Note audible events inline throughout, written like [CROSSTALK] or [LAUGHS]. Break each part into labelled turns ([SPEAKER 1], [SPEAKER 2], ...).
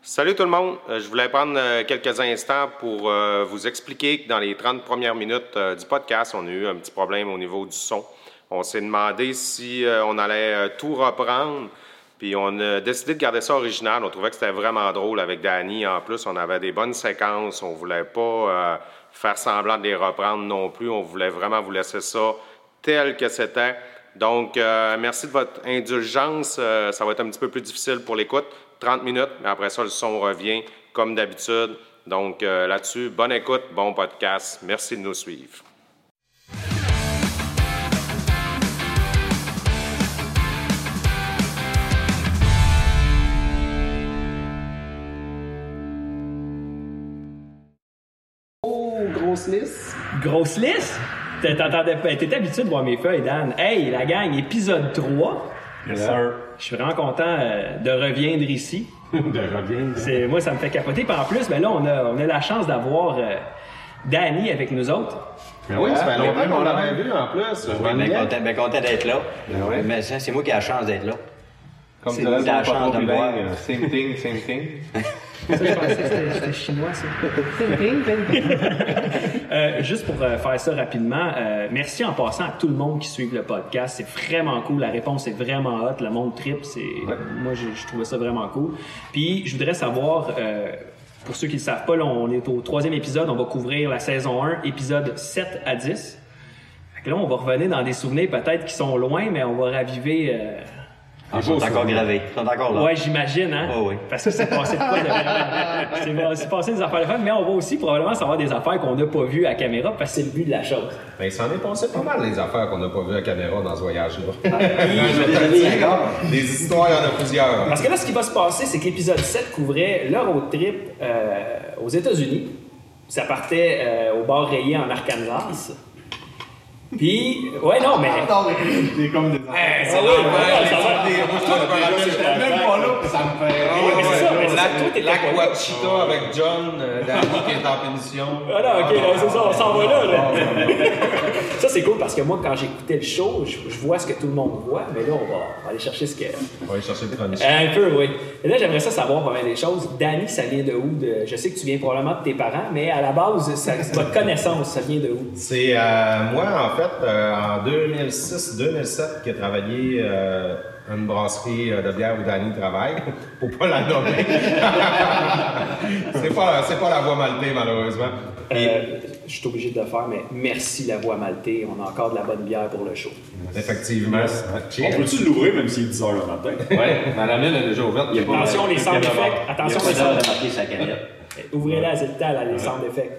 [SPEAKER 1] Salut tout le monde. Euh, Je voulais prendre euh, quelques instants pour euh, vous expliquer que dans les 30 premières minutes euh, du podcast, on a eu un petit problème au niveau du son. On s'est demandé si euh, on allait euh, tout reprendre. Puis on a décidé de garder ça original. On trouvait que c'était vraiment drôle avec Danny. En plus, on avait des bonnes séquences. On voulait pas euh, faire semblant de les reprendre non plus. On voulait vraiment vous laisser ça tel que c'était. Donc, euh, merci de votre indulgence. Euh, ça va être un petit peu plus difficile pour l'écoute. 30 minutes, mais après ça, le son revient comme d'habitude. Donc, euh, là-dessus, bonne écoute, bon podcast. Merci de nous suivre.
[SPEAKER 2] Oh, grosse lisse.
[SPEAKER 3] Grosse liste? T'es- T'entendais pas. T'es habitué de voir mes feuilles, Dan. Hey, la gang, épisode 3.
[SPEAKER 4] Yes, sir.
[SPEAKER 3] Je suis vraiment content euh, de reviendre ici.
[SPEAKER 4] De reviens.
[SPEAKER 3] C'est- Moi, ça me fait capoter. Puis en plus, ben là, on a, on a la chance d'avoir euh, Danny avec nous autres.
[SPEAKER 1] Oui, ça fait
[SPEAKER 4] Ben
[SPEAKER 1] longtemps
[SPEAKER 4] oui,
[SPEAKER 1] qu'on
[SPEAKER 4] mon
[SPEAKER 1] l'avait
[SPEAKER 4] ami.
[SPEAKER 1] vu en plus.
[SPEAKER 5] Ouais, ben, content, ben content d'être là.
[SPEAKER 4] Ben ouais.
[SPEAKER 5] Mais ça, c'est moi qui ai la chance d'être là.
[SPEAKER 4] Comme
[SPEAKER 5] C'est
[SPEAKER 4] dirait
[SPEAKER 5] de la
[SPEAKER 4] mon patron
[SPEAKER 5] chance de me voir.
[SPEAKER 4] bilingue, Same thing, same thing.
[SPEAKER 3] [LAUGHS] Euh, juste pour euh, faire ça rapidement, euh, merci en passant à tout le monde qui suit le podcast. C'est vraiment cool. La réponse est vraiment hot. Le monde trip. C'est moi, j'ai- je trouvais ça vraiment cool. Puis, je voudrais savoir. euh, pour ceux qui ne savent pas, là, on est au troisième épisode. On va couvrir la saison 1, épisode 7 à 10. Fait que là, on va revenir dans des souvenirs peut-être qui sont loin, mais on va raviver. euh,
[SPEAKER 5] Ah, Ils sont encore gravés. Ils sont encore là.
[SPEAKER 3] Ouais, j'imagine, hein?
[SPEAKER 5] Ouais, ouais.
[SPEAKER 3] Parce que c'est passé
[SPEAKER 5] [LAUGHS]
[SPEAKER 3] de quoi de vraiment- C'est pas- C'est passé des affaires de fun, mais on va aussi probablement savoir des affaires qu'on n'a pas vues à caméra parce que c'est le but de la chose.
[SPEAKER 1] il s'en Ben, est passé pas mal les affaires qu'on n'a pas vues à caméra dans ce [LAUGHS] voyage-là. Des histoires, il y en a plusieurs.
[SPEAKER 3] Parce que là, ce qui va se passer, c'est que l'épisode 7 couvrait le road trip euh, aux États-Unis. Ça partait euh, au bar rayé en Arkansas. Puis, ouais, Ah, non, mais.
[SPEAKER 4] C'est comme des
[SPEAKER 3] Eh, c'est drôle, ouais, ça va.
[SPEAKER 4] Même pas là. Ah Ça me fait.
[SPEAKER 3] Ouais, mais c'est ça, mais c'est ça, toi, t'étais pas là.
[SPEAKER 1] Wachita avec John, euh, Danny qui est en pénition.
[SPEAKER 3] Ah non, ok, là, c'est ça, on s'en va là. là. [LAUGHS] ça, c'est cool parce que moi, quand j'écoutais le show, je, je vois ce que tout le monde voit, mais là, on va, on va aller chercher ce que.
[SPEAKER 1] On va aller chercher le premier.
[SPEAKER 3] Un peu, oui. Et là, j'aimerais ça savoir pas mal des choses. Danny, ça vient de où de... Je sais que tu viens probablement de tes parents, mais à la base, ça, votre connaissance, ça vient de où
[SPEAKER 1] C'est euh, moi, en fait, euh, en 2006-2007, qui ai travaillé euh, à une brasserie euh, de bière où Danny travaille, [LAUGHS] pour pas la nommer. [LAUGHS] c'est pas, c'est pas la voie maltée, malheureusement. Et,
[SPEAKER 3] Euh, je suis obligé de le faire, mais merci la voix maltée. On a encore de la bonne bière pour le show.
[SPEAKER 1] effectivement.
[SPEAKER 6] On peut-tu l'ouvrir même s'il est 10 h le matin?
[SPEAKER 4] [LAUGHS] Ouais, mais la mienne est déjà ouverte. Il y a pas-
[SPEAKER 3] Attention, les sound effects. Attention, les
[SPEAKER 5] Ils sont là,
[SPEAKER 3] sound
[SPEAKER 5] de marquer sa canette.
[SPEAKER 3] effects. Ouvrez-la, c'est le temps, là, les sound effects.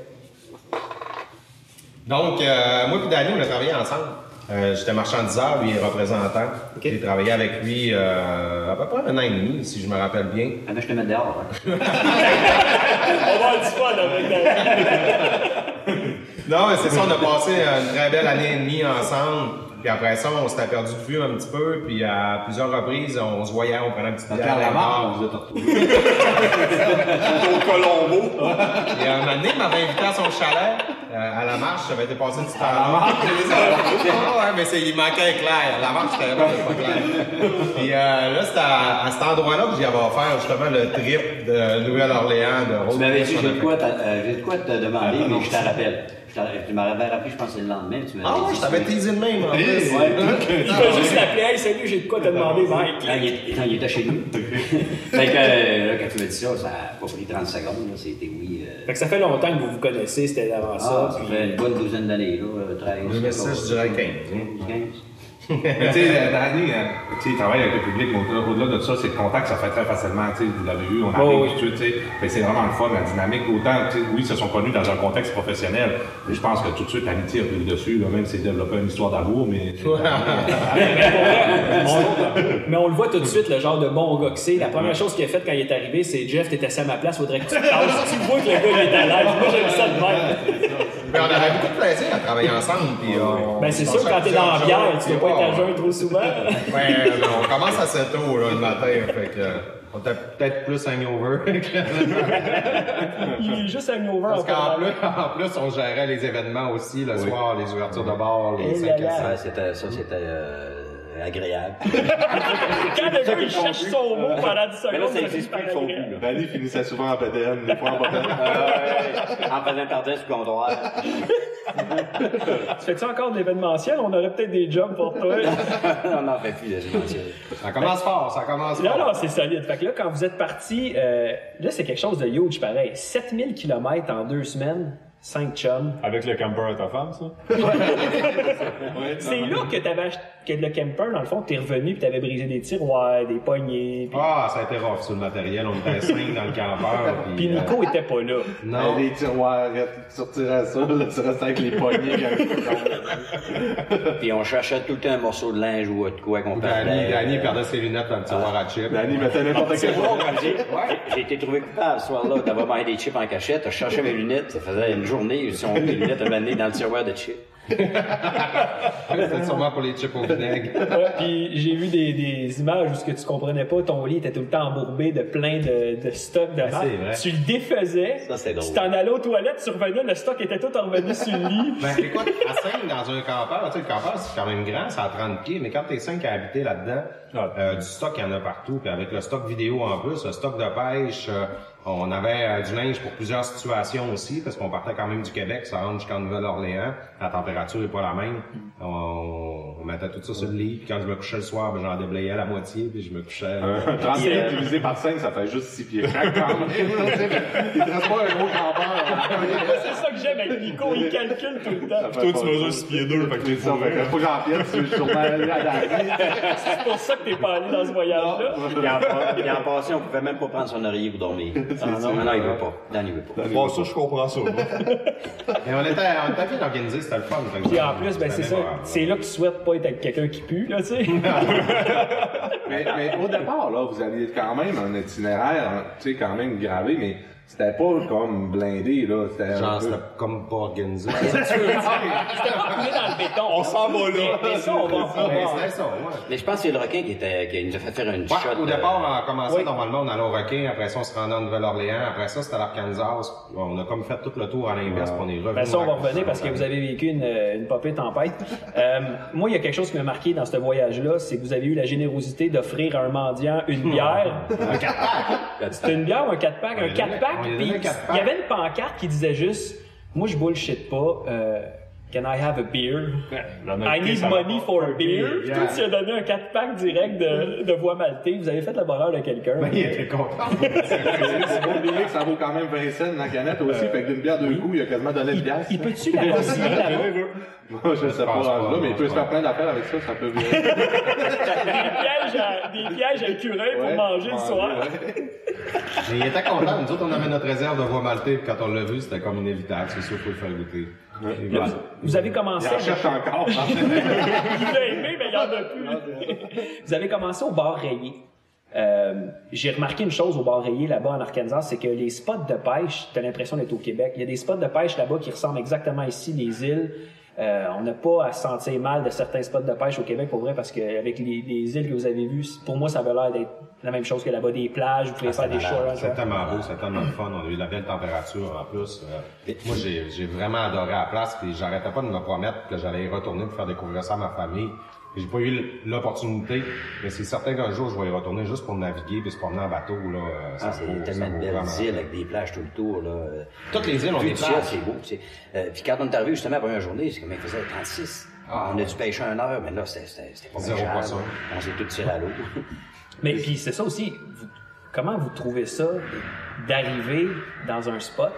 [SPEAKER 1] Donc, euh, moi et Danny, on a travaillé ensemble. Euh, J'étais marchandiseur, lui est représentant.
[SPEAKER 3] Ok.
[SPEAKER 1] J'ai travaillé avec lui euh, à peu près un an et demi, si je me rappelle bien.
[SPEAKER 5] Ah, mais je te mets dehors. hein.
[SPEAKER 3] On va du fun avec Danny.
[SPEAKER 1] Non, mais Ah, c'est ça, on a passé une très belle année et demie ensemble. Puis après ça, on s'était perdu de vue un petit peu. Puis à plusieurs reprises, on se voyait, on prenait un petit
[SPEAKER 4] Ça
[SPEAKER 1] peu
[SPEAKER 4] te perd la marque, vous êtes retrouvés.
[SPEAKER 6] Au Colombo!
[SPEAKER 1] Et à un moment donné, il m'avait invité à son chalet. euh, à la marche, j'avais dépassé une petite heure.
[SPEAKER 4] la
[SPEAKER 1] [LAUGHS]
[SPEAKER 4] marche,
[SPEAKER 1] Ah ouais, mais c'est- il manquait clair. La marche, c'était vraiment pas clair. Puis euh, là, c'était à, à cet endroit-là que j'y avais offert justement le trip de Nouvelle-Orléans, de Rose.
[SPEAKER 5] Tu m'avais dit, j'ai de quoi, t'a- euh, j'ai de quoi te demander, mais je t'en rappelle. Je t'en- Tu m'avais rappelé, je pense, que c'est le lendemain. Tu m'avais
[SPEAKER 1] Ah ouais,
[SPEAKER 5] dit,
[SPEAKER 1] je t'avais
[SPEAKER 5] tu-
[SPEAKER 1] teasé de même. En plus.
[SPEAKER 3] Je
[SPEAKER 1] Ah,
[SPEAKER 3] peux juste l'appeler. Hey, salut, j'ai de quoi te demander, Mike.
[SPEAKER 5] Là, il, est- quand il était chez nous. fait que euh, là, quand tu m'as dit ça, ça a pas pris 30 secondes. là, C'était oui. euh,
[SPEAKER 3] Fait que ça fait longtemps que vous vous connaissez, c'était avant
[SPEAKER 5] ah,
[SPEAKER 3] ça.
[SPEAKER 5] ça
[SPEAKER 3] puis-
[SPEAKER 5] fait une bonne douzaine d'années, là. euh, 13.
[SPEAKER 1] 2006, je dirais 15.
[SPEAKER 5] 15.
[SPEAKER 4] Mais tu sais, Danny, euh, tu sais, il travaille avec le public, mais au-delà- au-delà de ça, c'est le contact, ça fait très facilement. Tu sais, vous l'avez vu, on
[SPEAKER 1] Ah,
[SPEAKER 4] arrive
[SPEAKER 1] [LAUGHS]
[SPEAKER 3] Oh, oui.
[SPEAKER 4] tout de suite. tu sais. Fait que C'est vraiment le fun, la dynamique. Autant, tu sais, oui, ils se sont connus dans un contexte professionnel, mais je pense que tout de suite, l'amitié a pris le dessus. là, même s'ils développaient une histoire d'amour, mais.
[SPEAKER 3] Mais on le voit tout de suite, le genre de bon gars que c'est. La première chose qu'il a faite quand il est arrivé, c'est Jeff, t'étais assis à ma place, faudrait que tu te tasses. tu vois que le gars, il est à l'aise. Moi, j'aime ça de même.
[SPEAKER 1] Mais on avait beaucoup de plaisir à travailler ensemble. Puis on-
[SPEAKER 3] Ben, c'est
[SPEAKER 1] on
[SPEAKER 3] sûr, quand t'es dans la
[SPEAKER 1] sortait
[SPEAKER 3] bière, tu
[SPEAKER 1] le
[SPEAKER 3] dois pas
[SPEAKER 1] jour,
[SPEAKER 3] être à
[SPEAKER 1] puis
[SPEAKER 3] jeun trop souvent.
[SPEAKER 1] Ouais, euh, on commence à 7 tôt là, le matin, fait que euh, on était peut-être plus hangover.
[SPEAKER 3] Il est juste hangover
[SPEAKER 1] Parce qu'en plus,
[SPEAKER 2] [LAUGHS]
[SPEAKER 1] en plus, on gérait les événements aussi le soir, les ouvertures de bar, les
[SPEAKER 3] Eh
[SPEAKER 1] 5
[SPEAKER 3] là
[SPEAKER 1] à
[SPEAKER 3] là.
[SPEAKER 5] Ah,
[SPEAKER 1] 7.
[SPEAKER 5] c'était ça, c'était euh, euh, agréable.
[SPEAKER 3] Quand le
[SPEAKER 1] [LAUGHS]
[SPEAKER 3] gars, il cherche son mot pendant 10 secondes,
[SPEAKER 5] Mais là, ça
[SPEAKER 3] finit
[SPEAKER 5] existe
[SPEAKER 3] par
[SPEAKER 5] plus, le confus,
[SPEAKER 3] agréable.
[SPEAKER 5] là.
[SPEAKER 1] Danny finit ça souvent en BDN, des fois en BDN.
[SPEAKER 5] en faisant tarder sur le comptoir. [LAUGHS]
[SPEAKER 3] Tu fais-tu encore de l'événementiel? On aurait peut-être des jobs pour toi.
[SPEAKER 5] on n'en fait plus, là, je mentionne.
[SPEAKER 2] Ça commence fort, ça commence
[SPEAKER 3] Non,
[SPEAKER 2] fort.
[SPEAKER 3] non, c'est solide. Fait que là, quand vous êtes parti, euh, là, c'est quelque chose de huge, pareil. 7000 km en deux semaines, 5 chums.
[SPEAKER 7] Avec le camper à ta femme, ça?
[SPEAKER 3] C'est là que t'avais acheté, que le camper, dans le fond, t'es revenu pis t'avais brisé des tiroirs, des poignées. Pis,
[SPEAKER 1] Ah, ça a été rough sur le matériel. On était cinq dans le campeur.
[SPEAKER 7] [LAUGHS]
[SPEAKER 1] Puis,
[SPEAKER 3] pis
[SPEAKER 1] euh,
[SPEAKER 3] Nico était pas là.
[SPEAKER 2] Non.
[SPEAKER 4] Les tiroirs, sortir à ça, là, tu restes avec les poignets. [LAUGHS]
[SPEAKER 5] Puis on cherchait tout le temps un morceau de linge ou de quoi qu'on
[SPEAKER 2] Danny,
[SPEAKER 3] Ben,
[SPEAKER 5] perdait.
[SPEAKER 2] Danny
[SPEAKER 3] euh,
[SPEAKER 2] perdait ses lunettes dans le tiroir à chips.
[SPEAKER 4] Danny mettait n'importe quel
[SPEAKER 5] Bon, j'ai- J'ai été trouvé coupable ce soir-là. T'as vraiment des chips en cachette, t'as cherché mes lunettes, ça faisait une journée, si on mes lunettes à dans le tiroir de chips.
[SPEAKER 2] C'était sûrement pour les chips au vinaigre.
[SPEAKER 3] Ouais, Puis j'ai vu des, des images où ce que tu comprenais pas, ton lit était tout le temps embourbé de plein de, de stock de marque.
[SPEAKER 1] c'est vrai.
[SPEAKER 3] Tu le défaisais.
[SPEAKER 5] Ah, Ça, c'est drôle.
[SPEAKER 3] Tu t'en allais aux toilettes, tu revenais, le stock était tout revenu sur le
[SPEAKER 5] [LAUGHS]
[SPEAKER 3] lit.
[SPEAKER 2] Ben écoute, à 5 dans un campeur, Ben, tu sais, le campeur c'est quand même grand, c'est à 30 pieds, mais quand t'es 5 à habiter là-dedans, euh, du stock, il y en a partout. Puis avec le stock vidéo en plus, le stock de pêche, euh, on avait euh, du linge pour plusieurs situations aussi, parce qu'on partait quand même du Québec, ça rentre jusqu'en Nouvelle-Orléans, la température est pas la même. On, on mettait tout ça sur le lit, puis quand je me couchais le soir, ben, j'en déblayais la moitié, puis je me couchais... euh,
[SPEAKER 4] 35 divisé Ah, par 5, ça fait juste 6 [LAUGHS] pieds. Chaque quand même. Il te reste pas un gros campeur.
[SPEAKER 3] c'est ça que j'aime avec Nico, il calcule tout le temps.
[SPEAKER 7] Toi, tu mesures 6 pieds 2, fait que t'es
[SPEAKER 4] Ça fait que
[SPEAKER 7] fourré.
[SPEAKER 4] faut que j'en vienne, tu veux sûrement aller à Danny.
[SPEAKER 3] C'est pour ça que t'es pas allé dans ce voyage-là.
[SPEAKER 5] Puis en, pa- puis en passant, on pouvait même pas prendre son oreiller pour dormir. Ah non, non, non, il veut pas. Dan, il veut pas.
[SPEAKER 7] Bon, ça, je comprends ça. moi.
[SPEAKER 2] Mais on était, on était bien organisé, c'était le fun. Fait que
[SPEAKER 3] Puis en plus, ben c'est ça.
[SPEAKER 2] mémorable.
[SPEAKER 3] C'est là que tu souhaites pas être avec quelqu'un qui pue, là, tu
[SPEAKER 4] [LAUGHS]
[SPEAKER 3] sais.
[SPEAKER 4] mais, mais au départ, là, vous aviez quand même un itinéraire, hein, tu sais, quand même gravé, mais c'était pas comme blindé, là. C'était un
[SPEAKER 2] Genre,
[SPEAKER 4] peu-
[SPEAKER 2] c'était comme pas organisé.
[SPEAKER 3] Mets dans le béton.
[SPEAKER 7] On s'en va là.
[SPEAKER 3] Mais, mais ça, on va en
[SPEAKER 2] Mais
[SPEAKER 3] revoir.
[SPEAKER 2] c'était ça, ouais.
[SPEAKER 5] Mais je pense que c'est le requin qui, était, qui nous a fait faire une
[SPEAKER 2] Ouais,
[SPEAKER 5] shot.
[SPEAKER 2] au
[SPEAKER 5] euh,
[SPEAKER 2] départ, on commençait
[SPEAKER 3] oui.
[SPEAKER 2] normalement, on allait au Requin, après ça, on se rendait en Nouvelle-Orléans, après ça, c'était à l'Arkansas. On a comme fait tout le tour à l'inverse, puis on est revenu.
[SPEAKER 3] Ben ça, on va
[SPEAKER 2] à-
[SPEAKER 3] revenir parce que vous avez vécu une, euh, une popée tempête. Euh, moi, il y a quelque chose qui m'a marqué dans ce voyage-là, c'est que vous avez eu la générosité d'offrir à un mendiant
[SPEAKER 2] [LAUGHS]
[SPEAKER 3] une bière. un 4-pack! C'était une bière ou un 4-pack?
[SPEAKER 2] On
[SPEAKER 3] Un
[SPEAKER 2] lui
[SPEAKER 3] 4-pack,
[SPEAKER 2] donnait- on lui
[SPEAKER 3] puis
[SPEAKER 2] donnait un quatre-pack.
[SPEAKER 3] il y avait une pancarte qui disait juste « Moi, je bullshit pas, euh, can I have a beer? I need money for a beer. Puis Toi, tu as donné un 4-pack direct de, de voix maltais. Vous avez fait le bonheur de quelqu'un.
[SPEAKER 2] Il était content.
[SPEAKER 4] C'est pas oublier que ça vaut quand même 20 cents dans la canette aussi, fait que d'une bière deux coups, il a quasiment donné une bière. [LAUGHS]
[SPEAKER 3] Il peut-tu la
[SPEAKER 2] [LAUGHS]
[SPEAKER 3] considérer là-bas?
[SPEAKER 4] Moi, je sais pas,
[SPEAKER 2] pense pas,
[SPEAKER 4] là, mais il peut
[SPEAKER 2] ouais.
[SPEAKER 4] se faire plein d'affaires avec ça, ça peut [LAUGHS] virer.
[SPEAKER 3] Des pièges à, des pièges à curé pour
[SPEAKER 4] Ouais,
[SPEAKER 3] manger le
[SPEAKER 4] manger,
[SPEAKER 3] soir.
[SPEAKER 2] Mais il était content. Nous autres, on avait notre réserve de voie maltais, puis quand on l'a vu, c'était comme inévitable. C'est sûr qu'il faut le faire goûter. Et
[SPEAKER 3] Là,
[SPEAKER 2] voilà.
[SPEAKER 3] vous, vous avez commencé.
[SPEAKER 4] Il en cherche encore.
[SPEAKER 3] Il l'a aimé, mais il n'y en a plus. [LAUGHS] vous avez commencé au bar rayé. Euh, J'ai remarqué une chose au bar rayé là-bas en Arkansas, c'est que les spots de pêche, t'as l'impression d'être au Québec. Il y a des spots de pêche là-bas qui ressemblent exactement ici, les îles. Euh, on n'a pas à se sentir mal de certains spots de pêche au Québec, pour vrai, parce que avec les, les îles que vous avez vues, pour moi, ça avait l'air d'être la même chose que là-bas, des plages, vous pouvez faire des hein. shore
[SPEAKER 2] C'était tellement beau, c'était tellement le fun. On a eu de la belle température en plus. Euh, moi, j'ai j'ai vraiment adoré la place. Puis j'arrêtais pas de me promettre que j'allais y retourner pour faire découvrir ça à ma famille. Puis J'ai pas eu l'opportunité, mais c'est certain qu'un jour, je vais y retourner juste pour naviguer puis se promener en bateau. Là, Euh, ça
[SPEAKER 5] Ah,
[SPEAKER 2] vaut-
[SPEAKER 5] c'est
[SPEAKER 2] ça
[SPEAKER 5] tellement
[SPEAKER 2] vaut
[SPEAKER 5] de belles
[SPEAKER 2] vraiment.
[SPEAKER 5] îles avec des plages tout le tour. Là.
[SPEAKER 2] Toutes les îles ont
[SPEAKER 5] Puis
[SPEAKER 2] des
[SPEAKER 5] ça,
[SPEAKER 2] plages.
[SPEAKER 5] C'est beau. tu sais. Euh, puis quand on est arrivé justement la première journée, c'est comme il faisait 36. on a dû pêcher un heure, mais là, c'était- c'était c'était pas
[SPEAKER 2] Ah. Zéro
[SPEAKER 5] pêchable.
[SPEAKER 2] poisson.
[SPEAKER 5] On s'est tous tirés à l'eau.
[SPEAKER 3] Mais puis c'est ça aussi. vous- comment vous trouvez ça d'arriver dans un spot,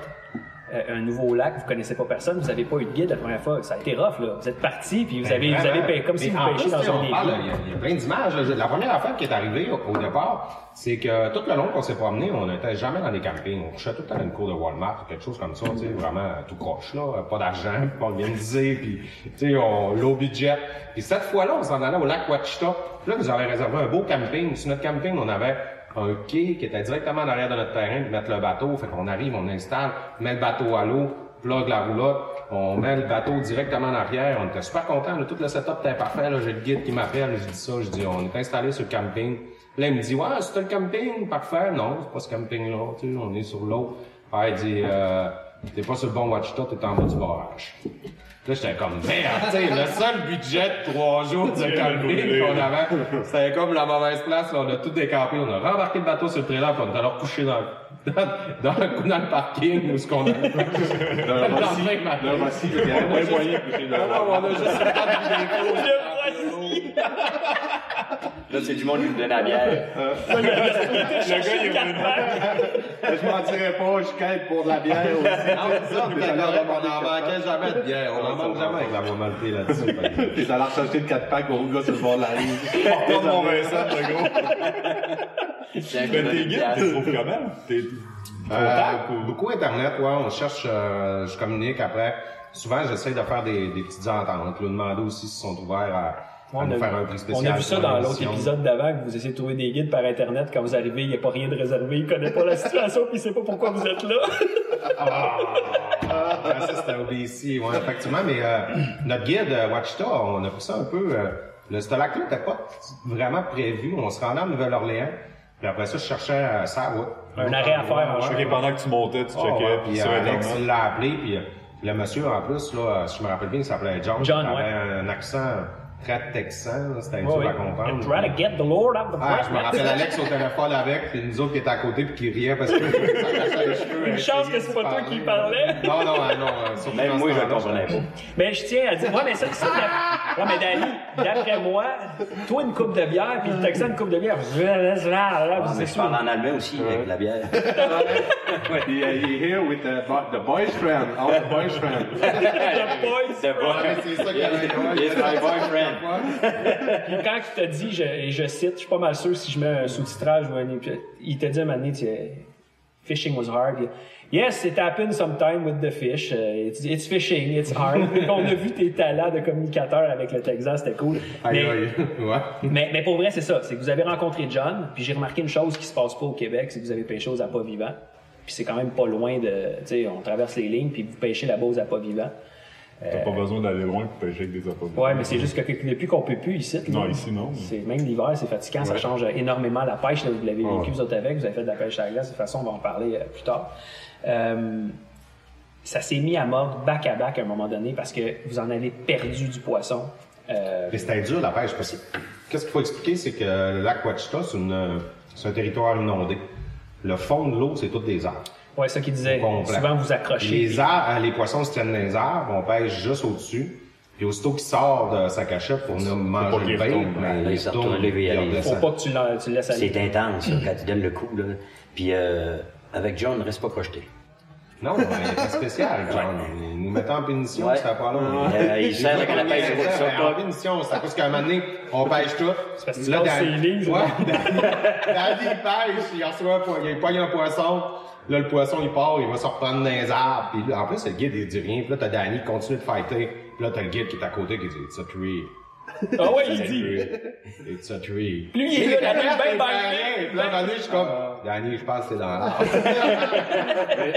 [SPEAKER 3] euh, un nouveau lac, vous connaissez pas personne, vous avez pas eu de guide la première fois, ça a été rough là. Vous êtes parti puis vous avez vous avez
[SPEAKER 2] Vraiment.
[SPEAKER 3] pêché comme si
[SPEAKER 2] Euh, Mais
[SPEAKER 3] vous
[SPEAKER 2] en
[SPEAKER 3] pêchiez
[SPEAKER 2] plus,
[SPEAKER 3] dans
[SPEAKER 2] tu sais,
[SPEAKER 3] un
[SPEAKER 2] on parle,
[SPEAKER 3] égout.
[SPEAKER 2] Il y a- il y, a plein d'images. là. La première affaire qui est arrivée au, au départ, c'est que tout le long qu'on s'est promené, on n'était jamais dans des campings. On couchait tout le temps dans une cour de Walmart ou quelque chose comme ça, tu sais, vraiment tout croche là, pas d'argent, [LAUGHS] pas organisé, puis tu sais, on low budget. Puis cette fois-là, on s'en allait au lac Wachita. Puis Là, nous avait réservé un beau camping. Sur notre camping, on avait un quai qui était directement en arrière de notre terrain, puis mettre le bateau. Fait qu'on arrive, on installe, met le bateau à l'eau, plug la roulotte, on met le bateau directement en arrière. On était super contents, là, tout le setup était parfait. Là, j'ai le guide qui m'appelle, je dis ça, je dis on est installé sur le camping. Là, il me dit Ouais, c'est le camping, parfait. Non, c'est pas ce camping-là, tu sais, on est sur l'eau. Ah, il dit euh, T'es pas sur le bon Watchtower, t'es en bas du barrage. Là, j'étais comme, merde, tu sais, le seul budget de trois jours de camping qu'on avait, c'était comme la mauvaise place, là, on a tout décampé, on a rembarqué le bateau sur le trailer, puis on est allé coucher dans, dans, dans le cou- dans le parking, ou ce qu'on a. le lendemain matin. On a juste- Non, non, on a juste
[SPEAKER 5] Là, c'est du monde qui me donne la [LAUGHS] bière.
[SPEAKER 4] Je mentirais pas, je quête pour de
[SPEAKER 2] [LAUGHS]
[SPEAKER 4] la bière aussi.
[SPEAKER 2] Non, c'est ça, mais on n'en manquait jamais de bière. On n'en manque jamais avec la monalité là-dessus.
[SPEAKER 4] [LAUGHS] Puis j'allais rechercher le 4 pack au gars sur le bord de la
[SPEAKER 2] [LAUGHS]
[SPEAKER 4] rive.
[SPEAKER 1] Porte mon Vincent, le
[SPEAKER 4] [LAUGHS]
[SPEAKER 1] gros.
[SPEAKER 5] Tiens,
[SPEAKER 2] Ben,
[SPEAKER 5] je te
[SPEAKER 1] Mais
[SPEAKER 5] donne
[SPEAKER 1] tes
[SPEAKER 5] une
[SPEAKER 1] guides,
[SPEAKER 5] bière.
[SPEAKER 1] tu les trouves comment? T'es-
[SPEAKER 2] Euh, beaucoup Internet, ouais, on cherche, euh, je communique après. Souvent, j'essaie de faire des, des petites ententes. Là, demander aussi s'ils sont ouverts à, à
[SPEAKER 3] On
[SPEAKER 2] nous
[SPEAKER 3] a,
[SPEAKER 2] faire un prix spécial.
[SPEAKER 3] on a vu ça
[SPEAKER 2] pour
[SPEAKER 3] dans l'autre
[SPEAKER 2] l'émission.
[SPEAKER 3] épisode d'avant, que vous essayez de trouver des guides par Internet. Quand vous arrivez, il n'y a pas rien de réservé, il ne connaît pas la situation, puis il ne sait pas pourquoi vous êtes [LAUGHS] là.
[SPEAKER 2] Ah, ça, c'était OBC, ouais, effectivement. Mais
[SPEAKER 3] [CLEARS THROAT]
[SPEAKER 2] euh, notre guide, euh, Wachita, on a pris ça un peu... euh, le Stolac là n'était pas vraiment prévu. On se rendait en Nouvelle-Orléans. Puis après ça, je cherchais à Sarwood.
[SPEAKER 3] Un arrêt à faire en
[SPEAKER 2] Ouais,
[SPEAKER 3] chemin.
[SPEAKER 2] ouais.
[SPEAKER 1] Ok, pendant que tu montais, tu
[SPEAKER 2] Ah ouais,
[SPEAKER 1] checkais, puis
[SPEAKER 2] puis
[SPEAKER 1] sur
[SPEAKER 2] euh, Alex,
[SPEAKER 1] Internet.
[SPEAKER 2] il l'a appelé, puis euh, le monsieur, en plus, là, euh, si je me rappelle bien, il s'appelait John.
[SPEAKER 3] John,
[SPEAKER 2] il
[SPEAKER 3] ouais.
[SPEAKER 2] avait un accent très texan, là, c'était dur
[SPEAKER 3] Ouais,
[SPEAKER 2] à
[SPEAKER 3] ouais.
[SPEAKER 2] comprendre.
[SPEAKER 3] Try to get the Lord out of the
[SPEAKER 2] Ah, je me
[SPEAKER 3] pregnant.
[SPEAKER 2] rappelle Alex au téléphone avec, puis nous autres qui étaient à côté, puis qui riait parce que ça cachait les cheveux.
[SPEAKER 3] Une chance que c'est pas toi qui parlais.
[SPEAKER 2] Non, non, ah, non. euh, surtout
[SPEAKER 5] Même
[SPEAKER 2] dans
[SPEAKER 5] moi,
[SPEAKER 2] ce
[SPEAKER 5] je le
[SPEAKER 2] temps-là,
[SPEAKER 5] comprenais
[SPEAKER 2] j'étais-
[SPEAKER 5] pas.
[SPEAKER 3] Mais je tiens à dire, ouais, mais ça, ça, d'a- ouais, mais Dani, d'après moi, toi une coupe de bière, puis le Texan une coupe de bière,
[SPEAKER 5] Ah,
[SPEAKER 3] vous
[SPEAKER 5] mais
[SPEAKER 3] êtes
[SPEAKER 5] je
[SPEAKER 3] sûr.
[SPEAKER 5] parle en allemand aussi avec la bière.
[SPEAKER 4] Puis euh, il est here with the, bo- the boyfriend. Our boyfriend.
[SPEAKER 3] The
[SPEAKER 5] [LAUGHS]
[SPEAKER 3] boys.
[SPEAKER 5] C'est bon.
[SPEAKER 4] C'est ça qu'il y avait.
[SPEAKER 5] Yes, my boyfriend.
[SPEAKER 3] Puis quand il t'a dit, je, et je cite, je suis pas mal sûr si je mets un sous-titrage ou un épi- il t'a dit à un moment donné, tu sais, fishing was hard. Il- Yes, it happened sometime with the fish. Uh, It's, it's fishing, it's hard.
[SPEAKER 5] [LAUGHS]
[SPEAKER 3] On a vu tes talents de communicateur avec le Texas, c'était cool.
[SPEAKER 2] Aïe,
[SPEAKER 3] Mais-
[SPEAKER 2] aïe. Ouais.
[SPEAKER 3] [LAUGHS] Mais, mais pour vrai, c'est ça. C'est que vous avez rencontré John, puis j'ai remarqué une chose qui se passe pas au Québec, c'est que vous avez pêché aux appâts vivants. Puis c'est quand même pas loin de... Tu sais, on traverse les lignes, puis vous pêchez là-bas aux appâts vivants. Euh,
[SPEAKER 1] T'as pas besoin d'aller loin pour pêcher avec des appareils.
[SPEAKER 3] Ouais, mais c'est juste que depuis qu'on peut plus ici... là,
[SPEAKER 1] Non, ici, non.
[SPEAKER 3] c'est- Même l'hiver, c'est fatigant, ça change énormément la pêche. là, vous l'avez vécu, vous autres avec, vous avez fait de la pêche à la glace. De toute façon, on va en parler euh, plus tard. Euh, ça s'est mis à mort back à back à un moment donné parce que vous en avez perdu du poisson. Euh,
[SPEAKER 2] Mais c'était dur la pêche parce que qu'est-ce qu'il faut expliquer, c'est que le lac Ouachita, c'est une- euh, c'est un territoire inondé. Le fond de l'eau, c'est tout des arbres.
[SPEAKER 3] ouais, ça qu'il disait,
[SPEAKER 2] Complet.
[SPEAKER 3] souvent vous accrochez.
[SPEAKER 2] Les arbres, les poissons se tiennent dans les arbres, on pêche juste au-dessus. Puis aussitôt qu'il sort de sa cachette pour venir
[SPEAKER 1] pas
[SPEAKER 2] manger
[SPEAKER 1] qu'il
[SPEAKER 2] le bait,
[SPEAKER 1] retourne.
[SPEAKER 2] ben,
[SPEAKER 5] Là, hein. il
[SPEAKER 2] il
[SPEAKER 5] se
[SPEAKER 2] retourne,
[SPEAKER 5] retourne, lui,
[SPEAKER 2] il
[SPEAKER 5] il
[SPEAKER 3] Faut
[SPEAKER 2] redescend.
[SPEAKER 3] pas que tu, la- tu le laisses aller.
[SPEAKER 5] C'est intense, là, quand tu donnes le coup, là. Puis, euh, avec John, reste pas projeté.
[SPEAKER 2] Non, mais c'est
[SPEAKER 5] [LAUGHS]
[SPEAKER 2] spécial, John. Il nous mettait en pénition,
[SPEAKER 5] Ouais.
[SPEAKER 2] c'était pas long.
[SPEAKER 5] Euh, il sert
[SPEAKER 2] J'ai
[SPEAKER 5] avec la
[SPEAKER 2] pas
[SPEAKER 5] pêche,
[SPEAKER 2] mis
[SPEAKER 5] ouais,
[SPEAKER 2] ça,
[SPEAKER 5] ça,
[SPEAKER 2] mais
[SPEAKER 5] pas.
[SPEAKER 2] En pénition, c'est à cause qu'à un moment donné, on pêche tout. C'est
[SPEAKER 3] parce que tu casses ses lignes, c'est
[SPEAKER 2] Ouais, Danny, il pêche, il reçoit un poisson, il pogne un poisson. Là, le poisson, il part, il va se reprendre dans les arbres. Puis là, en plus, le guide, il dit rien. Puis là, t'as Danny qui continue de fighter. Puis là, t'as le guide qui est à côté qui dit, it's a tree.
[SPEAKER 3] Ah ouais, il
[SPEAKER 2] It's a
[SPEAKER 3] dit.
[SPEAKER 2] tree. [LAUGHS] It's a tree.
[SPEAKER 3] Lui, il est là, la
[SPEAKER 2] Puis
[SPEAKER 3] nuit, ben,
[SPEAKER 2] là, à un
[SPEAKER 3] ben,
[SPEAKER 2] moment donné, je suis comme, Danny, je pense que c'est dans l'arbre.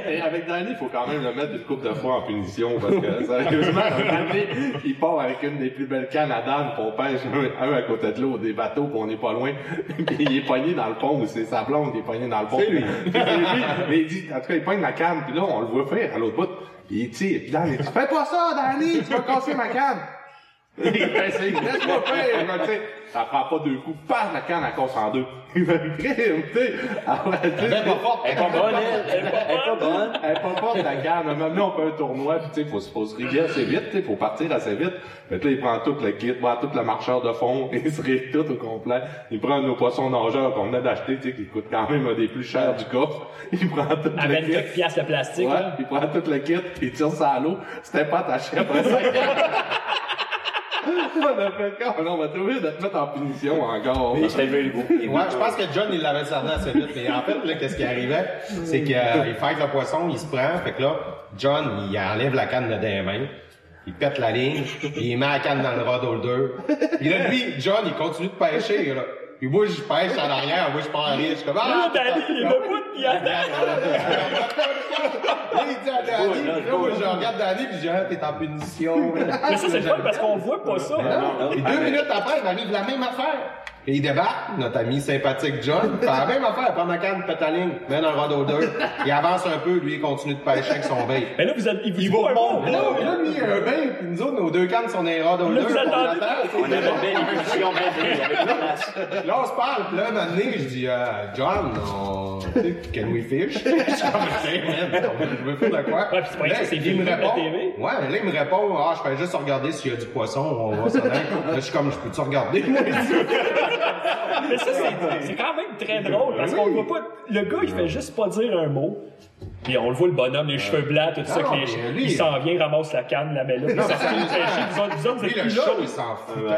[SPEAKER 4] Et, et avec Danny, il faut quand même le mettre une couple de fois en punition
[SPEAKER 5] [LAUGHS]
[SPEAKER 4] parce que sérieusement, Danny, il part avec une des plus belles cannes à dames qu'on pêche un, un à côté de l'autre, des bateaux qu'on n'est pas loin. [LAUGHS] Puis il est pogné dans le pont, ou c'est sa blonde qui est pognée dans le pont. [LAUGHS] C'est lui. Mais il dit, en tout cas, il pogne la canne, puis là, on le voit faire à l'autre bout. Puis il tire, puis Danny dit, fais pas ça, Danny, tu vas casser
[SPEAKER 5] [LAUGHS]
[SPEAKER 4] ma canne. Il fait signe, laisse-moi faire, mais tu sais, ça prend pas deux coups, passe la canne, elle casse en deux. [LAUGHS] Il va tu sais. Alors, tu sais,
[SPEAKER 5] Elle est pas forte. Elle est pas bonne, elle. Elle est pas bonne.
[SPEAKER 4] elle est pas forte, la canne. Maintenant, on fait un tournoi, puis tu sais, faut, se- faut se régler assez vite, tu sais, faut partir assez vite. Mais là, il prend tout le kit, prend tout le marcheur de fond, [LAUGHS] il se règle tout au complet. Il prend nos poissons nageurs qu'on venait d'acheter, tu sais, qui coûte quand même un des plus chers du coffre. [LAUGHS] Il prend tout
[SPEAKER 3] À
[SPEAKER 4] le
[SPEAKER 3] 24
[SPEAKER 4] kit.
[SPEAKER 3] piastres de plastique,
[SPEAKER 4] Ouais,
[SPEAKER 3] là.
[SPEAKER 4] il prend tout le kit, puis il tire ça à l'eau. C'était pas attaché après ça. on a fait quand on va trouver de te mettre en punition encore.
[SPEAKER 5] Il s'est levé le goût.
[SPEAKER 2] Ouais, je pense que John, il l'avait cerné assez vite. Mais en fait, là, qu'est-ce qui arrivait? C'est qu'il fait le poisson, il se prend. Fait que là, John, il enlève la canne de des mains. Il pète la ligne. puis il met la canne dans le rod holder. Puis là, lui, John, il continue de pêcher, là. Puis moi, je pêche en arrière. Moi, je pars en rire. Je suis comme, ah!
[SPEAKER 3] Là, Danny, il est debout, puis il attend.
[SPEAKER 2] Là, il dit à Danny. Là, moi, je regarde Danny, puis je dis, ah, t'es en punition.
[SPEAKER 3] Mais ça, c'est le fun parce qu'on voit pas ça.
[SPEAKER 2] Et deux minutes après, il m'arrive la même affaire. Et il débarque, notre ami sympathique John, [LAUGHS] fait la même affaire, prendre la canne, pète la ligne, mène un rod aux deux, il avance un peu, lui, il continue de pêcher avec son
[SPEAKER 3] [LAUGHS]
[SPEAKER 2] bait.
[SPEAKER 3] Mais là, vous avez, il vous dit
[SPEAKER 2] Il
[SPEAKER 3] pas
[SPEAKER 2] va
[SPEAKER 3] un
[SPEAKER 2] bon,
[SPEAKER 3] mot.
[SPEAKER 2] mais là, mais là, lui, il a un bait, puis nous autres, nos deux cannes sont des rods aux
[SPEAKER 3] Là,
[SPEAKER 2] deux.
[SPEAKER 3] vous
[SPEAKER 2] on
[SPEAKER 3] attendez.
[SPEAKER 2] attend,
[SPEAKER 5] On avait bien une discussion bien prise avec la place.
[SPEAKER 2] Là, on se parle, pis là, un moment donné, je dis, euh, John, on... tu sais, can we fish? [LAUGHS] Je suis comme, ben, Tiens, man, on veut faire de quoi?
[SPEAKER 3] Ouais, pis c'est pas
[SPEAKER 2] Là,
[SPEAKER 3] ça, c'est
[SPEAKER 2] il
[SPEAKER 3] filmé
[SPEAKER 2] me
[SPEAKER 3] à la
[SPEAKER 2] répond,
[SPEAKER 3] TV.
[SPEAKER 2] Ouais, mais là, il me répond, ah, je fais juste regarder s'il y a du poisson, on
[SPEAKER 3] [LAUGHS]
[SPEAKER 2] va s'en aller. Là, je suis comme, je peux-tu regarder?
[SPEAKER 3] Mais ça, c'est- c'est quand même très drôle parce qu'on le voit pas. Le gars, il fait juste pas dire un mot. Puis on le voit, le bonhomme, les cheveux blancs, tout ça.
[SPEAKER 2] Non,
[SPEAKER 3] que les-
[SPEAKER 2] mais lui,
[SPEAKER 3] il s'en vient, ramasse la canne, la met là. Puis ça, c'est une pêche. Vous autres, vous autres, vous
[SPEAKER 2] Lui,
[SPEAKER 3] êtes
[SPEAKER 2] le
[SPEAKER 3] plus là.
[SPEAKER 2] show, il s'en fout. hein,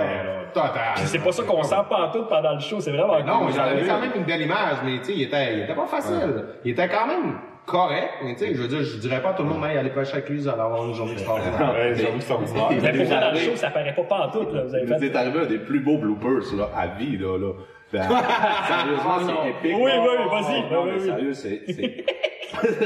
[SPEAKER 2] Total.
[SPEAKER 3] Puis C'est pas ça qu'on sent pas en tout pendant le show. C'est vraiment
[SPEAKER 2] Non,
[SPEAKER 3] cool.
[SPEAKER 2] il avait quand même une belle image, mais tu sais, il était, il était pas facile. Il était quand même correct, mais tu sais, je veux dire, je dirais pas à tout le monde, hey, allez pêcher avec lui, vous allez avoir une journée [LAUGHS] extraordinaire.
[SPEAKER 8] Ouais, j'avoue que c'est ordinaire.
[SPEAKER 3] Mais pendant le show, ça paraît pas pantoute, là. Vous avez fait.
[SPEAKER 4] C'est arrivé un des plus beaux bloopers là, à vie, là. là.
[SPEAKER 3] [LAUGHS]
[SPEAKER 4] Ben, sérieusement, c'est épique.
[SPEAKER 3] Oui,
[SPEAKER 4] là.
[SPEAKER 3] oui, vas-y,
[SPEAKER 4] Non,
[SPEAKER 3] oui,
[SPEAKER 4] mais
[SPEAKER 3] oui.
[SPEAKER 4] sérieux, c'est... c'est-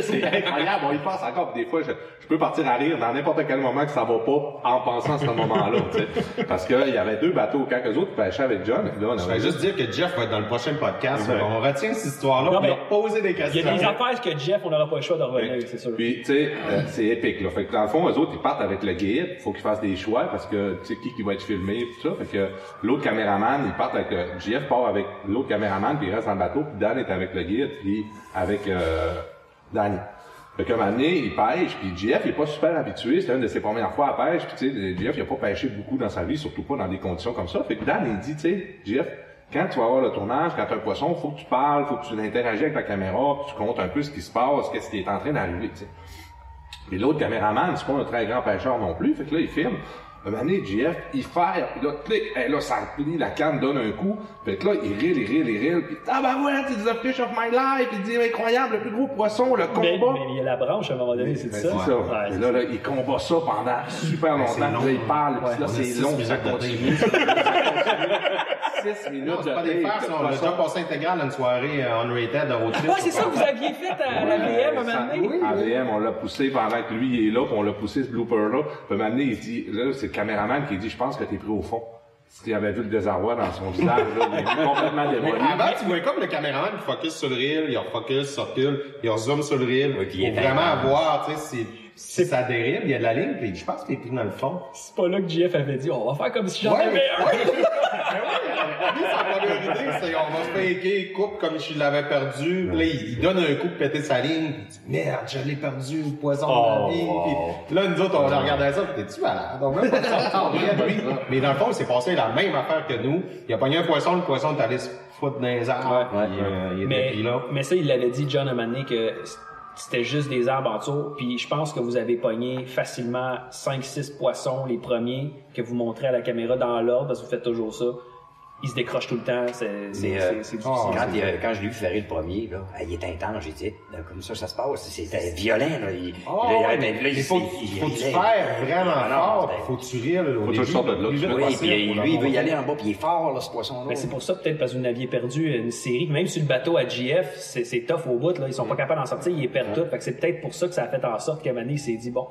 [SPEAKER 4] C'est [LAUGHS] incroyable, on y pense encore. Des fois, je, je peux partir à rire dans n'importe quel moment que ça va pas en pensant à ce moment-là. tu sais. Parce qu'il y avait deux bateaux, quand eux autres pêchaient avec John. puis là, on
[SPEAKER 2] Je vais
[SPEAKER 4] avait
[SPEAKER 2] juste dire que Jeff va être dans le prochain podcast. On retient cette histoire-là,
[SPEAKER 3] Non,
[SPEAKER 2] on va
[SPEAKER 3] mais-
[SPEAKER 2] poser des
[SPEAKER 3] Il y
[SPEAKER 2] questions.
[SPEAKER 3] a des affaires que Jeff, on n'aura pas le choix d'en revenir, c'est sûr.
[SPEAKER 4] Puis, tu sais, euh, c'est épique, là. Fait que dans le fond, eux autres, ils partent avec le guide. Faut qu'ils fassent des choix parce que, tu sais, qui, qui va être filmé, tout ça. Fait que l'autre caméraman, ils partent avec, euh, JF part avec l'autre caméraman, puis il reste dans le bateau, puis Dan est avec le guide, puis avec, euh, Danny. Fait qu'à un moment donné, il pêche, puis JF, il est pas super habitué, c'est une de ses premières fois à pêche, puis tu sais, JF, il a pas pêché beaucoup dans sa vie, surtout pas dans des conditions comme ça. Fait que Dan, il dit, tu sais, JF, quand tu vas avoir le tournage, quand tu as un poisson, faut que tu parles, faut que tu interagisses avec la caméra, que tu comptes un peu ce qui se passe, qu'est-ce qui est en train d'arriver, tu sais. Et l'autre caméraman, c'est pas un très grand pêcheur non plus, fait que là, il filme. Un moment donné, JF, il fait, puis là, clic, et là, ça replie, la canne donne un coup, fait que là, il rile, il rile, il rile, puis ah ben ouais, c'est the fish of my life, il dit incroyable, le plus gros poisson, le combat.
[SPEAKER 3] Mais, mais il y a la branche à un moment donné, c'est
[SPEAKER 2] mais
[SPEAKER 3] ça.
[SPEAKER 4] C'est
[SPEAKER 2] Ouais.
[SPEAKER 4] ça.
[SPEAKER 3] Ouais,
[SPEAKER 4] Et là, là, il combat ça pendant super longtemps.
[SPEAKER 2] c'est long.
[SPEAKER 4] Puis là, il parle, puis là,
[SPEAKER 2] On a
[SPEAKER 4] c'est
[SPEAKER 2] six
[SPEAKER 4] long, puis ça
[SPEAKER 2] minutes de
[SPEAKER 4] continue. Ça continue. Six minutes
[SPEAKER 2] Non, c'est pas des
[SPEAKER 4] de
[SPEAKER 2] farces,
[SPEAKER 4] tape,
[SPEAKER 2] on a
[SPEAKER 4] de
[SPEAKER 2] déjà
[SPEAKER 4] poisson.
[SPEAKER 2] passé intégral à une soirée euh, unrated à Rotrip.
[SPEAKER 3] Ah, c'est ça que vous aviez fait à la VM Eh, à un moment donné?
[SPEAKER 4] AVM, on l'a poussé pendant que lui il est là, puis on l'a poussé ce blooper-là. Puis maintenant, il dit, là, c'est le caméraman qui dit, je pense que t'es pris au fond. S'il avait vu le désarroi dans son visage, là, il est
[SPEAKER 3] [LAUGHS]
[SPEAKER 4] complètement démoli. Hein,
[SPEAKER 2] Avant, tu voyais comme le caméraman qui focus sur le reel, il refocus, il recule, il rezoome sur le reel.
[SPEAKER 5] Ouais, puis il est
[SPEAKER 2] pour vraiment
[SPEAKER 5] intense.
[SPEAKER 2] voir, tu sais, si, si ça dérive, il y a de la ligne, puis je pense qu'il est pris dans le fond.
[SPEAKER 3] C'est pas là que JF avait dit, on va faire comme si j'en
[SPEAKER 2] Ouais,
[SPEAKER 3] avais un.
[SPEAKER 2] ouais. Ben oui, [LAUGHS] lui, sa première idée, c'est on va faker, il coupe comme je l'avais perdu. Puis là, il, il donne un coup pour péter sa ligne. Puis il dit, merde, je l'ai perdu, le poison
[SPEAKER 5] Oh.
[SPEAKER 2] de la ligne. Puis là, nous autres, on regardait ça, puis t'es-tu malade? On veut pas [LAUGHS] sortir rien, lui. Mais dans le fond, il s'est passé la même affaire que nous. Il a pogné un poisson, le poisson est allé se foutre dans les arbres.
[SPEAKER 5] Ouais, ouais.
[SPEAKER 2] puis, euh, il était
[SPEAKER 3] Mais,
[SPEAKER 2] pris là.
[SPEAKER 3] mais ça, il l'avait dit, John, à un moment donné, que c'était juste des arbres en dessous. Puis je pense que vous avez pogné facilement 5-6 poissons, les premiers, que vous montrez à la caméra dans l'ordre, parce que vous faites toujours ça. Ils se décrochent tout le temps, c'est c'est-
[SPEAKER 5] Mais, euh,
[SPEAKER 3] c'est- c'est difficile.
[SPEAKER 5] Quand, il, euh, quand je l'ai vu ferrer le premier, là, ah, il est intense, j'ai dit, là, comme ça, ça se passe. C'était violent, là. Il,
[SPEAKER 2] Oh,
[SPEAKER 5] là, il-
[SPEAKER 2] ouais,
[SPEAKER 5] là,
[SPEAKER 2] mais
[SPEAKER 5] il-
[SPEAKER 2] faut,
[SPEAKER 5] il- il-
[SPEAKER 2] faut que
[SPEAKER 5] il-
[SPEAKER 2] tu faire vraiment
[SPEAKER 5] Ah, non,
[SPEAKER 2] fort,
[SPEAKER 5] ben,
[SPEAKER 2] puis faut que tu riles au
[SPEAKER 4] que tu
[SPEAKER 2] début,
[SPEAKER 4] sortes de là,
[SPEAKER 2] le plus
[SPEAKER 4] tu
[SPEAKER 2] vite
[SPEAKER 4] veux.
[SPEAKER 5] Oui,
[SPEAKER 2] possible
[SPEAKER 5] puis
[SPEAKER 2] pour
[SPEAKER 5] lui, il
[SPEAKER 2] l'avoir.
[SPEAKER 5] veut y aller en bas, puis il est fort, là, ce poisson-là.
[SPEAKER 2] Oh.
[SPEAKER 3] Mais c'est pour ça peut-être parce que vous n'aviez perdu une série. Même sur le bateau à GF, c'est c'est tough au bout. Là. Ils sont pas capables d'en sortir, ils les perdent toutes. Fait que c'est peut-être pour ça que ça a fait en sorte qu'à un moment donné, il s'est dit, bon,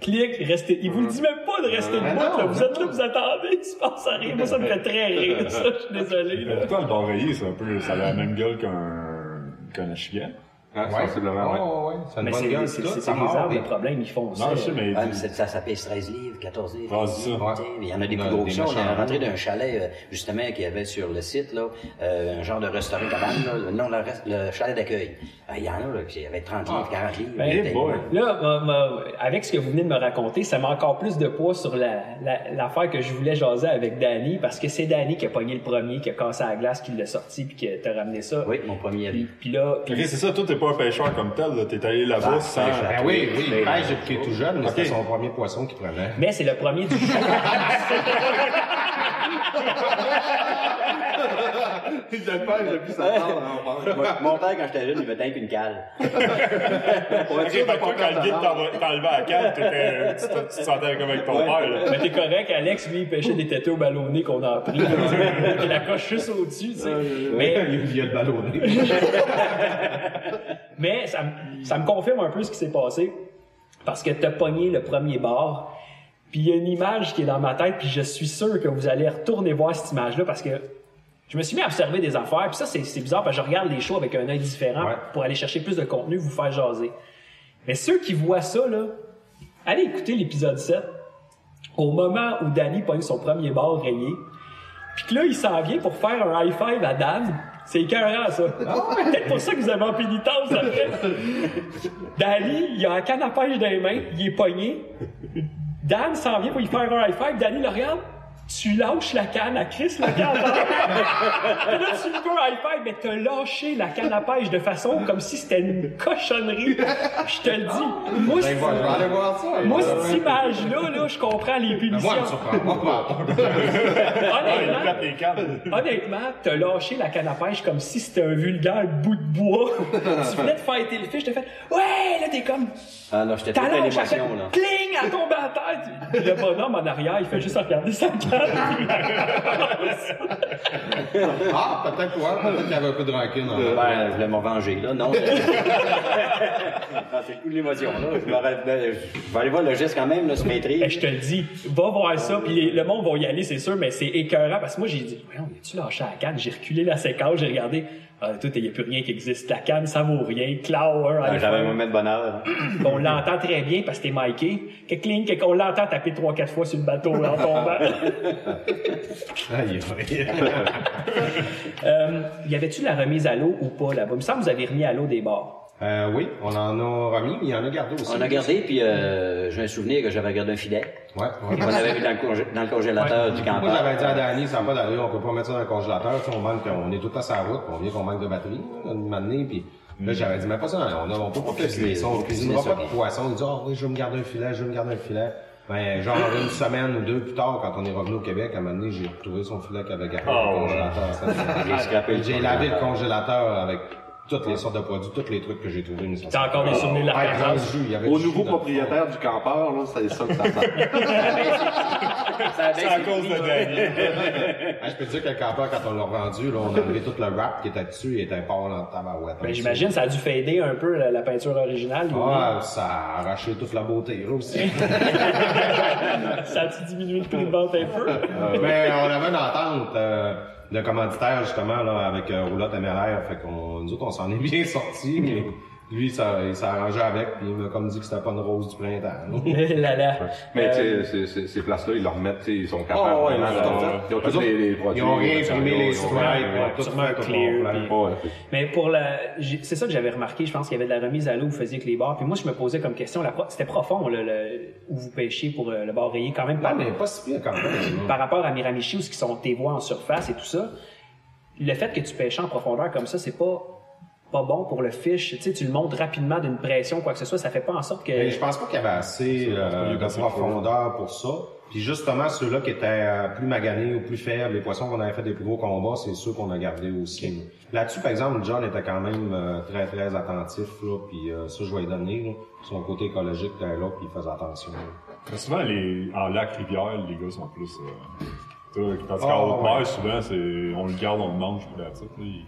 [SPEAKER 3] clique, restez. Il vous le dit même pas de rester debout.
[SPEAKER 2] Mm. Ah non,
[SPEAKER 3] là. Vous êtes là, vous attendez, il se passe rien. Moi, ça me fait
[SPEAKER 2] [LAUGHS]
[SPEAKER 3] très rire, ça. Je suis désolé. là.
[SPEAKER 8] Mais Pourtant, le d'oreiller, c'est un peu, ça a la même gueule qu'un, qu'un achigan.
[SPEAKER 4] Hein,
[SPEAKER 2] Ouais,
[SPEAKER 4] sensiblement, ouais.
[SPEAKER 2] ouais, ouais,
[SPEAKER 3] Oh,
[SPEAKER 2] ouais. C'est une
[SPEAKER 3] Mais
[SPEAKER 2] bonne gueule, c'est
[SPEAKER 3] c'est c'est-
[SPEAKER 2] tout,
[SPEAKER 3] c'est
[SPEAKER 2] ça
[SPEAKER 3] les
[SPEAKER 2] mord,
[SPEAKER 3] arbres,
[SPEAKER 2] mais-
[SPEAKER 3] le problème, ils font ça.
[SPEAKER 8] Non, je sais, mais.
[SPEAKER 5] Ah, mais c'est- ça, ça pèse 13 livres, 14 livres.
[SPEAKER 8] Ah,
[SPEAKER 5] 15
[SPEAKER 8] c'est ça.
[SPEAKER 5] livres, tu sais, Il y en a des
[SPEAKER 2] Ouais.
[SPEAKER 5] plus
[SPEAKER 2] Des
[SPEAKER 5] gros que ça. On
[SPEAKER 2] méchants
[SPEAKER 5] est
[SPEAKER 2] loups.
[SPEAKER 5] rentré d'un chalet, euh, justement, qu'il y avait sur le site, là, euh, un genre de restaurant cabane, là, le- non, le, rest- le chalet d'accueil. Ah, Il y en a, là, puis il y avait 30 livres, 40 livres.
[SPEAKER 3] Ben,
[SPEAKER 5] C'était-
[SPEAKER 8] boy.
[SPEAKER 3] Là, ma- ma- avec ce que vous venez de me raconter, ça met encore plus de poids sur la- la- l'affaire que je voulais jaser avec Danny, parce que c'est Danny qui a pogné le premier, qui a cassé la glace, qui l'a sorti, puis qui t'a ramené ça.
[SPEAKER 5] Oui, mon premier avis.
[SPEAKER 3] Puis, puis là, puis-
[SPEAKER 8] Ok, c'est ça, toi, t'es pas un pêcheur comme tel, là. T'es allé là-bas
[SPEAKER 5] Ah,
[SPEAKER 8] sans.
[SPEAKER 5] pêcheur.
[SPEAKER 2] Ben oui, oui, il pêche depuis qu'il est tout jeune, mais
[SPEAKER 8] Ok.
[SPEAKER 2] c'était son premier poisson qu'il prenait.
[SPEAKER 3] mais c'est le premier du show.
[SPEAKER 4] Il le pêche depuis sa tendre en France.
[SPEAKER 5] [LAUGHS] Mon- Mon père, quand j'étais jeune, il me dingue une cale.
[SPEAKER 8] Ok, fait que toi, quand le guide t'envo- t'enlevait la canne, t'étais- tu te tu te sentais comme avec ton père, là.
[SPEAKER 3] [LAUGHS] Mais t'es correct, Alex, lui, il pêchait des tétés au ballonné qu'on a pris. Il la coche juste au-dessus, tu sais. Mais,
[SPEAKER 2] [LAUGHS] Il y a le ballonné.
[SPEAKER 3] [LAUGHS] mais ça, me- ça me confirme un peu ce qui s'est passé. Parce que t'as pogné le premier bar. Puis il y a une image qui est dans ma tête, puis je suis sûr que vous allez retourner voir cette image-là parce que Je me suis mis à observer des affaires, puis ça, c'est c'est bizarre, parce que je regarde les shows avec un œil différent pour aller chercher plus de contenu, vous faire jaser. Mais ceux qui voient ça, là, allez écouter l'épisode 7, au moment où Danny pogne son premier bord rayé, puis que là, il s'en vient pour faire un high five à Dan. C'est écœurant, ça. C'est Peut-être pour ça que vous avez en pénitence après. Danny, il a un canne à pêche dans les mains, il est pogné. Dan s'en vient pour lui faire un high five. Danny le regarde. Tu lâches la canne à Chris, la canne à pêche. là, tu lui fais un high five, mais t'as lâché la canne à pêche de façon comme si c'était une cochonnerie. Je te le dis. Moi,
[SPEAKER 1] Ben, voilà, je vais aller
[SPEAKER 3] c'est-
[SPEAKER 1] voir ça.
[SPEAKER 3] moi,
[SPEAKER 1] Ben,
[SPEAKER 3] cette image-là, là, je comprends les
[SPEAKER 1] ben,
[SPEAKER 3] punitions.
[SPEAKER 1] moi, elle me surprend pas.
[SPEAKER 3] [LAUGHS]
[SPEAKER 8] Il
[SPEAKER 3] Honnêtement,
[SPEAKER 8] pète les câbles.
[SPEAKER 3] Honnêtement, t'as lâché la canne à pêche comme si c'était un vulgaire bout de
[SPEAKER 1] [LAUGHS]
[SPEAKER 3] bois. tu venais de faire le fiches, t'as fait Ouais, là t'es comme
[SPEAKER 5] Ah non, j'étais
[SPEAKER 3] t'as
[SPEAKER 5] pas à
[SPEAKER 3] lâché la
[SPEAKER 5] l'émotion,
[SPEAKER 3] canne,
[SPEAKER 5] là.
[SPEAKER 3] cling, elle tombe à terre. Puis le bonhomme en arrière, il fait juste regarder sa [LAUGHS]
[SPEAKER 8] [LAUGHS]
[SPEAKER 3] canne.
[SPEAKER 1] Ah, peut-être, ouais, peut-être qu'il y avait un peu de rancune. en fait.
[SPEAKER 5] Ben, je voulais m'en venger, là. Non. Ah, c'est le coup de l'émotion, là. Je, me rappelle- je vais aller voir le geste quand même, là, se
[SPEAKER 3] Ben,
[SPEAKER 5] maîtrise.
[SPEAKER 3] je te le dis, va voir ça, puis les- le monde va y aller, c'est sûr, mais c'est écœurant parce que moi j'ai dit, voyons, tu lâché la canne? J'ai reculé la séquence, j'ai regardé, ah, tout, il n'y a plus rien qui existe, la canne, ça vaut rien, Clower,
[SPEAKER 5] Ah, J'avais un moment de bonheur.
[SPEAKER 3] On l'entend très bien parce que t'es miké. Que cling, que- qu'on l'entend taper trois, quatre fois sur le bateau en
[SPEAKER 1] [LAUGHS]
[SPEAKER 3] tombant.
[SPEAKER 1] Aïe, aïe.
[SPEAKER 3] [LAUGHS] Euh, y avait-tu la remise à l'eau ou pas là-bas? Il me semble que vous avez remis à l'eau des bars.
[SPEAKER 1] Euh, oui, on en a remis, mais il y en a gardé
[SPEAKER 2] Ah,
[SPEAKER 1] aussi.
[SPEAKER 5] On a gardé, puis euh, j'ai un souvenir que j'avais gardé un filet.
[SPEAKER 1] Ouais, ouais.
[SPEAKER 5] On avait mis dans le, congé- dans le congélateur du
[SPEAKER 1] Moi,
[SPEAKER 5] campeur.
[SPEAKER 1] j'avais dit à Danny, ça n'a pas d'allure, on peut pas mettre ça dans le congélateur, tu sais, on manque, on est tout le temps sur la route, puis on vient qu'on manque de batterie, là, une matinée, puis là, j'avais dit, mais pas ça, on, a, on peut pas cuisiner ça, on
[SPEAKER 5] cuisine
[SPEAKER 1] cuisinera
[SPEAKER 5] ça,
[SPEAKER 1] pas de
[SPEAKER 5] ok.
[SPEAKER 1] poisson. Il dit, ah oui, je veux me garder un filet, je veux me garder un filet. Ben, genre, une semaine ou deux plus tard, quand on est revenu au Québec, à un moment donné, j'ai retrouvé son filet qu'il avait
[SPEAKER 2] Ah,
[SPEAKER 1] gardé dans le congélateur.
[SPEAKER 2] [LAUGHS]
[SPEAKER 1] Ça, c'est-
[SPEAKER 5] J'ai scrapé le
[SPEAKER 1] J'ai lavé le congélateur avec toutes les sortes de produits, tous les trucs que j'ai trouvés nécessaires.
[SPEAKER 3] T'as encore des souvenirs de la
[SPEAKER 1] Ouais, grand
[SPEAKER 3] carcasse?
[SPEAKER 1] jus, il y avait
[SPEAKER 2] Au
[SPEAKER 1] du jus
[SPEAKER 2] nouveau
[SPEAKER 1] dans le fond.
[SPEAKER 2] propriétaire du campeur, là, c'est ça que ça sent.
[SPEAKER 8] C'est à cause de Daniel.
[SPEAKER 1] Ah, je peux te dire que le campeur, quand on l'a revendu, là, on a enlevé tout le rap qui était dessus, il était pas en tabarouette.
[SPEAKER 3] Ben, j'imagine, ça a dû fader un peu la, la peinture originale.
[SPEAKER 1] Ah, ça a arraché toute la beauté, là, aussi.
[SPEAKER 3] Ça a-tu diminué le prix de vente un peu?
[SPEAKER 1] Mais Ben, on avait une entente euh, de commanditaire, justement, là, avec euh, Roulotte Téméraire. Fait qu'on, nous autres, on s'en [LAUGHS] est bien sortis, mais lui, ça, il s'est arrangé avec, puis il m'a comme dit que c'était pas une rose du printemps. là.
[SPEAKER 3] Eh [LAUGHS] là là.
[SPEAKER 2] Mais
[SPEAKER 3] Euh,
[SPEAKER 2] tu sais, ces- ces- ces places-là, ils leur remettent, tu sais, ils sont capables.
[SPEAKER 1] ouais,
[SPEAKER 2] vraiment
[SPEAKER 1] ils
[SPEAKER 2] de-
[SPEAKER 1] sont-
[SPEAKER 2] ils ont tous
[SPEAKER 1] Eux
[SPEAKER 2] les, les
[SPEAKER 1] autres,
[SPEAKER 2] produits.
[SPEAKER 1] Ils ont réimprimé les
[SPEAKER 2] ont-
[SPEAKER 1] stripes,
[SPEAKER 3] ouais,
[SPEAKER 1] ils ont tout
[SPEAKER 3] sûrement
[SPEAKER 1] fait, tout
[SPEAKER 3] clear,
[SPEAKER 1] complet.
[SPEAKER 3] puis-
[SPEAKER 2] Ouais, fait-
[SPEAKER 3] Mais pour la, j'ai- c'est ça que j'avais remarqué. Je pense qu'il y avait de la remise à l'eau, vous faisiez avec les bars. Puis moi, je me posais comme question, la pro- c'était profond là, le- où vous pêchiez pour euh, le bar rayé quand même.
[SPEAKER 1] Non,
[SPEAKER 3] par-
[SPEAKER 1] mais pas si pire quand même.
[SPEAKER 3] par rapport à Miramichi, où ce qui sont tes voies en surface et tout ça, le fait que tu pêches en profondeur comme ça, c'est pas pas bon pour le fish. Tu sais, tu le montes rapidement d'une pression, quoi que ce soit, ça fait pas en sorte que.
[SPEAKER 1] Mais je pense pas qu'il y avait assez euh, de profondeur pour ça. Puis justement, ceux-là qui étaient euh, plus maganés ou plus faibles, les poissons qu'on avait fait des plus gros combats, c'est ceux qu'on a gardés aussi. Là-dessus, par exemple, John était quand même euh, très, très attentif. Là, puis euh, ça, je vais lui donner. là. Son côté écologique était là, puis il faisait attention. là.
[SPEAKER 8] Mais souvent, les, en lac, rivière, les gars sont plus. Euh, tu vois, tandis qu'en
[SPEAKER 1] Ah,
[SPEAKER 8] haute
[SPEAKER 1] ouais.
[SPEAKER 8] mer, souvent, c'est, on le garde, on le mange, puis là, tu sais, ils-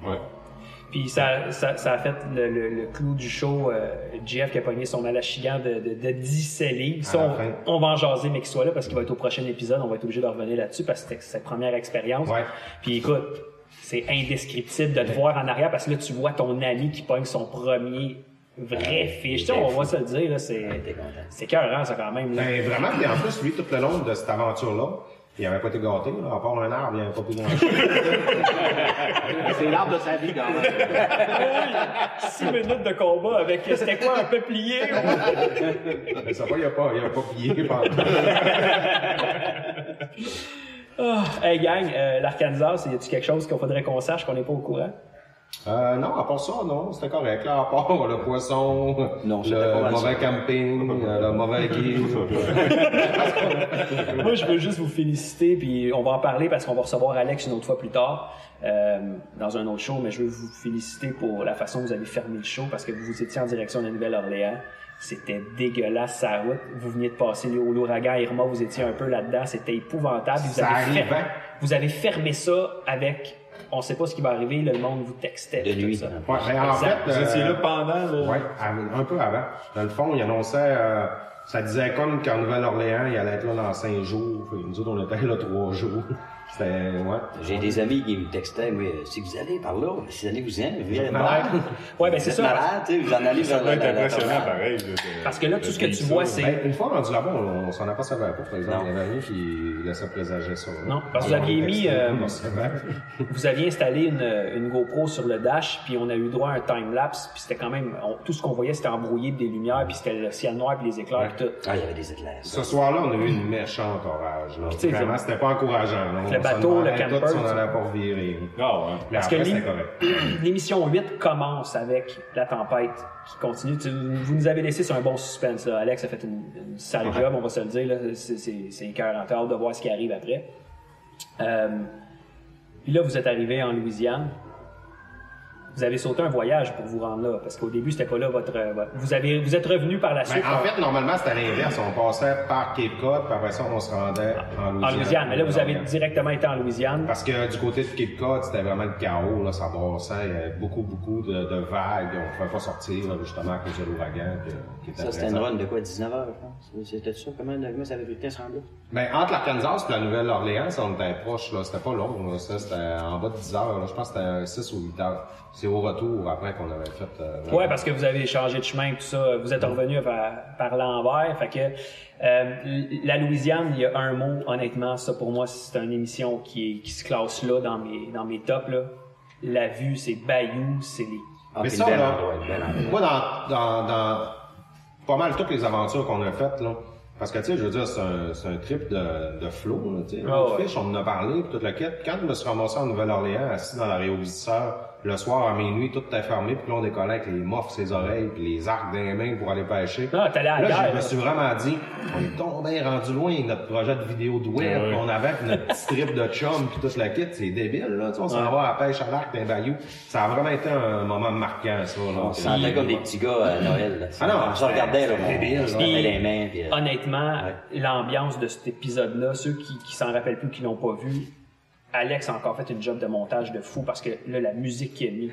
[SPEAKER 3] Puis ça, ça, ça a fait le, le- le clou du show, euh, Jeff qui a pogné son alachigan de, de, de 17 livres. Ça,
[SPEAKER 1] À la fin.
[SPEAKER 3] on, on va en jaser, mais qu'il soit là parce qu'il va être au prochain épisode. On va être obligé de revenir là-dessus parce que c'était sa première expérience.
[SPEAKER 1] Ouais.
[SPEAKER 3] Puis écoute, c'est indescriptible de te voir en arrière parce que là, tu vois ton ami qui pogne son premier vrai fiche. Tu sais, on va se le dire, là, c'est,
[SPEAKER 5] T'es content.
[SPEAKER 3] c'est cœurant, ça, quand même. là.
[SPEAKER 1] Ben, vraiment, puis en plus, lui, tout le long de cette aventure-là, il avait pas été gâté. Là, à part un arbre, il avait pas pu grand-chose.
[SPEAKER 2] C'est l'arbre de sa vie, quand même.
[SPEAKER 3] [LAUGHS] Six minutes de combat avec, c'était quoi, un peuplier?
[SPEAKER 1] Mais ça va, il a pas, il a pas pillé pendant...
[SPEAKER 3] Ah, hey gang, euh, l'Arkansas, y a-tu quelque chose qu'il faudrait qu'on sache qu'on n'est pas au courant?
[SPEAKER 1] Euh, non, à part ça, non, c'était correct. Là, à part le poisson,
[SPEAKER 5] Non, c'était pas
[SPEAKER 1] le
[SPEAKER 5] mal
[SPEAKER 1] mauvais
[SPEAKER 5] ça.
[SPEAKER 1] camping, euh, le mauvais guide.
[SPEAKER 3] Moi, je veux juste vous féliciter, puis on va en parler parce qu'on va recevoir Alex une autre fois plus tard euh, dans un autre show, mais je veux vous féliciter pour la façon dont vous avez fermé le show parce que vous étiez en direction de la Nouvelle-Orléans. C'était dégueulasse, sa route. Vous veniez de passer au- l'ouragan Irma, vous étiez un peu là-dedans, c'était épouvantable. Vous
[SPEAKER 1] Ça
[SPEAKER 3] avez,
[SPEAKER 1] arrive, hein?
[SPEAKER 3] vous avez fermé ça avec... On sait pas ce qui va arriver, le monde vous textait.
[SPEAKER 5] De
[SPEAKER 3] tout
[SPEAKER 5] nuit.
[SPEAKER 3] ça.
[SPEAKER 1] Ouais, mais en fait,
[SPEAKER 3] Exact.
[SPEAKER 8] Vous
[SPEAKER 1] euh,
[SPEAKER 8] étiez là pendant le.
[SPEAKER 1] ouais, av- un peu avant. Dans le fond, il annonçait, euh, ça disait comme qu'en Nouvelle-Orléans, il allait être là dans cinq jours. [LAUGHS] Puis nous autres, on était là trois jours. C'était, ouais.
[SPEAKER 5] J'ai des amis qui me textaient, oui, euh, si vous allez par là, si vous allez vous aime, vous allez
[SPEAKER 1] malade.
[SPEAKER 3] Ouais, ben c'est ça.
[SPEAKER 5] malade, tu sais, vous en allez
[SPEAKER 8] Ça
[SPEAKER 5] vers
[SPEAKER 8] doit
[SPEAKER 5] la-
[SPEAKER 8] être
[SPEAKER 5] la- la-
[SPEAKER 8] impressionnant,
[SPEAKER 5] la-
[SPEAKER 8] pareil. de- de-
[SPEAKER 3] Parce que là, tout ce que
[SPEAKER 8] de
[SPEAKER 3] tu
[SPEAKER 8] vivre
[SPEAKER 3] vois,
[SPEAKER 8] ça.
[SPEAKER 3] c'est.
[SPEAKER 1] Ben, une fois rendu là-bas, on, on s'en apercevait pas, par exemple.
[SPEAKER 5] Non.
[SPEAKER 1] Il y avait rien qui laissait présager ça. là.
[SPEAKER 3] Non, parce que vous aviez mis, euh,
[SPEAKER 1] On s'est fait.
[SPEAKER 3] Vous aviez installé une, une GoPro sur le dash, puis on a eu droit à un time-lapse, puis c'était quand même. on- tout ce qu'on voyait, c'était embrouillé des lumières, puis c'était le ciel noir, puis les éclairs, puis tout. [CLEARS THROAT]
[SPEAKER 5] Ah, il y avait des éclairs.
[SPEAKER 1] Ce soir-là, on a eu une méchante orage. là.
[SPEAKER 3] sais,
[SPEAKER 1] Vraiment,
[SPEAKER 3] le-
[SPEAKER 1] c'était pas encourageant. là. On
[SPEAKER 3] le
[SPEAKER 1] s'en
[SPEAKER 3] bateau, le
[SPEAKER 1] demandait tout
[SPEAKER 3] camper,
[SPEAKER 1] si on
[SPEAKER 3] tu-
[SPEAKER 1] allait pas revirer.
[SPEAKER 8] Ah ouais.
[SPEAKER 1] Mais
[SPEAKER 3] Parce que
[SPEAKER 1] après,
[SPEAKER 3] lui-
[SPEAKER 1] c'était correct.
[SPEAKER 3] L'émission 8 commence avec la tempête qui continue. Tu- vous nous avez laissé sur un bon suspense. Là. Alex a fait une, une sale job, on va se le dire. là. C'est- C'est c'est écœurant. T'as hâte de voir ce qui arrive après. Euh, puis là, vous êtes arrivé en Louisiane. Vous avez sauté un voyage pour vous rendre là, parce qu'au début, c'était pas là votre... votre- Vous, avez, vous êtes revenu par la
[SPEAKER 1] Ben,
[SPEAKER 3] suite.
[SPEAKER 1] en fait, normalement, c'était l'inverse. On passait par Cape Cod, puis après ça, on se rendait en Louisiane.
[SPEAKER 3] Ah, en Louisiane, mais là, vous avez directement été en Louisiane.
[SPEAKER 1] Parce que du côté de Cape Cod, c'était vraiment le chaos, là, ça brassait, il y avait beaucoup, beaucoup de, de vagues, on pouvait pas sortir, là, justement, à cause de l'ouragan que- qui était
[SPEAKER 5] Ça, c'était une
[SPEAKER 1] présent.
[SPEAKER 5] run de quoi, 19h, je pense? C'était ça? Comment, comment ça avait pris le temps, ce rang-là?
[SPEAKER 1] Ben, entre l'Arkansas et la Nouvelle-Orléans, on était proche, là, c'était pas long, là, ça, c'était en bas de 10 heures, là, je pense que c'était 6 ou 8 heures. C'est au retour, après, qu'on avait fait... euh,
[SPEAKER 3] Ouais, parce que vous avez changé de chemin, tout ça. Vous êtes revenu par, par l'envers. Fait que euh, l- la Louisiane, il y a un mot, honnêtement, ça pour moi, c'est une émission qui, est- qui se classe là dans mes, dans mes tops. Là. La vue, c'est Bayou, c'est les.
[SPEAKER 5] Ah,
[SPEAKER 1] Mais
[SPEAKER 5] puis
[SPEAKER 1] ça,
[SPEAKER 5] le bel
[SPEAKER 1] là-
[SPEAKER 5] endroit, le bel endroit.
[SPEAKER 1] Moi, dans, dans, dans pas mal toutes les aventures qu'on a faites, là, parce que, tu sais, je veux dire, c'est un, c'est un trip de, de flow, là, tu sais.
[SPEAKER 3] Ah
[SPEAKER 1] Le
[SPEAKER 3] ouais.
[SPEAKER 1] fish, on en a parlé, puis toute la quête. Quand je me suis ramassé en Nouvelle-Orléans, assis dans la réviseur, le soir, à minuit, tout était fermé, puis là, on décollait avec les moffs ses oreilles, puis les arcs des mains pour aller pêcher.
[SPEAKER 3] Non, t'allais Ah, à la
[SPEAKER 1] Là,
[SPEAKER 3] guerre,
[SPEAKER 1] je me
[SPEAKER 3] là.
[SPEAKER 1] suis vraiment dit, on est tombé rendu loin, notre projet de vidéo de
[SPEAKER 3] Ah
[SPEAKER 1] web
[SPEAKER 8] Ouais.
[SPEAKER 1] qu'on avait, puis notre petit trip de chum, puis toute la kit, c'est débile, là. Tu sais, on s'en va à la pêche à l'arc d'un bayou. Ça a vraiment été un moment marquant, ça, là.
[SPEAKER 5] On se sentait comme des petits gars à Noël. là.
[SPEAKER 1] Ah non,
[SPEAKER 5] on se regardait, là,
[SPEAKER 1] c'était débile,
[SPEAKER 5] on se
[SPEAKER 1] là.
[SPEAKER 5] tapait les mains. Puis, euh, là,
[SPEAKER 3] Honnêtement,
[SPEAKER 5] Ouais.
[SPEAKER 3] l'ambiance de cet épisode-là, ceux qui, qui s'en rappellent plus, qui l'ont pas vu, Alex a encore fait une job de montage de fou parce que là, la musique qu'il a mis,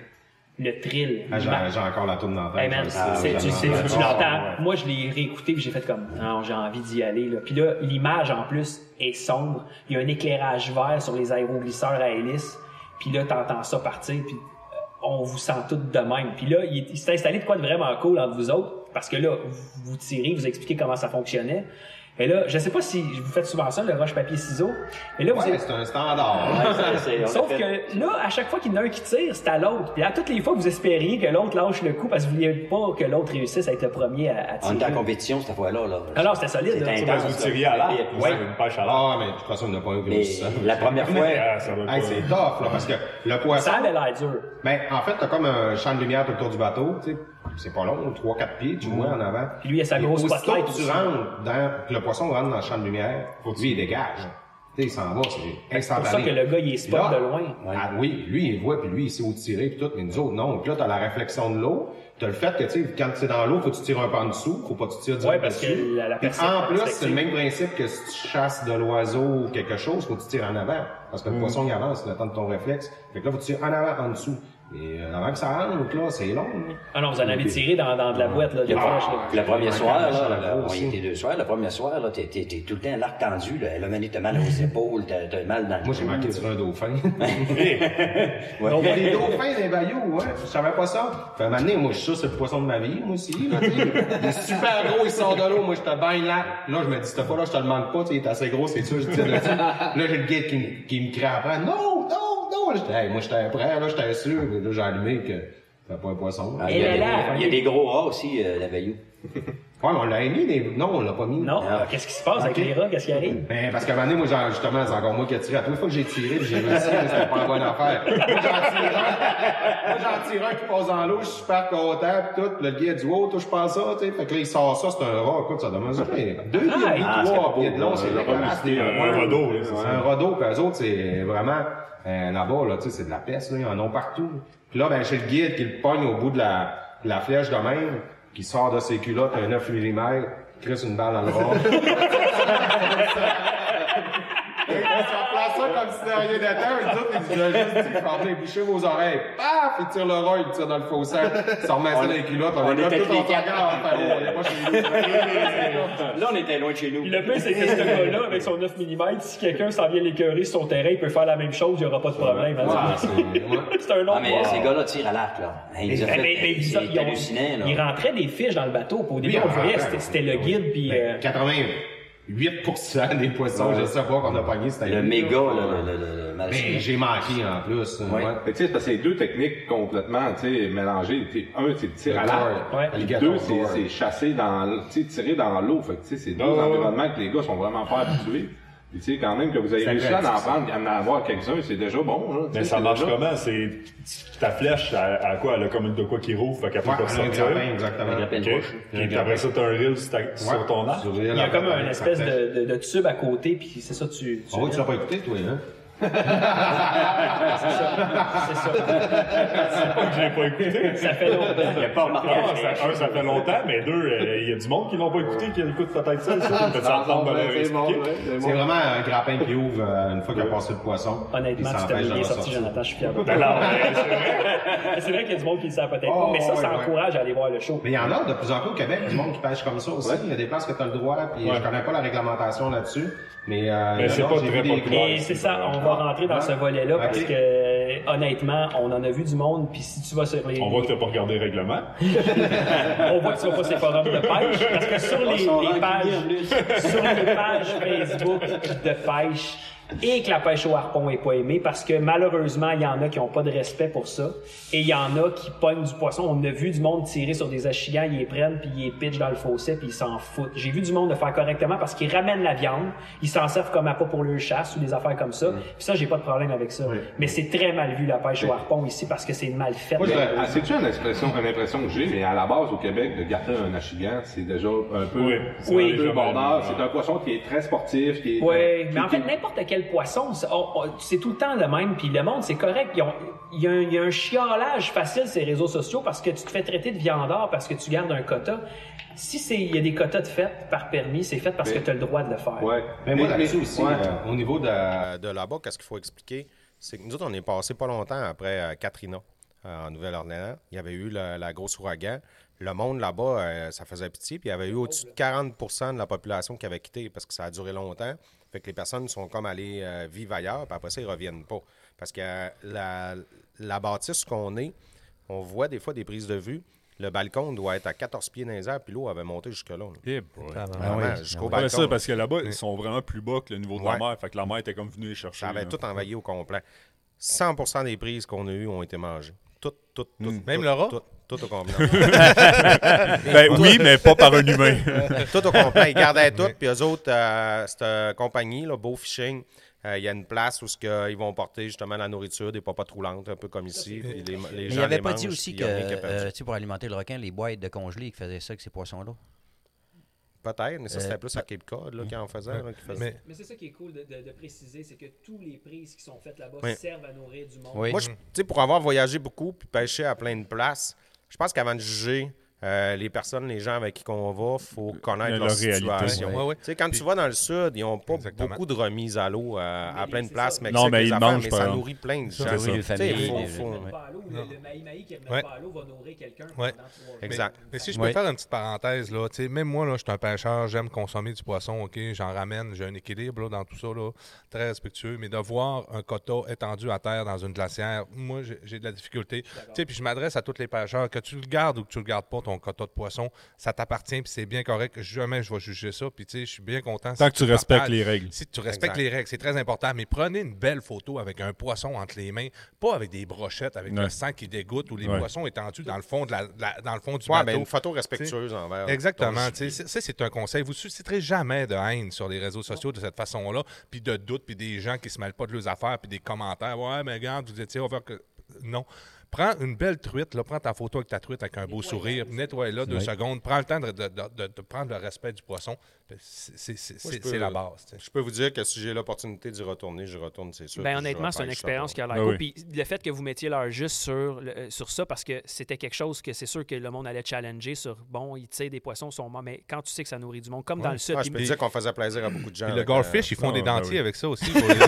[SPEAKER 3] le thrill,
[SPEAKER 1] Ah, j'ai,
[SPEAKER 3] ma-
[SPEAKER 1] j'ai encore la tourne dans la tête.
[SPEAKER 3] Hey man,
[SPEAKER 1] Ah,
[SPEAKER 3] c'est-
[SPEAKER 1] j'en
[SPEAKER 3] tu,
[SPEAKER 1] ai
[SPEAKER 3] c'est-
[SPEAKER 1] encore.
[SPEAKER 3] tu l'entends. Moi, je l'ai réécouté puis j'ai fait comme, Ah, non, j'ai envie d'y aller. Là. Puis là, l'image en plus est sombre. Il y a un éclairage vert sur les aéroglisseurs à hélice. Puis là, t'entends ça partir. Puis euh, on vous sent toutes de même. Puis là, il, il s'est installé de quoi de vraiment cool entre vous autres. Parce que là, vous, vous tirez, vous expliquez comment ça fonctionnait. Et là, je sais pas si vous faites souvent ça, le roche-papier-ciseaux. Mais là, vous
[SPEAKER 1] Ouais,
[SPEAKER 3] êtes-
[SPEAKER 1] c'est un standard.
[SPEAKER 5] ouais, c'est- c'est- on a
[SPEAKER 3] Ah, Sauf
[SPEAKER 5] fait-
[SPEAKER 3] que là, à chaque fois qu'il y en a un qui tire, c'est à l'autre. Puis à toutes les fois, vous espériez que l'autre lâche le coup parce que vous vouliez pas que l'autre réussisse à être le premier à, à
[SPEAKER 5] On
[SPEAKER 3] tirer.
[SPEAKER 5] était en compétition cette fois-là. Là.
[SPEAKER 3] Alors, c'était solide.
[SPEAKER 5] C'était
[SPEAKER 3] là, tu
[SPEAKER 5] intense.
[SPEAKER 8] Vous tiriez à l'arc, ou
[SPEAKER 5] Ouais.
[SPEAKER 8] c'est une pêche à l'arc.
[SPEAKER 1] Ah, mais de toute façon, on n'a pas eu
[SPEAKER 5] Mais
[SPEAKER 1] gros ça.
[SPEAKER 5] la première fois,
[SPEAKER 8] Ah, ça va
[SPEAKER 1] Hey,
[SPEAKER 8] pas.
[SPEAKER 1] c'est tough, là, parce que le
[SPEAKER 3] vois.
[SPEAKER 1] poisson.
[SPEAKER 3] Ça avait l'air dur.
[SPEAKER 1] Ben, en fait, t'as comme un champ de lumière tout autour du bateau, tu sais. C'est pas long, 3-4 pieds, tu vois, en avant.
[SPEAKER 3] Puis lui, il a sa
[SPEAKER 1] Et
[SPEAKER 3] grosse
[SPEAKER 1] aussitôt
[SPEAKER 3] spotlight
[SPEAKER 1] que tu
[SPEAKER 3] aussi.
[SPEAKER 1] rentres dans, que le poisson rentre dans le champ de lumière, faut que lui, il dégage. Tu sais, il s'en va, c'est
[SPEAKER 3] C'est pour
[SPEAKER 1] instantané.
[SPEAKER 3] ça
[SPEAKER 2] ben
[SPEAKER 3] que le gars, il est spot
[SPEAKER 1] Là,
[SPEAKER 3] de loin.
[SPEAKER 1] Ah oui, lui, il voit, puis lui, il sait où tirer, puis tout, mais nous autres, non. Puis là, t'as la réflexion de l'eau, t'as le fait que, tu sais, quand c'est dans l'eau, faut que tu tires un peu en dessous, faut pas que tu tires direct
[SPEAKER 3] Ouais, parce que
[SPEAKER 1] dessus.
[SPEAKER 3] la- la
[SPEAKER 1] Puis
[SPEAKER 3] personne-
[SPEAKER 1] en plus, c'est
[SPEAKER 3] perspective.
[SPEAKER 1] le même principe que si tu chasses de l'oiseau ou quelque chose, faut que tu tires en avant. Parce
[SPEAKER 3] Mm.
[SPEAKER 1] que le poisson, il avance, le temps de ton réflexe. Fait que là, faut que tu tires en avant, en dessous. Et euh, avant que ça rentre, là, c'est long. là.
[SPEAKER 3] Ah non, vous en avez tiré dans, dans de la boîte, là, de proche, là.
[SPEAKER 5] le premier
[SPEAKER 1] Ouais,
[SPEAKER 5] soir,
[SPEAKER 1] quand
[SPEAKER 5] là,
[SPEAKER 1] même,
[SPEAKER 5] là, on y
[SPEAKER 1] aussi.
[SPEAKER 5] était deux soirs. Le premier soir, là, t'es, t'es- t'es tout le temps à l'arc tendu. Là. Le menu, t'as [LAUGHS] mal aux épaules, t'as, t'as mal dans le
[SPEAKER 1] Moi, j'ai
[SPEAKER 5] cou.
[SPEAKER 1] manqué de tirer un dauphin. [LAUGHS]
[SPEAKER 5] Ouais.
[SPEAKER 1] On voit les dauphins dans les bayous, ouais. Je savais pas ça. Fait un moment donné, moi, je suis sûr, c'est le poisson de ma vie, moi aussi. Là, tu sais. il est super gros, il sort de l'eau. Moi, je te baigne là. Là, je me dis, cette fois-là, je te demande pas. Tu sais, il est assez gros, c'est sûr, je tire dessus. Là, j'ai le guide qui, me- qui me crie après. Non, non, non. Là, j'étais, hey, moi, j'étais prêt, là, j'étais sûr. Mais là, j'ai allumé que c'était pas un poisson.
[SPEAKER 5] Ah,
[SPEAKER 1] Ouais,
[SPEAKER 5] il, y a,
[SPEAKER 3] Et là, là.
[SPEAKER 5] il y a des gros rats aussi, euh, la Bayou.
[SPEAKER 1] mais on l'a mis, des... non, on l'a pas mis.
[SPEAKER 3] Non,
[SPEAKER 5] Ah.
[SPEAKER 3] qu'est-ce qui se passe avec
[SPEAKER 1] Ok.
[SPEAKER 3] les rats? Qu'est-ce qui arrive?
[SPEAKER 1] Ben, parce qu'à un moment donné, moi, j'en- justement, c'est encore moi qui ai tiré. À toute fois que j'ai tiré, puis j'ai réussi, mais c'était pas une bonne affaire. Moi, j'en tire un, moi, j'en tire un qui passe dans l'eau, je suis super content, pis tout. Le gars dit, wow, touche pas à ça, tu sais. Fait que là, il sort Ah, ça, c'est un rat, écoute, ça demande, hey, deux pieds de
[SPEAKER 3] Ah,
[SPEAKER 1] long,
[SPEAKER 5] c'est
[SPEAKER 1] trois
[SPEAKER 5] beau,
[SPEAKER 1] pieds de long, c'est dégueulasse,
[SPEAKER 8] C'est
[SPEAKER 1] des-
[SPEAKER 8] un radeau, là, c'est
[SPEAKER 1] c'est
[SPEAKER 8] ça.
[SPEAKER 1] un radeau, puis eux autres, c'est vraiment, euh, là-bas, là, tu sais, c'est de la peste, là, ils en ont partout. Puis là, ben, j'ai le guide qui le pogne au bout de la, de la flèche de même, qui sort de ses culottes un 9 mm, crisse une balle dans le bras. Fait qu'on se place ça comme si c'était rien d'atteint. Les autres, ils disaient juste, tu vas venir boucher vos oreilles. Paf! Ils tirent le roi, ils tirent dans le fossé. Ils se remettent ça dans les culottes. On est là, tout en regard. On est pas chez nous.
[SPEAKER 5] Là, on était loin de chez nous.
[SPEAKER 3] Puis le pire, c'est que ce gars-là, avec son 9 mm, si quelqu'un s'en vient l'écœurer sur son terrain, il peut faire la même chose, il n'y aura pas de problème. hein. [LAUGHS] C'est un
[SPEAKER 5] Ah,
[SPEAKER 3] autre
[SPEAKER 5] mais
[SPEAKER 3] boss.
[SPEAKER 5] ces gars-là tirent à l'arc, là. Hey,
[SPEAKER 3] Mais-
[SPEAKER 5] Ils ont
[SPEAKER 3] Eh, mais- mais- mais
[SPEAKER 5] fait- euh,
[SPEAKER 3] ils ont-
[SPEAKER 5] C'est
[SPEAKER 3] ils ont-
[SPEAKER 5] hallucinant, là.
[SPEAKER 3] ils rentraient des fiches dans le bateau. Puis Au début, on le voyait, c'était- c'était le guide. Puis,
[SPEAKER 1] Ben,
[SPEAKER 8] Ben,
[SPEAKER 3] euh,
[SPEAKER 1] 88% des poissons, je sais pas qu'on a pogné, c'était
[SPEAKER 5] Le
[SPEAKER 1] lui,
[SPEAKER 5] méga, là, le, le, le, le
[SPEAKER 1] Ben,
[SPEAKER 5] malchimie.
[SPEAKER 1] j'ai manqué en plus.
[SPEAKER 5] Ouais.
[SPEAKER 1] ouais.
[SPEAKER 4] Fait que, tu sais, c'est parce que c'est deux techniques complètement, tu sais, mélangées. Tu sais, un, c'est le tir à l'arc.
[SPEAKER 3] euh, Ouais.
[SPEAKER 1] Alligator
[SPEAKER 4] Deux, c'est,
[SPEAKER 1] gore.
[SPEAKER 4] c'est chasser dans, l- tu sais, tirer dans l'eau. Fait que, tu sais, c'est deux
[SPEAKER 1] Oh.
[SPEAKER 4] environnements que les gars sont vraiment pas habitués. Puis, tu sais, quand même, que vous avez
[SPEAKER 1] Ça
[SPEAKER 4] réussi à en
[SPEAKER 1] pratique, ça.
[SPEAKER 4] prendre, à en avoir quelques-uns, c'est déjà bon, là. Tu
[SPEAKER 8] Mais
[SPEAKER 4] sais,
[SPEAKER 8] ça
[SPEAKER 4] c'est
[SPEAKER 8] marche
[SPEAKER 4] déjà-
[SPEAKER 8] comment? C'est ta flèche, à, quoi? Elle a comme une de quoi qui rouvre, fait qu'elle peut
[SPEAKER 1] Ouais,
[SPEAKER 8] pas sortir.
[SPEAKER 1] exactement, exactement.
[SPEAKER 5] Avec la
[SPEAKER 8] Ok.
[SPEAKER 5] pelle roche.
[SPEAKER 8] Puis après ça, t'as un reel sur, ta- sur ton arc.
[SPEAKER 1] Sur-
[SPEAKER 3] il y a comme une espèce
[SPEAKER 8] ben,
[SPEAKER 3] de, de- de tube à côté, puis c'est ça, tu. tu-
[SPEAKER 1] Ah ouais, tu l'as pas écouté, toi, hein?
[SPEAKER 3] c'est ça.
[SPEAKER 8] Je l'ai pas
[SPEAKER 3] [LAUGHS]
[SPEAKER 8] écouté.
[SPEAKER 3] ça fait longtemps.
[SPEAKER 8] Il n'y a pas remarqué. ça, un, ça fait longtemps, mais deux, euh, il y a du monde qui l'ont pas écouté, qui écoute peut-être ça. Ça, peut-être ça
[SPEAKER 4] Ah,
[SPEAKER 8] entendre me
[SPEAKER 4] ouais,
[SPEAKER 8] leur
[SPEAKER 4] c'est bon,
[SPEAKER 8] expliquer.
[SPEAKER 4] ouais, c'est bon.
[SPEAKER 1] C'est vraiment un grappin qui ouvre euh, une fois qu'il a passé le poisson.
[SPEAKER 3] Honnêtement,
[SPEAKER 1] Il
[SPEAKER 3] tu
[SPEAKER 1] s'empêche
[SPEAKER 3] t'es
[SPEAKER 1] d'en
[SPEAKER 3] bien sorti,
[SPEAKER 1] sortir.
[SPEAKER 3] Jonathan, je suis fier de toi.
[SPEAKER 8] Ben non, mais c'est vrai.
[SPEAKER 3] [LAUGHS] C'est vrai qu'il y a du monde qui le sait peut-être
[SPEAKER 1] Oh,
[SPEAKER 3] pas, mais ça,
[SPEAKER 1] ouais,
[SPEAKER 3] ça
[SPEAKER 1] ouais.
[SPEAKER 3] encourage à aller voir le show.
[SPEAKER 1] Mais il y en a de plus en plus au Québec, du monde qui pêche comme ça aussi. Il y a des places que tu as le droit, puis je connais pas la réglementation là-dessus. Mais, euh, il y
[SPEAKER 8] Mais
[SPEAKER 1] en
[SPEAKER 8] c'est
[SPEAKER 1] a,
[SPEAKER 8] pas
[SPEAKER 1] j'ai vu
[SPEAKER 8] très
[SPEAKER 1] des-
[SPEAKER 8] populaire.
[SPEAKER 3] Mais c'est ça, on va rentrer dans ce volet-là
[SPEAKER 1] Ok.
[SPEAKER 3] parce que honnêtement, on en a vu du monde, puis si tu vas sur les.
[SPEAKER 8] On voit que t'as pas regardé le règlement.
[SPEAKER 3] on voit que tu vas pas sur les forums de pêche, parce que sur les,
[SPEAKER 5] s'en
[SPEAKER 3] les
[SPEAKER 5] rend
[SPEAKER 3] pages, sur les pages Facebook de pêche, et que la pêche au harpon est pas aimée, parce que malheureusement, il y en a qui ont pas de respect pour ça, et il y en a qui pognent du poisson. On a vu du monde tirer sur des achigans, ils les prennent, puis ils les pitchent dans le fossé, puis ils s'en foutent. J'ai vu du monde le faire correctement parce qu'ils ramènent la viande, ils s'en servent comme appât pour leur chasse ou des affaires comme
[SPEAKER 4] Mm.
[SPEAKER 3] ça, puis ça, j'ai pas de problème avec ça. Mais c'est très mal vu la pêche au harpon ici parce que c'est mal fait.
[SPEAKER 4] Moi, je- ah, c'est-tu une expression, une impression que j'ai, mais à la base, au Québec, de garder un achigan, c'est déjà un peu,
[SPEAKER 8] Oui.
[SPEAKER 4] c'est
[SPEAKER 3] Oui.
[SPEAKER 4] un peu border.
[SPEAKER 8] Oui.
[SPEAKER 4] C'est un poisson qui est très sportif, qui est...
[SPEAKER 3] Oui,
[SPEAKER 4] euh, qui-
[SPEAKER 3] mais en fait,
[SPEAKER 4] qui-
[SPEAKER 3] n'importe quel poisson, c'est on- on- c'est tout le temps le même, puis le monde, c'est correct. Ils ont- Il y, a un- il y a un chiolage facile ces réseaux sociaux parce que tu te fais traiter de viandard parce que tu gardes un quota. Si c'est- il y a des quotas de fait par permis, c'est fait parce que tu as le droit de le faire.
[SPEAKER 4] Ouais.
[SPEAKER 1] Mais moi, là-dessus aussi,
[SPEAKER 4] ouais.
[SPEAKER 1] euh, au niveau de...
[SPEAKER 2] Euh, de là-bas, qu'est-ce qu'il faut expliquer? C'est que nous autres, on est passé pas longtemps après euh, Katrina, euh, en Nouvelle-Orléans. Il y avait eu le- la grosse ouragan. Le monde là-bas, euh, ça faisait pitié. Puis il y avait eu au-dessus de 40 de la population qui avait quitté parce que ça a duré longtemps. Fait que les personnes sont comme allées euh, vivre ailleurs, puis après ça, ils reviennent pas. Parce que euh, la, la bâtisse qu'on est, on voit des fois des prises de vue. Le balcon doit être à 14 pieds dans les airs, puis l'eau avait monté jusque-là. là.
[SPEAKER 9] Eh boy.
[SPEAKER 2] Vraiment, jusqu'au
[SPEAKER 9] Ah Ouais,
[SPEAKER 2] balcon.
[SPEAKER 9] ça, parce que là-bas, ils sont vraiment plus bas que le niveau de la
[SPEAKER 2] Ouais.
[SPEAKER 9] mer. Fait que la mer était comme venue les chercher.
[SPEAKER 2] Ça avait
[SPEAKER 9] là.
[SPEAKER 2] Ah ben, tout envahi au complet. 100 des prises qu'on a eues ont été mangées. Toutes, toutes, toutes.
[SPEAKER 9] Même
[SPEAKER 2] toutes,
[SPEAKER 9] le rat?
[SPEAKER 2] Toutes, toutes au [LAUGHS] complet.
[SPEAKER 9] Ben oui, mais pas par un humain.
[SPEAKER 2] toutes au complet. Ils gardaient toutes. Puis eux autres, euh, cette euh, compagnie, là, Beau Fishing, euh, il y a une place où ce que euh, ils vont porter justement la nourriture, des papas troulantes, un peu comme ici. Puis les, les
[SPEAKER 5] Mais
[SPEAKER 2] gens
[SPEAKER 5] il avait
[SPEAKER 2] les
[SPEAKER 5] pas dit
[SPEAKER 2] mangent,
[SPEAKER 5] aussi
[SPEAKER 2] puis
[SPEAKER 5] que,
[SPEAKER 2] il y en a qui a perdu.
[SPEAKER 5] euh, tu sais, pour alimenter le requin, les boîtes de congelés qui faisaient ça avec ces poissons-là.
[SPEAKER 2] Peut-être, mais ça, c'était
[SPEAKER 5] euh,
[SPEAKER 2] plus à Cape Cod là, qu'ils en faisaient. là, qu'ils faisaient.
[SPEAKER 9] Mais-
[SPEAKER 3] Mais c'est ça qui est cool de, préciser, c'est que tous les prises qui sont faites là-bas
[SPEAKER 2] Oui.
[SPEAKER 3] servent à nourrir du monde.
[SPEAKER 5] Oui.
[SPEAKER 2] Moi, je- tu sais, pour avoir voyagé beaucoup puis pêché à plein de places, je pense qu'avant de juger euh, les personnes, les gens avec qui on va, faut connaître
[SPEAKER 9] Leur
[SPEAKER 2] leur,
[SPEAKER 9] réalité.
[SPEAKER 2] situation.
[SPEAKER 9] Ouais, ouais.
[SPEAKER 2] Tu sais, quand tu vas dans le sud, ils n'ont pas
[SPEAKER 9] Exactement.
[SPEAKER 2] beaucoup de remises à l'eau euh, à plein de places.
[SPEAKER 9] Non, mais
[SPEAKER 2] les
[SPEAKER 9] ils
[SPEAKER 2] affaires,
[SPEAKER 9] mangent,
[SPEAKER 2] mais
[SPEAKER 9] par
[SPEAKER 2] ça
[SPEAKER 9] exemple.
[SPEAKER 2] nourrit plein de gens.
[SPEAKER 5] Ça nourrit les
[SPEAKER 2] Tu sais,
[SPEAKER 5] familles,
[SPEAKER 2] faut-
[SPEAKER 5] les-
[SPEAKER 2] faut-
[SPEAKER 5] les-
[SPEAKER 3] Pas à l'eau, le, le maï-maï qui remet
[SPEAKER 9] Ouais.
[SPEAKER 3] pas à l'eau va nourrir quelqu'un pendant
[SPEAKER 9] Ouais.
[SPEAKER 3] trois jours.
[SPEAKER 2] Exact.
[SPEAKER 9] Mais si je peux
[SPEAKER 5] Ouais.
[SPEAKER 9] faire une petite parenthèse, là, tu sais, même moi, là, je suis un pêcheur, j'aime consommer du poisson, ok, j'en ramène, j'ai un équilibre là, dans tout ça, là, très respectueux, mais de voir un quota étendu à terre dans une glacière, moi, j'ai- j'ai de la difficulté. Tu sais, puis je m'adresse à tous les pêcheurs, que tu le gardes ou que tu le gardes pas, ton quota de poisson, ça t'appartient, puis c'est bien correct, jamais je vais juger ça, puis tu sais, je suis bien content. Tant que tu respectes les règles. Si tu respectes les règles, c'est très important, mais prenez une belle photo avec un poisson entre les mains, pas avec des brochettes, avec le sang qui dégoûte ou les poissons étendus dans le fond, de la, de la- dans le fond du
[SPEAKER 2] Ouais,
[SPEAKER 9] bateau.
[SPEAKER 2] ben, euh, une photo respectueuse envers.
[SPEAKER 9] Exactement. tu sais, c'est- Ça, c'est un conseil. Vous susciterez jamais de haine sur les réseaux sociaux de cette façon-là, puis de doutes, puis des gens qui se mêlent pas de leurs affaires, puis des commentaires. Ouais, mais regarde, vous étiez over. Non. Prends une belle truite, là, prends ta photo avec ta truite avec un beau sourire, nettoie-la deux secondes, prends le temps de, de- de- de prendre le respect du poisson. C'est- C'est c'est-
[SPEAKER 2] Moi, je
[SPEAKER 9] c'est-
[SPEAKER 2] peux- euh,
[SPEAKER 9] c'est la base. tu sais.
[SPEAKER 2] Je peux vous dire que si j'ai l'opportunité d'y retourner, je retourne, c'est sûr.
[SPEAKER 3] Ben,
[SPEAKER 2] puis je
[SPEAKER 3] honnêtement, c'est une
[SPEAKER 2] repêche ça
[SPEAKER 3] expérience
[SPEAKER 2] pour-
[SPEAKER 3] qui a l'air
[SPEAKER 10] Ben
[SPEAKER 3] cool.
[SPEAKER 10] oui.
[SPEAKER 3] Puis le fait que vous mettiez l'heure juste sur, le- euh, sur ça, parce que c'était quelque chose que c'est sûr que le monde allait challenger sur bon, il tire des poissons, sont morts, mais quand tu sais que ça nourrit du monde, comme dans le sud.
[SPEAKER 2] Ah,
[SPEAKER 3] puis-
[SPEAKER 2] je peux te dire qu'on faisait plaisir à beaucoup de gens.
[SPEAKER 9] Puis le
[SPEAKER 2] avec,
[SPEAKER 9] goldfish, ils font
[SPEAKER 10] non,
[SPEAKER 9] des
[SPEAKER 10] ben
[SPEAKER 9] dentiers
[SPEAKER 10] oui.
[SPEAKER 9] avec ça aussi. pour les gens.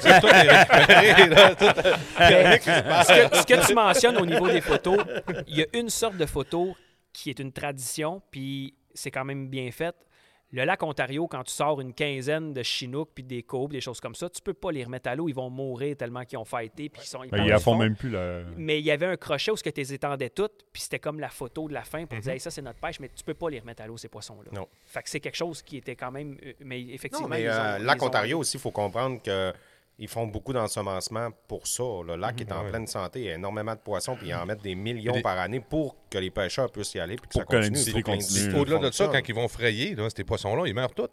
[SPEAKER 9] C'est tout récupéré, là, tout-
[SPEAKER 3] ce, que, ce que tu mentionnes au niveau
[SPEAKER 2] [LAUGHS]
[SPEAKER 3] des photos, il y a une sorte de photo qui est une tradition, puis c'est quand même bien fait. Le lac Ontario, quand tu sors une quinzaine de Chinook, puis des coupes, des choses comme ça, tu peux pas les remettre à l'eau. Ils vont mourir tellement qu'ils ont fighté, puis ils sont... ils
[SPEAKER 10] Ben,
[SPEAKER 3] partent
[SPEAKER 10] ils la
[SPEAKER 3] du
[SPEAKER 10] font
[SPEAKER 3] fond.
[SPEAKER 10] même plus, là.
[SPEAKER 3] Mais il y avait un crochet où ce que tu les étendais toutes, puis c'était comme la photo de la fin pour dire Hey, ça c'est notre pêche, mais tu peux pas les remettre à l'eau ces poissons-là.
[SPEAKER 2] Mhm. Non.
[SPEAKER 3] Fait que c'est quelque chose qui était quand même, euh, mais
[SPEAKER 2] Non,
[SPEAKER 3] effectivement.
[SPEAKER 2] mais
[SPEAKER 3] ils ont-
[SPEAKER 2] euh,
[SPEAKER 3] ils
[SPEAKER 2] Lac
[SPEAKER 3] ont-
[SPEAKER 2] Ontario aussi, il faut comprendre que euh, ils font beaucoup d'ensemencement pour ça. Le lac est en pleine santé, il y a énormément de poissons, puis ils en mettent des millions par année pour que les pêcheurs puissent y aller, puis que
[SPEAKER 10] Pour
[SPEAKER 2] ça
[SPEAKER 10] que
[SPEAKER 2] continue.
[SPEAKER 10] l'industrie
[SPEAKER 2] Il faut que
[SPEAKER 10] continue.
[SPEAKER 2] l'industrie
[SPEAKER 9] Au-delà de ça,
[SPEAKER 2] fonctionne.
[SPEAKER 9] quand ils vont frayer, là, ces poissons-là, ils meurent tous.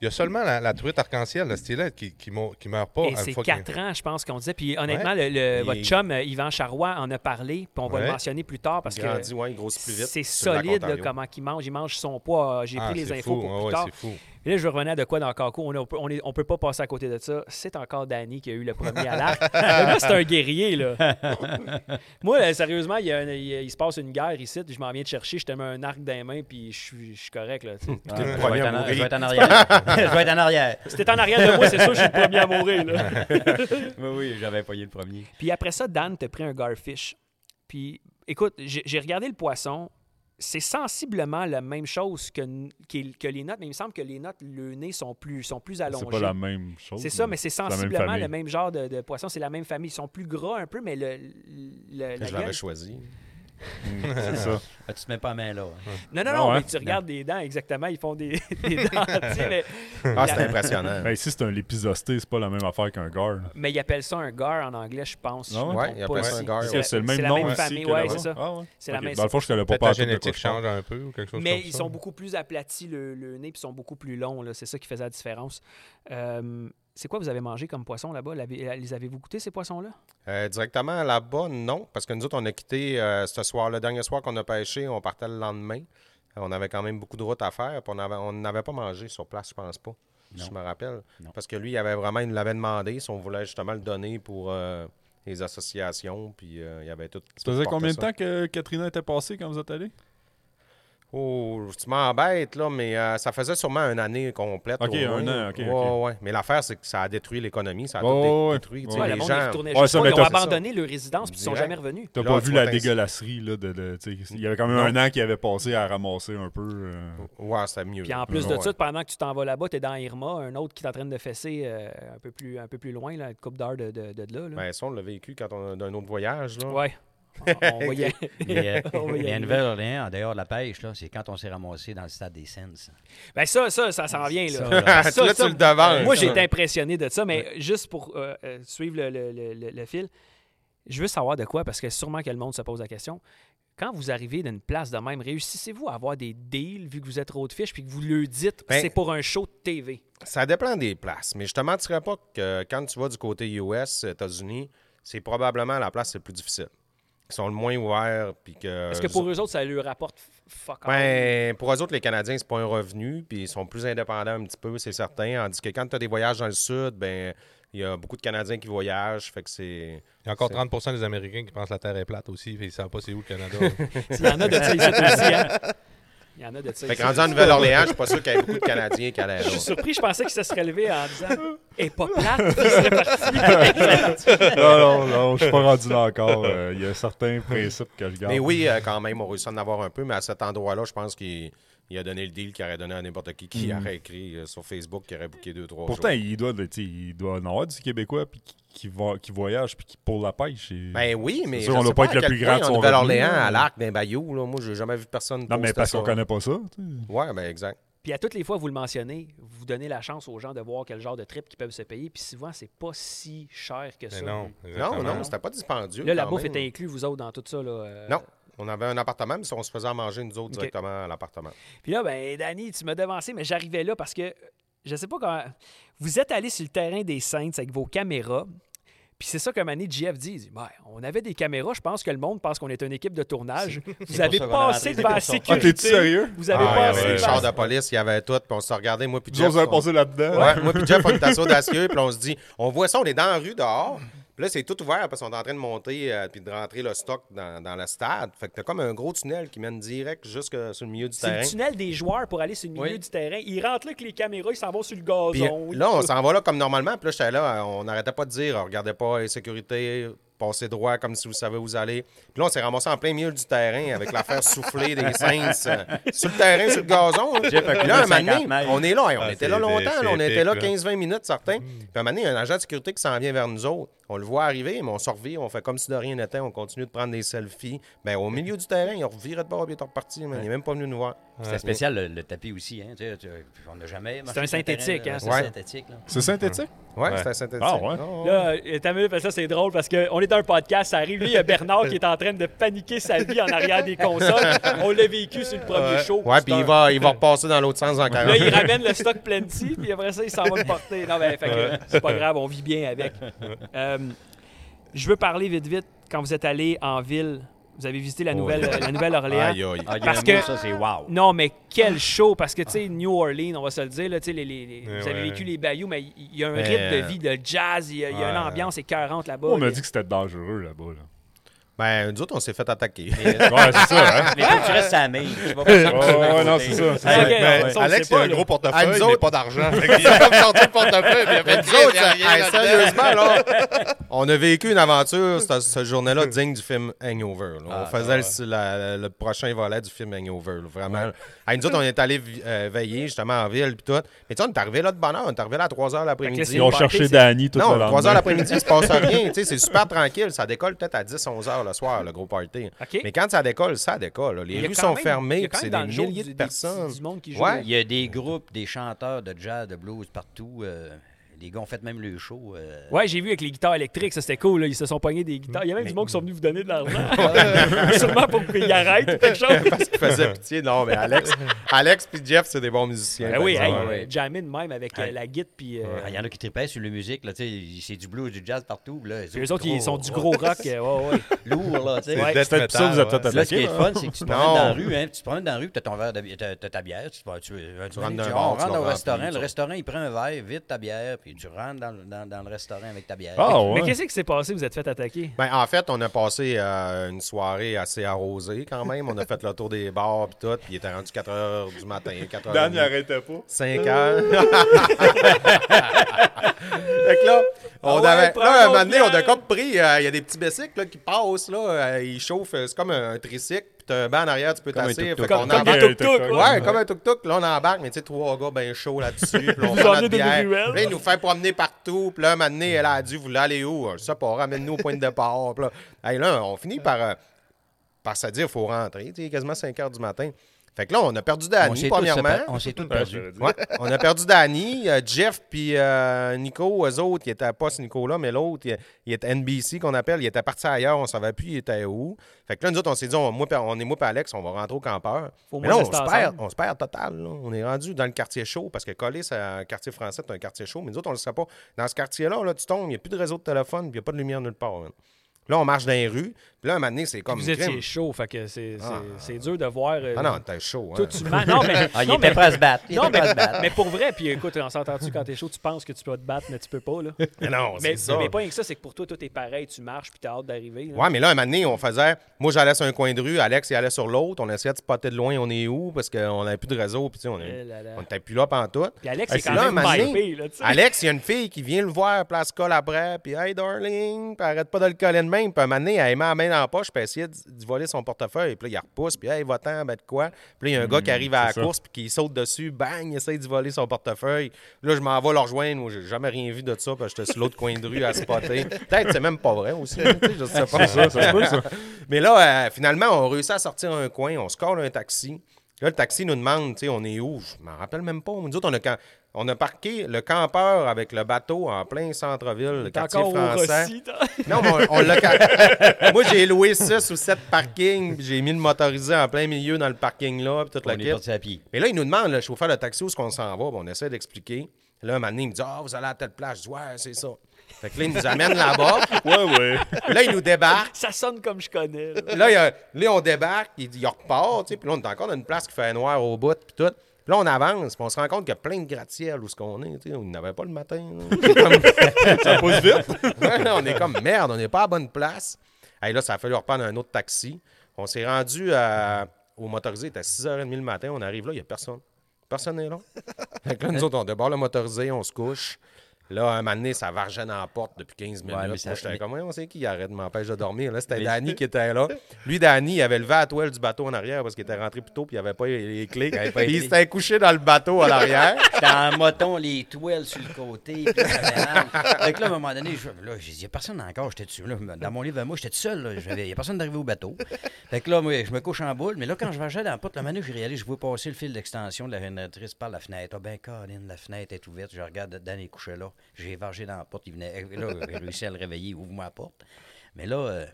[SPEAKER 9] Il y a seulement la, la truite arc-en-ciel, le stylet, qui ne meurt pas.
[SPEAKER 3] Et
[SPEAKER 9] une
[SPEAKER 3] c'est
[SPEAKER 9] fois
[SPEAKER 3] quatre
[SPEAKER 9] qu'il-
[SPEAKER 3] ans, je pense qu'on disait. Puis honnêtement, le- le-
[SPEAKER 2] Ah, Et-
[SPEAKER 3] votre chum, euh, Yvan Charrois, en a parlé, puis on va
[SPEAKER 9] Ouais.
[SPEAKER 3] le mentionner plus tard parce
[SPEAKER 2] Il grandit,
[SPEAKER 3] que
[SPEAKER 2] ouais, il grossit plus vite.
[SPEAKER 3] c'est
[SPEAKER 2] sur le lac
[SPEAKER 3] solide là,
[SPEAKER 2] Ontario.
[SPEAKER 3] comment il mange. Il mange son poids. Euh, J'ai
[SPEAKER 9] Ah,
[SPEAKER 3] pris les
[SPEAKER 9] c'est
[SPEAKER 3] infos
[SPEAKER 9] fou,
[SPEAKER 3] pour
[SPEAKER 9] ouais,
[SPEAKER 3] plus
[SPEAKER 9] ouais,
[SPEAKER 3] tard.
[SPEAKER 9] c'est fou.
[SPEAKER 3] Et là, je revenais à de quoi dans Caco. On ne on, est- on peut pas passer à côté de ça. C'est encore Danny qui a eu le premier à
[SPEAKER 9] [LAUGHS]
[SPEAKER 3] l'arc. Mais là, c'est un guerrier, là. [LAUGHS] Moi, là, sérieusement, il, y a un- il y a- il se passe une guerre ici. puis Je m'en viens te chercher. Je te mets un arc dans les mains, puis je suis, je suis correct, là. tu sais.
[SPEAKER 2] T'es le
[SPEAKER 5] Je vais
[SPEAKER 2] premier
[SPEAKER 5] être
[SPEAKER 2] à
[SPEAKER 5] en- je
[SPEAKER 2] mourir.
[SPEAKER 5] vais être en arrière. [LAUGHS] Je vais être en arrière.
[SPEAKER 3] Si t'es en arrière de moi, c'est sûr, je suis le premier à mourir, là.
[SPEAKER 5] Oui, oui, j'avais payé le premier.
[SPEAKER 3] Puis après ça, Dan t'a pris un garfish. Puis écoute, j'ai j'ai regardé le poisson. C'est sensiblement la même chose que, que- que les notes, mais il me semble que les notes, le nez sont plus, sont plus allongés.
[SPEAKER 10] C'est pas la même chose.
[SPEAKER 3] C'est ça, mais c'est
[SPEAKER 10] la même
[SPEAKER 3] sensiblement
[SPEAKER 10] famille.
[SPEAKER 3] le même genre de, de poisson. C'est la même famille. Ils sont plus gras un peu, mais le, le- la
[SPEAKER 2] Je l'aurais
[SPEAKER 11] [LAUGHS]
[SPEAKER 3] gueule-
[SPEAKER 2] choisi.
[SPEAKER 10] [LAUGHS] C'est ça.
[SPEAKER 5] Ah, tu te mets pas la main là. hein.
[SPEAKER 3] Non, non, non,
[SPEAKER 10] Non, hein?
[SPEAKER 3] mais tu regardes des dents, exactement. Ils font des, [LAUGHS] des dents. tu sais, mais,
[SPEAKER 2] Ah, c'est
[SPEAKER 3] [LAUGHS]
[SPEAKER 2] impressionnant.
[SPEAKER 10] Ben, ici, c'est un lépisosté, c'est pas la même affaire qu'un gar.
[SPEAKER 3] mais ils appellent ça un gar en anglais, je pense. si je
[SPEAKER 10] Ah
[SPEAKER 3] me
[SPEAKER 10] ouais?
[SPEAKER 3] trompe
[SPEAKER 2] Ouais, ils
[SPEAKER 3] pas
[SPEAKER 2] appellent ça un
[SPEAKER 3] aussi.
[SPEAKER 2] gar,
[SPEAKER 10] Est-ce
[SPEAKER 2] ouais.
[SPEAKER 10] que c'est le même
[SPEAKER 3] la
[SPEAKER 10] nom
[SPEAKER 3] même
[SPEAKER 10] ici
[SPEAKER 3] famille,
[SPEAKER 10] que
[SPEAKER 3] ouais,
[SPEAKER 10] là-bas?
[SPEAKER 3] c'est ça.
[SPEAKER 10] Ah, ouais.
[SPEAKER 3] C'est la
[SPEAKER 10] Ok.
[SPEAKER 3] même-
[SPEAKER 10] Dans le fond, je connais pas
[SPEAKER 9] Peut-être la
[SPEAKER 10] partout de quoi
[SPEAKER 9] génétique
[SPEAKER 10] je parle.
[SPEAKER 9] change un peu ou quelque chose
[SPEAKER 3] Mais
[SPEAKER 9] comme
[SPEAKER 3] ils
[SPEAKER 9] ça.
[SPEAKER 3] sont beaucoup plus aplatis le, le nez, puis ils sont beaucoup plus longs. là. C'est ça qui faisait la différence. Euh, c'est quoi vous avez mangé comme poisson là-bas? L'avez- la- Les avez-vous goûté, ces poissons-là?
[SPEAKER 2] Euh, directement là-bas, non, parce que nous autres, on a quitté euh, ce soir, le dernier soir qu'on a pêché, on partait le lendemain. Euh, On avait quand même beaucoup de route à faire, puis on avait- on n'avait pas mangé sur place, je pense pas, si je me rappelle. Parce que lui, il avait vraiment, il nous l'avait demandé, si on voulait justement le donner pour euh, les associations, puis euh, il y avait tout.
[SPEAKER 10] Ça faisait combien de temps que Katrina était passée quand vous êtes allé?
[SPEAKER 2] Oh, tu m'embêtes, là, mais euh, ça faisait sûrement une année complète.
[SPEAKER 10] Ok,
[SPEAKER 2] au moins.
[SPEAKER 10] un an, ok,
[SPEAKER 2] Ouais,
[SPEAKER 10] ok.
[SPEAKER 2] ouais. Mais l'affaire, c'est que ça a détruit l'économie, ça a
[SPEAKER 10] Ouais,
[SPEAKER 2] tout dé-
[SPEAKER 10] ouais, ouais.
[SPEAKER 2] détruit. tu
[SPEAKER 3] Tu
[SPEAKER 2] sais,
[SPEAKER 3] vois, le
[SPEAKER 2] les
[SPEAKER 3] monde
[SPEAKER 2] gens-
[SPEAKER 3] est retourné
[SPEAKER 10] Ouais,
[SPEAKER 3] juste
[SPEAKER 10] ça,
[SPEAKER 3] pas,
[SPEAKER 10] mais
[SPEAKER 3] Ils ont
[SPEAKER 10] toi, c'est ça.
[SPEAKER 3] abandonné leur résidence, puis ils sont
[SPEAKER 2] Direct.
[SPEAKER 3] jamais revenus.
[SPEAKER 10] T'as
[SPEAKER 2] Là,
[SPEAKER 10] pas
[SPEAKER 2] tu
[SPEAKER 10] vu
[SPEAKER 2] vois,
[SPEAKER 10] la
[SPEAKER 2] t'as-
[SPEAKER 10] dégueulasserie, là, de, de- tu sais, il y avait quand même un an qui avait passé à ramasser un peu. euh,
[SPEAKER 2] Ouais, c'était mieux.
[SPEAKER 3] Puis en plus de
[SPEAKER 2] Ouais.
[SPEAKER 3] ça, pendant que tu t'en vas là-bas, t'es dans Irma, un autre qui est en train de fesser euh, un, peu plus, un peu plus loin, là, une coupe d'heure de, de, de là. là.
[SPEAKER 2] Ben, ça, on l'a vécu quand on a d'un autre voyage. Là.
[SPEAKER 3] Ouais. On, on va y aller.
[SPEAKER 5] Mais, euh,
[SPEAKER 3] [LAUGHS] On va
[SPEAKER 5] mais à
[SPEAKER 3] y arriver.
[SPEAKER 5] Nouvelle-Orléans, en dehors de la pêche, là, c'est quand on s'est ramassé dans le stade des Sens.
[SPEAKER 3] Ben ça, ça, ça s'en vient. [LAUGHS]
[SPEAKER 5] Ça,
[SPEAKER 3] Là.
[SPEAKER 5] là.
[SPEAKER 2] Ah,
[SPEAKER 3] Ça,
[SPEAKER 2] là,
[SPEAKER 3] ça,
[SPEAKER 2] tu le devances.
[SPEAKER 3] Moi, j'ai été impressionné de ça, mais juste pour euh, euh, suivre le, le- le- le- le fil, je veux savoir de quoi, parce que sûrement que le monde se pose la question. Quand vous arrivez d'une place de même, réussissez-vous à avoir des deals vu que vous êtes trop de fiches puis que vous le dites,
[SPEAKER 2] Ben-
[SPEAKER 3] c'est pour un show de TV?
[SPEAKER 2] Ça dépend des places, mais je te mentirais pas que quand tu vas du côté US, États-Unis, c'est probablement la place la plus difficile. Ils sont le moins ouverts. Puis que
[SPEAKER 3] Est-ce que pour eux autres, ça leur rapporte f- fuck all?
[SPEAKER 2] Ben, pour eux autres, les Canadiens, c'est pas un revenu, puis ils sont plus indépendants un petit peu, c'est certain. Tandis que quand tu as des voyages dans le Sud, ben il y a beaucoup de Canadiens qui voyagent, fait que c'est...
[SPEAKER 9] Il y a encore
[SPEAKER 2] C'est-
[SPEAKER 9] 30 des Américains qui pensent que la Terre est plate aussi, puis ils ne savent pas c'est où le Canada.
[SPEAKER 3] Il y en a de ça ici
[SPEAKER 2] [LAUGHS]
[SPEAKER 3] aussi, hein? Il y en a de ça
[SPEAKER 2] Fait que
[SPEAKER 3] ici.
[SPEAKER 2] rendu en Nouvelle-Orléans, je suis pas sûr qu'il y ait beaucoup de Canadiens qui allaient
[SPEAKER 3] Je suis
[SPEAKER 2] là.
[SPEAKER 3] surpris, je pensais que ça serait levé en disant
[SPEAKER 2] [LAUGHS]
[SPEAKER 3] « Et pas plate, puis il serait parti.
[SPEAKER 10] [LAUGHS] non, non, non, je suis pas rendu là encore. euh, Il y a certains principes que je garde.
[SPEAKER 2] Mais oui, euh, quand même, on réussit à en avoir un peu, mais à cet endroit-là, je pense qu'il il a donné le deal qu'il aurait donné à n'importe qui qui aurait écrit euh, sur Facebook, qui aurait booké deux, trois
[SPEAKER 10] Hmm. Pourtant,
[SPEAKER 2] jours.
[SPEAKER 10] il doit, de- tu sais, il doit en avoir du Québécois puis qui, qui, va- qui voyage puis qui pour la pêche. et-
[SPEAKER 2] Ben oui, mais
[SPEAKER 10] C'est
[SPEAKER 2] je
[SPEAKER 10] sûr, on
[SPEAKER 2] sais
[SPEAKER 10] doit pas être
[SPEAKER 2] à
[SPEAKER 10] le
[SPEAKER 2] quel
[SPEAKER 10] plus
[SPEAKER 2] point,
[SPEAKER 10] grand de
[SPEAKER 2] en
[SPEAKER 10] son
[SPEAKER 2] Nouvelle-Orléans,
[SPEAKER 10] revenu, là.
[SPEAKER 2] à l'Arc, d'un bayou, là, moi, j'ai jamais vu personne
[SPEAKER 10] non, mais
[SPEAKER 2] poster
[SPEAKER 10] parce
[SPEAKER 2] ça.
[SPEAKER 10] qu'on connaît pas ça. tu sais.
[SPEAKER 2] Ouais, ben exact. »
[SPEAKER 3] Puis à toutes les fois, vous le mentionnez, vous donnez la chance aux gens de voir quel genre de trip qu'ils peuvent se payer, puis souvent, c'est pas si cher que ça.
[SPEAKER 9] Mais non,
[SPEAKER 2] Non,
[SPEAKER 9] exactement.
[SPEAKER 2] non, c'était pas dispendieux.
[SPEAKER 3] Là, la
[SPEAKER 2] quand
[SPEAKER 3] bouffe
[SPEAKER 2] même. hein.
[SPEAKER 3] était inclue, vous autres, dans tout ça. Là, euh.
[SPEAKER 2] Non, on avait un appartement, mais on se faisait à manger, nous autres,
[SPEAKER 3] Ok.
[SPEAKER 2] directement à l'appartement.
[SPEAKER 3] Puis là, ben, Danny, tu m'as devancé, mais j'arrivais là parce que euh, je sais pas comment. Vous êtes allé sur le terrain des Saints avec vos caméras. Puis c'est ça que Mané JF dit. Il dit, Ben, on avait des caméras, je pense que le monde pense qu'on est une équipe de tournage. Vous avez
[SPEAKER 11] pour ça qu'on a rentré
[SPEAKER 3] passé devant la
[SPEAKER 11] comme ça.
[SPEAKER 3] sécurité.
[SPEAKER 11] Ah, t'es-tu sérieux?
[SPEAKER 3] Vous avez
[SPEAKER 11] Ah,
[SPEAKER 3] passé
[SPEAKER 11] ouais, ouais.
[SPEAKER 2] Les
[SPEAKER 3] devant-
[SPEAKER 2] chars de police, il y avait tout, puis on se regardait, moi, puis
[SPEAKER 11] Nous
[SPEAKER 2] Jeff.
[SPEAKER 11] autres, on avait
[SPEAKER 2] on-
[SPEAKER 11] passé là-dedans.
[SPEAKER 2] Ouais, moi, puis Jeff, on était assis audacieux, puis on se dit, on voit ça, on est dans la rue dehors. Puis là, c'est tout ouvert parce qu'on est en train de monter euh, puis de rentrer le stock dans, dans le stade. Fait que t'as comme un gros tunnel qui mène direct jusque sur le milieu du
[SPEAKER 3] C'est
[SPEAKER 2] terrain.
[SPEAKER 3] le tunnel des joueurs pour aller sur le milieu
[SPEAKER 2] Oui.
[SPEAKER 3] du terrain. Ils rentrent là avec les caméras, ils s'en vont sur le gazon.
[SPEAKER 2] Puis là, on s'en va là comme normalement. Puis là, j'étais là, euh, on n'arrêtait pas de dire, euh, regardez pas les sécurités, passez droit comme si vous savez où vous allez. Puis là, on s'est ramassé en plein milieu du terrain avec
[SPEAKER 11] [LAUGHS]
[SPEAKER 2] l'affaire souffler des Saints euh, sur le terrain, sur le gazon. hein.
[SPEAKER 11] Jeff a
[SPEAKER 2] Puis là, un
[SPEAKER 11] couru 50
[SPEAKER 2] moment donné,
[SPEAKER 11] mètres.
[SPEAKER 2] on est là, hein, on
[SPEAKER 11] Ah,
[SPEAKER 2] était là
[SPEAKER 11] c'est-
[SPEAKER 2] longtemps,
[SPEAKER 11] c'est
[SPEAKER 2] là, on était là
[SPEAKER 11] épique, là. Mm.
[SPEAKER 2] 15-20 minutes certains. Puis à un moment donné, il y a un agent de sécurité qui s'en vient vers nous autres. On le voit arriver, mais on se revire, on fait comme si de rien n'était, on continue de prendre des selfies. Ben, au milieu du terrain, il revirait de bord, puis il est reparti, man. il n'est même pas venu nous voir.
[SPEAKER 11] C'était
[SPEAKER 2] Ouais.
[SPEAKER 11] spécial, le, le tapis aussi. Hein, tu sais, tu- on n'a jamais. marché
[SPEAKER 3] un
[SPEAKER 11] sur le terrain,
[SPEAKER 3] synthétique,
[SPEAKER 11] là.
[SPEAKER 3] hein?
[SPEAKER 11] C'est
[SPEAKER 2] Ouais.
[SPEAKER 11] synthétique. là.
[SPEAKER 2] C'est synthétique? Ouais,
[SPEAKER 11] Ouais.
[SPEAKER 2] c'est un synthétique.
[SPEAKER 11] Ah, ouais?
[SPEAKER 2] Oh,
[SPEAKER 3] Là, euh, t'as vu, parce que ça, c'est drôle parce qu'on est dans un podcast, ça arrive. Lui, il y a Bernard qui est en train de paniquer sa vie en arrière des consoles. On l'a vécu sur le premier
[SPEAKER 2] ouais.
[SPEAKER 3] show.
[SPEAKER 2] Ouais, puis il va, il va repasser dans l'autre sens en 40
[SPEAKER 3] Là, il ramène le stock plenty, puis après ça, il s'en va le porter. Non, ben, fait que,
[SPEAKER 11] Ouais.
[SPEAKER 3] c'est pas grave, on vit bien avec. Euh, je veux parler vite, vite. Quand vous êtes allé en ville, vous avez visité la
[SPEAKER 11] Oh,
[SPEAKER 3] nouvelle,
[SPEAKER 11] oui.
[SPEAKER 3] la nouvelle Orléans.
[SPEAKER 11] Aïe, aïe. Ah, il y a
[SPEAKER 3] Parce
[SPEAKER 11] un
[SPEAKER 3] que
[SPEAKER 11] mot, ça, c'est wow.
[SPEAKER 3] Non, mais quel show parce que tu sais New Orleans, on va se le dire là, tu sais, les, les- les-
[SPEAKER 11] Eh
[SPEAKER 3] vous avez
[SPEAKER 11] ouais.
[SPEAKER 3] vécu les bayous, mais il il y a un
[SPEAKER 11] Mais,
[SPEAKER 3] rythme de
[SPEAKER 11] euh,
[SPEAKER 3] vie de jazz, il y a, il y a une
[SPEAKER 11] ouais.
[SPEAKER 3] ambiance écœurante là-bas.
[SPEAKER 11] On m'a
[SPEAKER 3] Il y a-
[SPEAKER 11] dit que c'était dangereux là-bas. Là.
[SPEAKER 2] Ben, nous autres, on s'est fait attaquer. [LAUGHS]
[SPEAKER 11] Ouais, c'est ça, hein? Mais faut que tu restes à la main. Tu vas pas Ouais, passer ouais, à côté. non, c'est ça, c'est ça. Ben, Alex, il a un gros
[SPEAKER 2] Ah,
[SPEAKER 11] portefeuille, mais pas
[SPEAKER 2] [LAUGHS]
[SPEAKER 11] d'argent. Fait qu'il a comme sorti le portefeuille, puis après,
[SPEAKER 2] Mais nous
[SPEAKER 11] il y a
[SPEAKER 2] autres,
[SPEAKER 11] rien
[SPEAKER 2] hey,
[SPEAKER 11] là-dedans.
[SPEAKER 2] sérieusement, là,
[SPEAKER 11] [LAUGHS]
[SPEAKER 2] on a vécu une aventure, cette, cette journée-là, digne du film Hangover. là.
[SPEAKER 11] Ah,
[SPEAKER 2] on faisait
[SPEAKER 11] non,
[SPEAKER 2] le- la- le prochain volet du film Hangover, là, vraiment. Hey, nous autres, on est allés vi- euh, veiller, justement, en ville, puis tout. Mais tu sais, on est arrivé là de bonne heure, on est arrivé là à 3 h
[SPEAKER 11] Fait que
[SPEAKER 2] l'après-midi.
[SPEAKER 11] là, Ils ont c'est cherché parti, c'est- Danny tout
[SPEAKER 2] Non,
[SPEAKER 11] le
[SPEAKER 2] 3
[SPEAKER 11] lendemain.
[SPEAKER 2] h l'après-midi, il se passe rien. tu sais, c'est super tranquille. Ça décolle peut-être à 10, 11 h le soir, le gros party. Mais quand ça décolle, ça décolle. là.
[SPEAKER 11] Il
[SPEAKER 2] Les
[SPEAKER 11] y a
[SPEAKER 2] rues
[SPEAKER 11] quand
[SPEAKER 2] sont
[SPEAKER 11] même- il y
[SPEAKER 2] fermées,
[SPEAKER 11] a
[SPEAKER 2] puis
[SPEAKER 11] quand même
[SPEAKER 2] c'est des
[SPEAKER 11] dans le jour
[SPEAKER 2] milliers
[SPEAKER 11] du-
[SPEAKER 2] de
[SPEAKER 11] des [LAUGHS]
[SPEAKER 2] personnes.
[SPEAKER 11] petits- du monde
[SPEAKER 3] qui
[SPEAKER 2] joue, là.
[SPEAKER 11] Il y a des groupes, des chanteurs de jazz, de blues partout. euh, les gars ont fait même le show. euh,
[SPEAKER 3] Ouais, j'ai vu avec les guitares électriques, ça c'était cool. là. Ils se sont pognés des guitares. Il y a même du monde qui sont venus vous donner de l'argent. [LAUGHS] Sûrement pour qu'ils arrêtent ou
[SPEAKER 11] [LAUGHS]
[SPEAKER 3] quelque chose.
[SPEAKER 2] Parce qu'il faisait pitié. Non, mais Alex, Alex puis Jeff, c'est des bons musiciens.
[SPEAKER 3] Ben
[SPEAKER 2] par
[SPEAKER 3] oui, hey,
[SPEAKER 2] exemple.
[SPEAKER 3] jammer de même avec euh, la guitare puis. euh,
[SPEAKER 11] Il y en a qui tripaient sur la musique, là, tu sais, c'est du blues, du jazz partout. Là,
[SPEAKER 3] Puis eux autres, ils sont du gros rock,
[SPEAKER 11] [LAUGHS]
[SPEAKER 3] euh, ouais, ouais.
[SPEAKER 11] Lourd, là, tu sais.
[SPEAKER 3] C'est Ouais. death
[SPEAKER 11] Peut-être
[SPEAKER 3] metal, ouais.
[SPEAKER 11] Là, ce qui est le
[SPEAKER 3] là.
[SPEAKER 11] fun, c'est que tu te
[SPEAKER 3] Non.
[SPEAKER 11] promènes dans la rue, hein, tu te promènes dans la rue, puis t'as ton verre de bi- t'as- t'as ta bière, tu, vas- tu, euh, tu
[SPEAKER 2] rentres
[SPEAKER 11] dis,
[SPEAKER 2] dans un
[SPEAKER 11] on
[SPEAKER 2] bar, tu
[SPEAKER 11] rentre
[SPEAKER 2] l'en
[SPEAKER 11] au
[SPEAKER 2] remplis,
[SPEAKER 11] restaurant,
[SPEAKER 2] tu
[SPEAKER 11] le rrestaurant, il prend un verre, vide ta bière, puis tu rentres dans, le- dans- dans le restaurant avec ta bière.
[SPEAKER 8] Ah,
[SPEAKER 3] Mais qu'est-ce qui s'est passé? Vous êtes fait attaquer?
[SPEAKER 2] Ben, en fait, on a passé euh, une soirée assez arrosée quand même. On a fait le tour des bars puis tout, puis il était rendu 4 h du matin, 4 h.
[SPEAKER 11] Dan, il arrêtait pas.
[SPEAKER 2] 5 heures. fait que là, on
[SPEAKER 11] [LAUGHS] Ah ouais,
[SPEAKER 2] avait,
[SPEAKER 11] prends
[SPEAKER 2] là, un
[SPEAKER 11] mon
[SPEAKER 2] moment donné, on a
[SPEAKER 11] bière.
[SPEAKER 2] comme pris, euh, il y a des petits bicycles là, qui passent, là, euh, ils chauffent, euh, c'est comme un tricycle, puis t'as un banc en arrière, tu peux
[SPEAKER 11] Comme un
[SPEAKER 2] t'asseoir.
[SPEAKER 11] tuk-tuk.
[SPEAKER 2] fait qu'on
[SPEAKER 11] Comme- comme
[SPEAKER 2] embarque-
[SPEAKER 11] des tuk-tuk,
[SPEAKER 2] Ouais,
[SPEAKER 11] ouais.
[SPEAKER 2] comme un tuk-tuk, là, on embarque, mais tu sais, trois gars bien chauds là-dessus,
[SPEAKER 11] [LAUGHS]
[SPEAKER 2] puis
[SPEAKER 11] Vous
[SPEAKER 2] on prend
[SPEAKER 11] emmenez
[SPEAKER 2] notre
[SPEAKER 11] des
[SPEAKER 2] bière.
[SPEAKER 11] ruelles.
[SPEAKER 2] Puis là, ils nous fait promener partout, puis là, un moment donné, elle a dit, vous voulez aller où? Je sais pas, ramène-nous au point de départ, puis là. Hey, là, on finit par... euh, par se dire, il faut rentrer. Tu sais, quasiment 5 heures du matin. Fait que là, on a perdu
[SPEAKER 11] On
[SPEAKER 2] Danny,
[SPEAKER 11] s'est tous
[SPEAKER 2] premièrement.
[SPEAKER 11] sépa- on s'est tous Ouais, perdus. j'aurais dit.
[SPEAKER 2] Ouais, on a perdu Danny, euh, Jeff, puis euh, Nico, eux autres, ils étaient pas ce Nico-là, mais l'autre, il, il était NBC qu'on appelle, il était parti ailleurs, on savait plus, il était où. Fait que là, nous autres, on s'est dit, on, moi, pis- on est moi et Alex, on va rentrer au campeur.
[SPEAKER 3] Faut au
[SPEAKER 2] mais
[SPEAKER 3] moins
[SPEAKER 2] là, on
[SPEAKER 3] rester
[SPEAKER 2] se perd,
[SPEAKER 3] ensemble.
[SPEAKER 2] on se perd total. là. On est rendu dans le quartier chaud, parce que coller, c'est un quartier français, c'est un quartier chaud, mais nous autres, on le sait pas. Dans ce quartier-là, là, tu tombes, il n'y a plus de réseau de téléphone, puis il n'y a pas de lumière nulle part. man. Là, on marche dans les rues, puis là, un moment donné, c'est comme
[SPEAKER 3] Vous étiez
[SPEAKER 2] crime.
[SPEAKER 3] chaud, fait que c'est c'est-
[SPEAKER 2] Ah.
[SPEAKER 3] c'est dur de voir. euh,
[SPEAKER 2] Ah non, t'es chaud, hein.
[SPEAKER 3] Toi, tu mens. Non, mais.
[SPEAKER 11] Ah, il
[SPEAKER 3] non,
[SPEAKER 11] était
[SPEAKER 3] mais-
[SPEAKER 11] prêt à se battre. Il
[SPEAKER 3] Non,
[SPEAKER 11] était
[SPEAKER 3] mais,
[SPEAKER 11] prêt à se battre.
[SPEAKER 3] mais pour vrai, puis écoute, on s'entend-tu quand t'es chaud, tu penses que tu peux te battre, mais tu peux pas, là.
[SPEAKER 2] Mais [LAUGHS] non,
[SPEAKER 3] mais,
[SPEAKER 2] c'est ça.
[SPEAKER 3] mais pas rien que ça, c'est que pour toi, tout est pareil, tu marches, puis t'as hâte d'arriver. là.
[SPEAKER 2] Ouais, mais là, un moment donné, on faisait. Moi, j'allais sur un coin de rue, Alex, il allait sur l'autre. On essayait de spotter de loin, on est où, parce qu'on n'avait plus de réseau. Puis, tu sais, on
[SPEAKER 3] Eh là là.
[SPEAKER 2] n'était plus là pendant tout.
[SPEAKER 3] Puis Alex,
[SPEAKER 2] Fait
[SPEAKER 3] c'est
[SPEAKER 2] que
[SPEAKER 3] quand
[SPEAKER 2] là,
[SPEAKER 3] même
[SPEAKER 2] un moment donné,
[SPEAKER 3] pipé, là, tu
[SPEAKER 2] [LAUGHS]
[SPEAKER 3] sais.
[SPEAKER 2] Alex, il y a une fille qui vient le voir à Place Col après. Puis, hey, darling, puis arrête pas de le coller de même. Puis, un moment donné, elle met la main dans la poche, puis elle essayait d- d'y voler son portefeuille. Puis là, il repousse, puis, hey, va-t'en, ben de quoi. Puis là, il y a un gars qui arrive à la
[SPEAKER 11] Hmm, c'est ça.
[SPEAKER 2] course, puis qui saute dessus, bang, il essaie d'y voler son portefeuille. Là, je m'en vais le rejoindre. Moi, j'ai jamais rien vu de ça, parce que j'étais sur l'autre coin de rue à spotter. Peut-être, c'est même pas vrai aussi. tu sais, je sais
[SPEAKER 11] [LAUGHS]
[SPEAKER 2] pas.
[SPEAKER 11] C'est ça, ça se peut, ça.
[SPEAKER 2] [LAUGHS] Mais là, euh, finalement, on réussit à sortir un coin, on score un taxi. Là, le taxi nous demande, tu sais, on est où? Je m'en rappelle même pas. Nous autres, on a, ca- on a parqué le campeur avec le bateau en plein centre-ville, le
[SPEAKER 3] T'es
[SPEAKER 2] quartier
[SPEAKER 3] encore au
[SPEAKER 2] français.
[SPEAKER 3] Rossi, [LAUGHS] t'as-
[SPEAKER 2] non, mais on, on l'a... ca- [LAUGHS] Moi, j'ai loué 6 ou 7 parkings, puis j'ai mis le motorisé en plein milieu dans le parking là, puis toute
[SPEAKER 11] On
[SPEAKER 2] la
[SPEAKER 11] est
[SPEAKER 2] kit.
[SPEAKER 11] parti à pied.
[SPEAKER 2] Mais là, il nous demande, le chauffeur de taxi, où est-ce qu'on s'en va? Puis on essaie d'expliquer. Là, un moment donné, il me dit Ah, vous allez à telle plage. Je dis Ouais, c'est ça. Fait que là, il nous amène là-bas.
[SPEAKER 11] Ouais, ouais.
[SPEAKER 2] Là, il nous débarque.
[SPEAKER 3] Ça sonne comme je connais.
[SPEAKER 2] Là, là, il y a- là, on débarque, il, il repart, tu sais, puis là, on est encore dans une place qui fait noir au bout, puis tout. Puis là, on avance, puis on se rend compte qu'il y a plein de gratte-ciel où ce qu'on est, tu sais, on n'avait pas le matin. là. C'est comme-
[SPEAKER 11] Ça pousse vite.
[SPEAKER 2] Ouais, là, [LAUGHS] on est comme, merde, on n'est pas à la bonne place. Hey, là, ça a fallu reprendre un autre taxi. On s'est rendu à- au motorisé, il était 6h30 le matin, on arrive là, il n'y a personne. Personne
[SPEAKER 3] [LAUGHS]
[SPEAKER 2] n'est là. Fait que là, nous autres, on déborde le motorisé, on se couche. Là, un moment donné, ça vargeait dans la porte depuis 15 minutes.
[SPEAKER 11] mais
[SPEAKER 2] Moi,
[SPEAKER 11] ça-
[SPEAKER 2] j'étais
[SPEAKER 11] mais-
[SPEAKER 2] comme, on sait qui il arrête de m'empêcher de dormir. Là, c'était
[SPEAKER 3] [LAUGHS]
[SPEAKER 2] Danny qui était là. Lui, Danny, il avait levé la toile du bateau en arrière parce qu'il était rentré plus tôt puis il n'avait pas les les clés.
[SPEAKER 11] Il avait pas les
[SPEAKER 2] Puis
[SPEAKER 11] clés.
[SPEAKER 2] il s'était couché dans le bateau en arrière.
[SPEAKER 11] J'étais en
[SPEAKER 5] moton, les toiles sur le côté. Puis ça fait mal. Fait que là, à un moment donné, je- là, j'ai dit, il n'y a personne encore, j'étais dessus. Là, dans mon livre, à moi, j'étais tout seul. là. J'avais- Il n'y a personne d'arrivé au bateau. Fait que là, moi, je me couche en boule. Mais là, quand je marchais dans la porte, le manu, j'ai réalisé, je vois passer le fil d'extension de la génératrice par la fenêtre. Ah ben, Colin, la fenêtre est ouverte. Je regarde, Dan est couché là. J'ai vargé dans la porte. Il venait, là, j'ai réussi à le réveiller. Ouvre-moi la porte. Mais là... euh,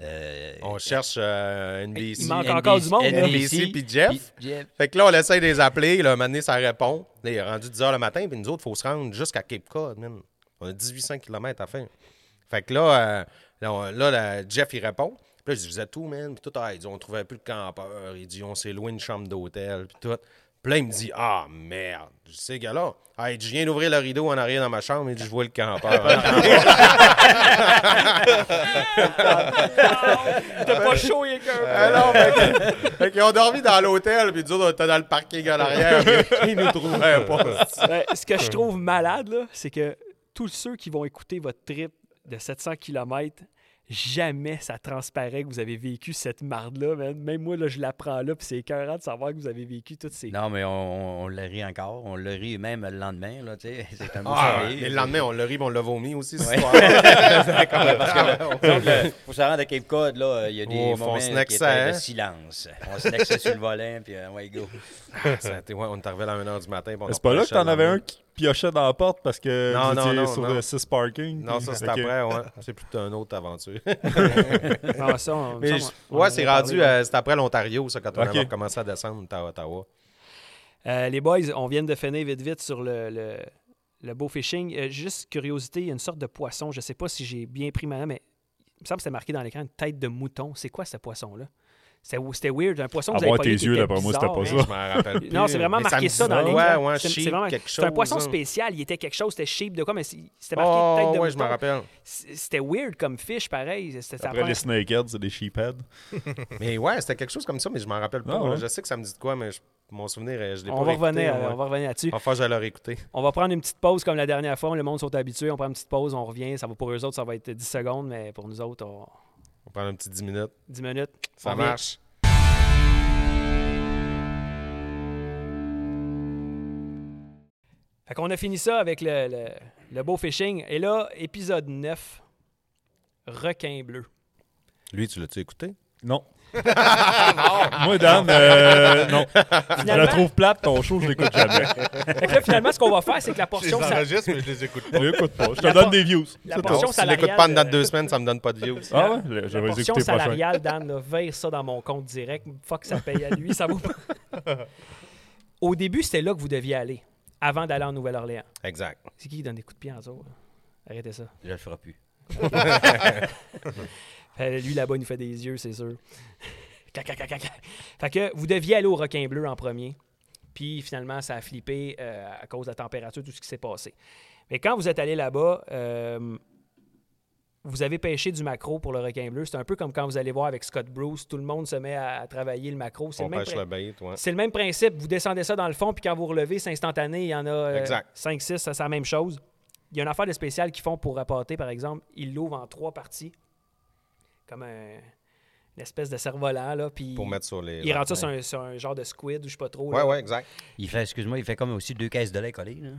[SPEAKER 5] euh,
[SPEAKER 2] On cherche euh, NBC.
[SPEAKER 5] Il manque encore du monde, là.
[SPEAKER 2] NBC puis Jeff.
[SPEAKER 5] puis Jeff.
[SPEAKER 2] Fait que là, on essaie de les appeler. Là, un moment donné, ça répond. Là, il est rendu 10 h le matin. Puis nous autres, il faut se rendre jusqu'à Cape Cod. man. On a 1800 km à faire. Fait que là, euh, là, on- là, là, Jeff, il répond. Puis là, je dis, vous êtes où, man? Puis tout, ah, il dit, on trouvait plus de campeur. Il dit, on s'est loué une chambre d'hôtel. Puis tout. Puis là, il me dit, ah, merde. Je dis, c'est gars-là. Ah, il dit, je viens d'ouvrir le rideau en arrière dans ma chambre. Il dit, je vois le campeur.
[SPEAKER 3] T'as pas chaud, il est qu'un.
[SPEAKER 2] Ah non, fait, que- fait qu'ils ont dormi dans l'hôtel, puis nous autres, on était dans le parking à [LAUGHS] l'arrière, puis ils nous trouvaient pas.
[SPEAKER 3] Ben, ce que je trouve malade, là, c'est que tous ceux qui vont écouter votre trip de 700 km, jamais ça transparaît que vous avez vécu cette marde-là, man. Même moi, là, je l'apprends là, puis c'est écœurant de savoir que vous avez vécu toutes ces...
[SPEAKER 5] Non, mais on, on le rit encore. On le rit même le lendemain. Là, tu sais. [LAUGHS] c'est un beau
[SPEAKER 2] Ah,
[SPEAKER 5] sourire.
[SPEAKER 2] mais le lendemain, on le rit, puis on l'a vomi aussi, cette [LAUGHS]
[SPEAKER 5] Ouais.
[SPEAKER 2] histoire. Ah,
[SPEAKER 5] Ouais, parce que, disons que le- faut se rendre à Cape Cod, là, euh, il y a des
[SPEAKER 2] Oh, faut
[SPEAKER 5] moments
[SPEAKER 2] on se nexe
[SPEAKER 5] qui étaient
[SPEAKER 2] ça,
[SPEAKER 5] de
[SPEAKER 2] hein?
[SPEAKER 5] silence. On se nexe sur le volant, puis euh, ouais, go.
[SPEAKER 2] Ah, ça a été- ouais, on est arrivé à 1h du matin. puis on
[SPEAKER 8] C'est pas là que
[SPEAKER 2] repêchait le
[SPEAKER 8] t'en avais
[SPEAKER 2] lendemain.
[SPEAKER 8] un qui piochait dans la porte parce que
[SPEAKER 2] Non,
[SPEAKER 8] vous
[SPEAKER 2] non,
[SPEAKER 8] étiez
[SPEAKER 2] non,
[SPEAKER 8] sur
[SPEAKER 2] non.
[SPEAKER 8] le 6 parking.
[SPEAKER 2] Non,
[SPEAKER 8] puis- euh,
[SPEAKER 2] ça, c'est
[SPEAKER 8] Ok.
[SPEAKER 2] après, ouais. C'est plutôt une autre
[SPEAKER 3] [LAUGHS]
[SPEAKER 2] aventure.
[SPEAKER 3] Ah, ça, on-
[SPEAKER 2] Mais
[SPEAKER 3] ça,
[SPEAKER 2] je-
[SPEAKER 3] on- on en
[SPEAKER 2] ouais, c'est
[SPEAKER 3] a parlé,
[SPEAKER 2] rendu,
[SPEAKER 3] ouais.
[SPEAKER 2] euh, c'est après l'Ontario, ça, quand on
[SPEAKER 3] Ok.
[SPEAKER 2] a commencé à descendre à Ottawa.
[SPEAKER 3] Euh, les boys, on vient de finir vite vite sur le, le, le beau fishing. Euh, juste curiosité, il y a une sorte de poisson. Je sais pas si j'ai bien pris ma mais il me semble que c'était marqué dans l'écran une tête de mouton. C'est quoi ce poisson-là? C'est- C'était weird. Un poisson que
[SPEAKER 8] À
[SPEAKER 3] vous avez
[SPEAKER 8] voir
[SPEAKER 3] pogné
[SPEAKER 8] tes
[SPEAKER 3] qui
[SPEAKER 8] yeux,
[SPEAKER 3] était
[SPEAKER 8] d'après moi, c'était
[SPEAKER 3] bizarre,
[SPEAKER 8] pas
[SPEAKER 3] hein.
[SPEAKER 8] ça. Je m'en
[SPEAKER 3] [LAUGHS]
[SPEAKER 8] rappelle
[SPEAKER 3] Non,
[SPEAKER 8] plus,
[SPEAKER 3] c'est vraiment
[SPEAKER 8] mais ça
[SPEAKER 3] marqué
[SPEAKER 8] me
[SPEAKER 3] ça
[SPEAKER 8] dit-
[SPEAKER 3] dans
[SPEAKER 8] Ouais,
[SPEAKER 3] l'écran.
[SPEAKER 8] ouais,
[SPEAKER 3] C'est-
[SPEAKER 8] sheep,
[SPEAKER 3] c'est vraiment-
[SPEAKER 8] quelque
[SPEAKER 3] C'est un poisson
[SPEAKER 8] chose, hein.
[SPEAKER 3] spécial. Il était quelque chose, c'était shape de quoi, mais c'est- c'était marqué
[SPEAKER 2] Oh,
[SPEAKER 3] tête de
[SPEAKER 2] ouais,
[SPEAKER 3] mouton.
[SPEAKER 2] je m'en rappelle.
[SPEAKER 3] C'est- C'était weird comme fish, pareil. C'était- c'était la
[SPEAKER 8] Après les
[SPEAKER 3] première-
[SPEAKER 8] snakeheads, c'est des sheepheads.
[SPEAKER 2] mais ouais, c'était quelque chose comme ça, mais je m'en rappelle pas.
[SPEAKER 8] Ah ouais.
[SPEAKER 2] Je sais que ça me dit de quoi, mais je- mon souvenir, euh, je l'ai pas
[SPEAKER 3] On va,
[SPEAKER 2] réécouté,
[SPEAKER 3] revenir,
[SPEAKER 2] ouais.
[SPEAKER 3] euh, on va revenir là-dessus.
[SPEAKER 2] Enfin, je vais le réécouter.
[SPEAKER 3] On va prendre une petite pause comme la dernière fois. Le monde sont habitués. On prend une petite pause, on revient. Ça va pour eux autres, ça va être 10 secondes, mais pour nous autres, on...
[SPEAKER 2] On prend un petit 10 minutes.
[SPEAKER 3] 10 minutes.
[SPEAKER 2] Ça
[SPEAKER 3] On revient.
[SPEAKER 2] marche.
[SPEAKER 3] Fait qu'on a fini ça avec le, le- le beau fishing. Et là, épisode 9, requin bleu.
[SPEAKER 2] Lui, tu l'as-tu écouté?
[SPEAKER 8] Non. Moi, Dan, euh, non. Je
[SPEAKER 3] Finalement-
[SPEAKER 8] la trouve plate, ton show, je l'écoute jamais.
[SPEAKER 3] Fait que là, finalement, ce qu'on va faire, c'est que la portion.
[SPEAKER 8] Je les
[SPEAKER 3] sa-
[SPEAKER 8] enregistre, mais je les écoute pas. Je les écoute pas. Je te
[SPEAKER 3] La
[SPEAKER 8] donne
[SPEAKER 3] por-
[SPEAKER 8] des views.
[SPEAKER 3] La
[SPEAKER 8] C'est
[SPEAKER 3] portion
[SPEAKER 8] tout.
[SPEAKER 2] Si je l'écoute
[SPEAKER 3] salariale.
[SPEAKER 2] pas dans
[SPEAKER 3] de-
[SPEAKER 2] deux semaines, ça me donne pas de views.
[SPEAKER 8] Ah ouais? J'aurais
[SPEAKER 3] La
[SPEAKER 8] les
[SPEAKER 3] portion
[SPEAKER 8] écouter prochain.
[SPEAKER 3] salariale, Dan, là, veille ça dans mon compte direct. Fuck, ça paye à lui, ça vaut pas. Au début, c'était là que vous deviez aller, avant d'aller en Nouvelle-Orléans.
[SPEAKER 2] Exact.
[SPEAKER 3] C'est qui qui donne des coups de pied en zoo? là? Arrêtez ça.
[SPEAKER 5] Je le ferai plus.
[SPEAKER 3] Fait, lui, là-bas, il nous fait des yeux, c'est sûr. [LAUGHS] Clac, clac, clac, clac, clac. fait que vous deviez aller au requin bleu en premier. Puis finalement, ça a flippé euh, à cause de la température, tout ce qui s'est passé. Mais quand vous êtes allé là-bas, euh, vous avez pêché du maquereau pour le requin bleu. C'est un peu comme quand vous allez voir avec Scott Bruce, tout le monde se met à, à travailler le maquereau. C'est
[SPEAKER 2] On
[SPEAKER 3] le même
[SPEAKER 2] pêche
[SPEAKER 3] prin-
[SPEAKER 2] le bait, ouais.
[SPEAKER 3] C'est le même principe. Vous descendez ça dans le fond, puis quand vous relevez, c'est instantané. Il y en a euh,
[SPEAKER 2] Exact.
[SPEAKER 3] 5-6, c'est la même chose. Il y a une affaire de spécial qu'ils font pour appâter, par exemple. Ils l'ouvrent en trois parties, comme un- une espèce de cerf-volant. Là, puis
[SPEAKER 2] Pour mettre sur les-
[SPEAKER 3] Ils rentrent ça
[SPEAKER 5] ouais.
[SPEAKER 3] sur un, sur un genre de squid ou je sais pas trop.
[SPEAKER 5] Ouais,
[SPEAKER 3] là.
[SPEAKER 5] ouais, exact. Il fait, excuse-moi, il fait comme aussi deux caisses de lait collées, là.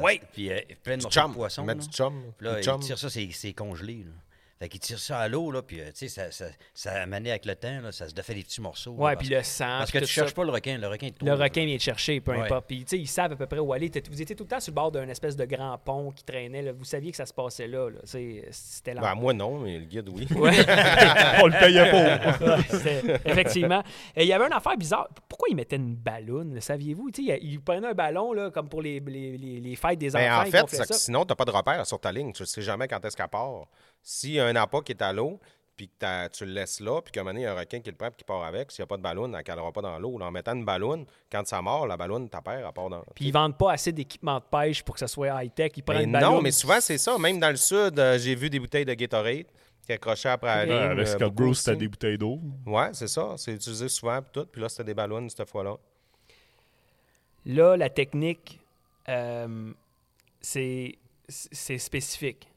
[SPEAKER 3] Oui.
[SPEAKER 5] Puis euh, plein de
[SPEAKER 3] Du
[SPEAKER 5] morceaux de
[SPEAKER 3] chum.
[SPEAKER 5] poisson.
[SPEAKER 3] Il met
[SPEAKER 5] là.
[SPEAKER 2] du chum,
[SPEAKER 5] Puis Là,
[SPEAKER 2] du
[SPEAKER 5] il
[SPEAKER 2] chum.
[SPEAKER 5] tire ça, c'est c'est congelé, là. Fait qu'ils tirent ça à l'eau, là, puis euh, tu sais, ça, ça, ça a mené avec le temps, là, ça se défait des petits morceaux. là,
[SPEAKER 3] Ouais,
[SPEAKER 5] parce-
[SPEAKER 3] puis le sang,
[SPEAKER 5] Parce que
[SPEAKER 3] puis
[SPEAKER 5] tu
[SPEAKER 3] tout
[SPEAKER 5] cherches
[SPEAKER 3] ça.
[SPEAKER 5] pas le requin, le requin te
[SPEAKER 3] Le
[SPEAKER 5] trouve.
[SPEAKER 3] requin vient te chercher, peu
[SPEAKER 5] Ouais.
[SPEAKER 3] importe. Puis, tu sais, ils savent à peu près où aller. T'étais- Vous étiez tout le temps sur le bord d'un espèce de grand pont qui traînait. là. Vous saviez que ça se passait là. là. Tu sais, C'était là.
[SPEAKER 2] Ben, moi, non, mais le guide, oui.
[SPEAKER 3] Ouais.
[SPEAKER 2] On le payait pas.
[SPEAKER 3] Ouais, c'était- effectivement. Et il y avait une affaire bizarre. Pourquoi ils mettaient une ballonne, là, saviez-vous? Tu sais, Ils prenaient un ballon là, comme pour les, les, les- les fêtes des
[SPEAKER 2] Ben,
[SPEAKER 3] enfants.
[SPEAKER 2] en
[SPEAKER 3] ils
[SPEAKER 2] fait,
[SPEAKER 3] gonflaient
[SPEAKER 2] c'est que
[SPEAKER 3] ça.
[SPEAKER 2] sinon, tu n'as pas de repère sur ta ligne. Tu ne sais jamais quand est-ce qu'elle part. S'il y a un appât qui est à l'eau, puis que t'as- tu le laisses là, puis qu'à un moment donné, il y a un requin qui le prend puis qui part avec, s'il n'y a pas de ballon, elle ne calera pas dans l'eau. Là, En mettant une ballon, quand ça mord, la ballon, ta perd, elle part dans.
[SPEAKER 3] Puis ils vendent pas assez d'équipement de pêche pour que ça soit high-tech. Ils prennent
[SPEAKER 2] Mais
[SPEAKER 3] une
[SPEAKER 2] Ben non,
[SPEAKER 3] ballonne.
[SPEAKER 2] mais souvent, c'est ça. Même dans le sud, euh, j'ai vu des bouteilles de Gatorade qui accrochaient après la
[SPEAKER 8] Ouais,
[SPEAKER 2] ligne.
[SPEAKER 8] avec
[SPEAKER 2] euh,
[SPEAKER 8] Scott
[SPEAKER 2] beaucoup
[SPEAKER 8] Bruce,
[SPEAKER 2] aussi.
[SPEAKER 8] c'était des bouteilles d'eau.
[SPEAKER 2] Ouais, c'est ça. C'est utilisé souvent, puis tout. Puis là, c'était des ballons cette fois-là.
[SPEAKER 3] Là, la technique, euh, c'est c'est spécifique.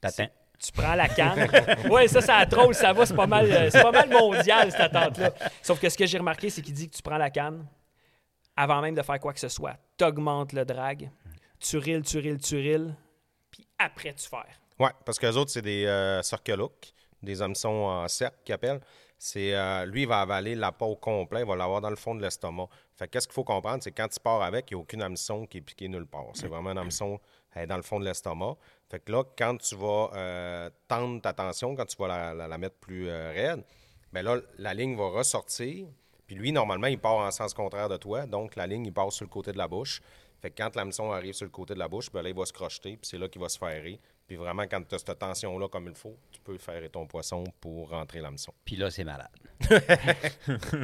[SPEAKER 5] T'attends.
[SPEAKER 3] Tu prends la canne. [LAUGHS] ouais, ça, ça troll, ça va, c'est pas mal, euh, c'est pas mal mondial cette attente-là. Sauf que ce que j'ai remarqué, c'est qu'il dit que tu prends la canne avant même de faire quoi que ce soit. T'augmentes le drag, tu rilles, tu rilles, tu rilles, puis après tu fais.
[SPEAKER 2] Oui, parce que les autres, c'est des euh, circle hook, des hameçons en cercle qu'ils appellent. C'est, euh, lui, il va avaler la peau au complet, il va l'avoir dans le fond de l'estomac. Fait que qu'est-ce qu'il faut comprendre, c'est que quand tu pars avec, il n'y a aucune hameçon qui est piquée nulle part. C'est vraiment un hameçon euh, dans le fond de l'estomac. Fait que là, quand tu vas euh, tendre ta tension, quand tu vas la, la- la mettre plus euh, raide, bien là, la ligne va ressortir. Puis lui, normalement, il part en sens contraire de toi. Donc, la ligne, il part sur le côté de la bouche. Fait que quand l'hameçon arrive sur le côté de la bouche, ben là, il va se crocheter, puis c'est là qu'il va se ferrer. Puis vraiment, quand tu as cette tension-là comme il faut, tu peux ferrer ton poisson pour rentrer l'hameçon.
[SPEAKER 5] Puis là, c'est
[SPEAKER 3] [LAUGHS]
[SPEAKER 5] malade.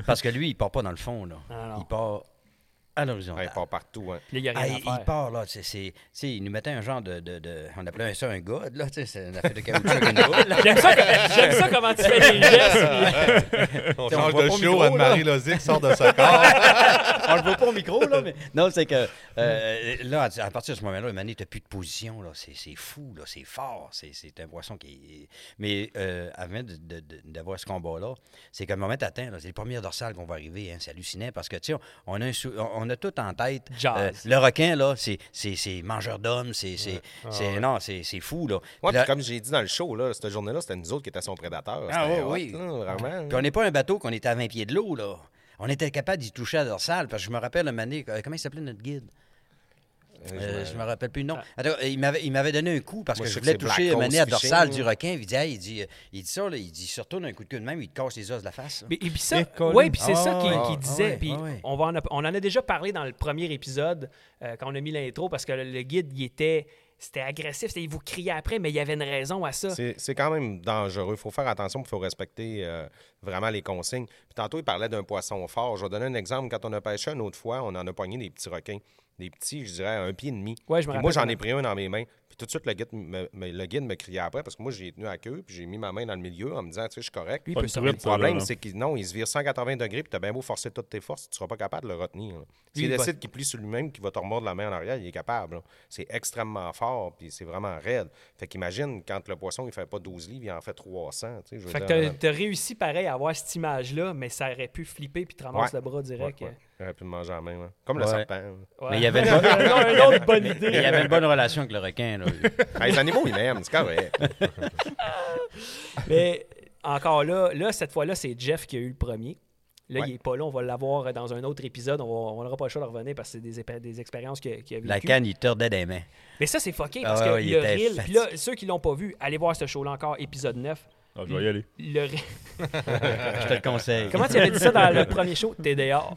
[SPEAKER 5] Parce que lui, il part pas dans le fond, là.
[SPEAKER 3] Ah,
[SPEAKER 5] il part à l'horizon. il part
[SPEAKER 2] partout, hein.
[SPEAKER 3] il y a rien à
[SPEAKER 5] Ah, il,
[SPEAKER 3] faire.
[SPEAKER 5] part, là. C'est, c'est, tu sais, il nous mettait un genre de... de- de- on appelait ça un god, là. tu sais, C'est une affaire de caoutchouc avec une boule.
[SPEAKER 3] J'aime ça- j'aime ça comment tu fais des gestes, puis-
[SPEAKER 5] Tu sais,
[SPEAKER 9] On
[SPEAKER 5] le
[SPEAKER 9] change
[SPEAKER 5] voit
[SPEAKER 9] de
[SPEAKER 5] pas au
[SPEAKER 9] show,
[SPEAKER 5] micro,
[SPEAKER 9] Anne-Marie
[SPEAKER 5] là.
[SPEAKER 9] Lozic sort de sa corps.
[SPEAKER 5] on le voit pas au micro, là, mais... Non, c'est que... euh, là, à- à partir de ce moment-là, Mané, t'as plus de position, là. C'est, c'est fou, là. C'est fort. C'est, c'est un poisson qui... est- Mais euh, avant de- de- de- d'avoir ce combat-là, c'est qu'à un moment atteint, là, c'est les premières dorsales qu'on va arriver, hein. C'est hallucinant parce que, tu sais, on, on a un sou- on- on a tout en tête. euh, le requin, là, c'est, c'est, c'est mangeur d'hommes, c'est... c'est,
[SPEAKER 2] Ah,
[SPEAKER 5] c'est-
[SPEAKER 2] ouais.
[SPEAKER 5] Non, c'est, c'est fou, là.
[SPEAKER 2] Ouais,
[SPEAKER 5] Puis là-
[SPEAKER 2] puis comme j'ai dit dans le show, là, cette journée-là, c'était nous autres qui étions son prédateur.
[SPEAKER 5] Ah
[SPEAKER 2] C'était
[SPEAKER 3] oh,
[SPEAKER 5] ouais, oui,
[SPEAKER 2] hot, là, vraiment.
[SPEAKER 5] Puis on n'est pas un bateau qu'on était à 20 pieds de l'eau, là. On était capable d'y toucher à la dorsale, parce que je me rappelle un moment donné, euh, comment il s'appelait notre guide? Euh, je me rappelle plus le nom. Attends, euh, il m'avait il m'avait donné un coup parce
[SPEAKER 2] Ah. Moi,
[SPEAKER 5] que
[SPEAKER 2] je
[SPEAKER 5] je
[SPEAKER 2] sais
[SPEAKER 5] voulais
[SPEAKER 2] que c'est
[SPEAKER 5] toucher
[SPEAKER 2] Black
[SPEAKER 5] un
[SPEAKER 2] Rose
[SPEAKER 5] manière
[SPEAKER 2] Fishing,
[SPEAKER 5] dorsale
[SPEAKER 2] là.
[SPEAKER 5] du requin. Il dit, ah, il dit, euh, il dit ça, là, il dit, il se retourne un coup de queue de même, il te casse les os de la face.
[SPEAKER 3] Mais, et puis ça, oui, puis c'est ça qu'il qu'il disait. puis on, va en, a- on en a déjà parlé dans le premier épisode euh, quand on a mis l'intro parce que le, le guide, il était, c'était agressif, c'était- il vous criait après, mais il y avait une raison à ça.
[SPEAKER 2] C'est c'est quand même dangereux. Il faut faire attention, il faut respecter euh, vraiment les consignes. Puis tantôt, il parlait d'un poisson fort. Je vais donner un exemple. Quand on a pêché une autre fois, on en a pogné des petits requins. Des petits, je dirais, un pied et demi.
[SPEAKER 3] Ouais, je me
[SPEAKER 2] Puis moi,
[SPEAKER 3] rappelle
[SPEAKER 2] j'en ai
[SPEAKER 3] comment-
[SPEAKER 2] pris un dans mes mains. Puis tout de suite, le guide me, me- le guide me criait après parce que moi, j'ai tenu à queue puis j'ai mis ma main dans le milieu en me disant, tu sais, je suis correct.
[SPEAKER 3] Lui, il Pas peut de se
[SPEAKER 2] le
[SPEAKER 3] trip, ça, là,
[SPEAKER 2] problème,
[SPEAKER 3] là.
[SPEAKER 2] c'est qu'il non, il se vire 180 degrés puis t'as bien beau forcer toutes tes forces, tu seras pas capable de le retenir. là.
[SPEAKER 3] Lui,
[SPEAKER 2] S'il
[SPEAKER 3] il va-
[SPEAKER 2] décide qu'il plie sur lui-même, qu'il va te remordre la main en arrière, il est capable. là. C'est extrêmement fort, puis c'est vraiment raide. Fait qu'imagine, quand le poisson, il fait pas 12 livres, il en fait 300. tu sais, je veux
[SPEAKER 3] Fait
[SPEAKER 2] dire,
[SPEAKER 3] que t'as-
[SPEAKER 2] euh,
[SPEAKER 3] t'as réussi pareil à avoir cette image-là, mais ça aurait pu flipper puis te ramasser
[SPEAKER 2] ouais.
[SPEAKER 3] le bras direct.
[SPEAKER 2] Ouais, ouais.
[SPEAKER 3] euh.
[SPEAKER 2] Il aurait pu me manger la main, ouais. comme
[SPEAKER 5] Ouais.
[SPEAKER 2] le serpent. là.
[SPEAKER 3] Ouais. [LAUGHS]
[SPEAKER 5] Mais il y avait une
[SPEAKER 2] [LAUGHS]
[SPEAKER 5] bonne,
[SPEAKER 3] Non, une
[SPEAKER 5] il y
[SPEAKER 3] autre
[SPEAKER 5] avait- [LAUGHS]
[SPEAKER 3] bonne
[SPEAKER 5] mais-
[SPEAKER 3] idée.
[SPEAKER 5] mais Il y avait une bonne relation avec le requin. Là.
[SPEAKER 2] Ah, les animaux, ils m'aiment, c'est correct.
[SPEAKER 3] Mais encore là, là cette fois-là, c'est Jeff qui a eu le premier. Là,
[SPEAKER 5] Ouais.
[SPEAKER 3] il n'est pas là. On va l'avoir dans un autre épisode. On va- on n'aura pas le choix de revenir parce que c'est des, épé- des expériences qu'il a, qu'il a
[SPEAKER 5] La
[SPEAKER 3] vécues.
[SPEAKER 5] canne, il tordait des mains.
[SPEAKER 3] Mais ça, c'est fucké parce
[SPEAKER 5] Ah
[SPEAKER 3] que
[SPEAKER 5] ouais, il
[SPEAKER 3] le
[SPEAKER 5] était
[SPEAKER 3] reel. Puis là, ceux qui l'ont pas vu, allez voir ce show-là encore, épisode 9.
[SPEAKER 8] Ah, je vais y aller.
[SPEAKER 3] Le reel-
[SPEAKER 5] Je te le conseille.
[SPEAKER 3] Comment tu avais dit ça dans le premier show? T'es dehors.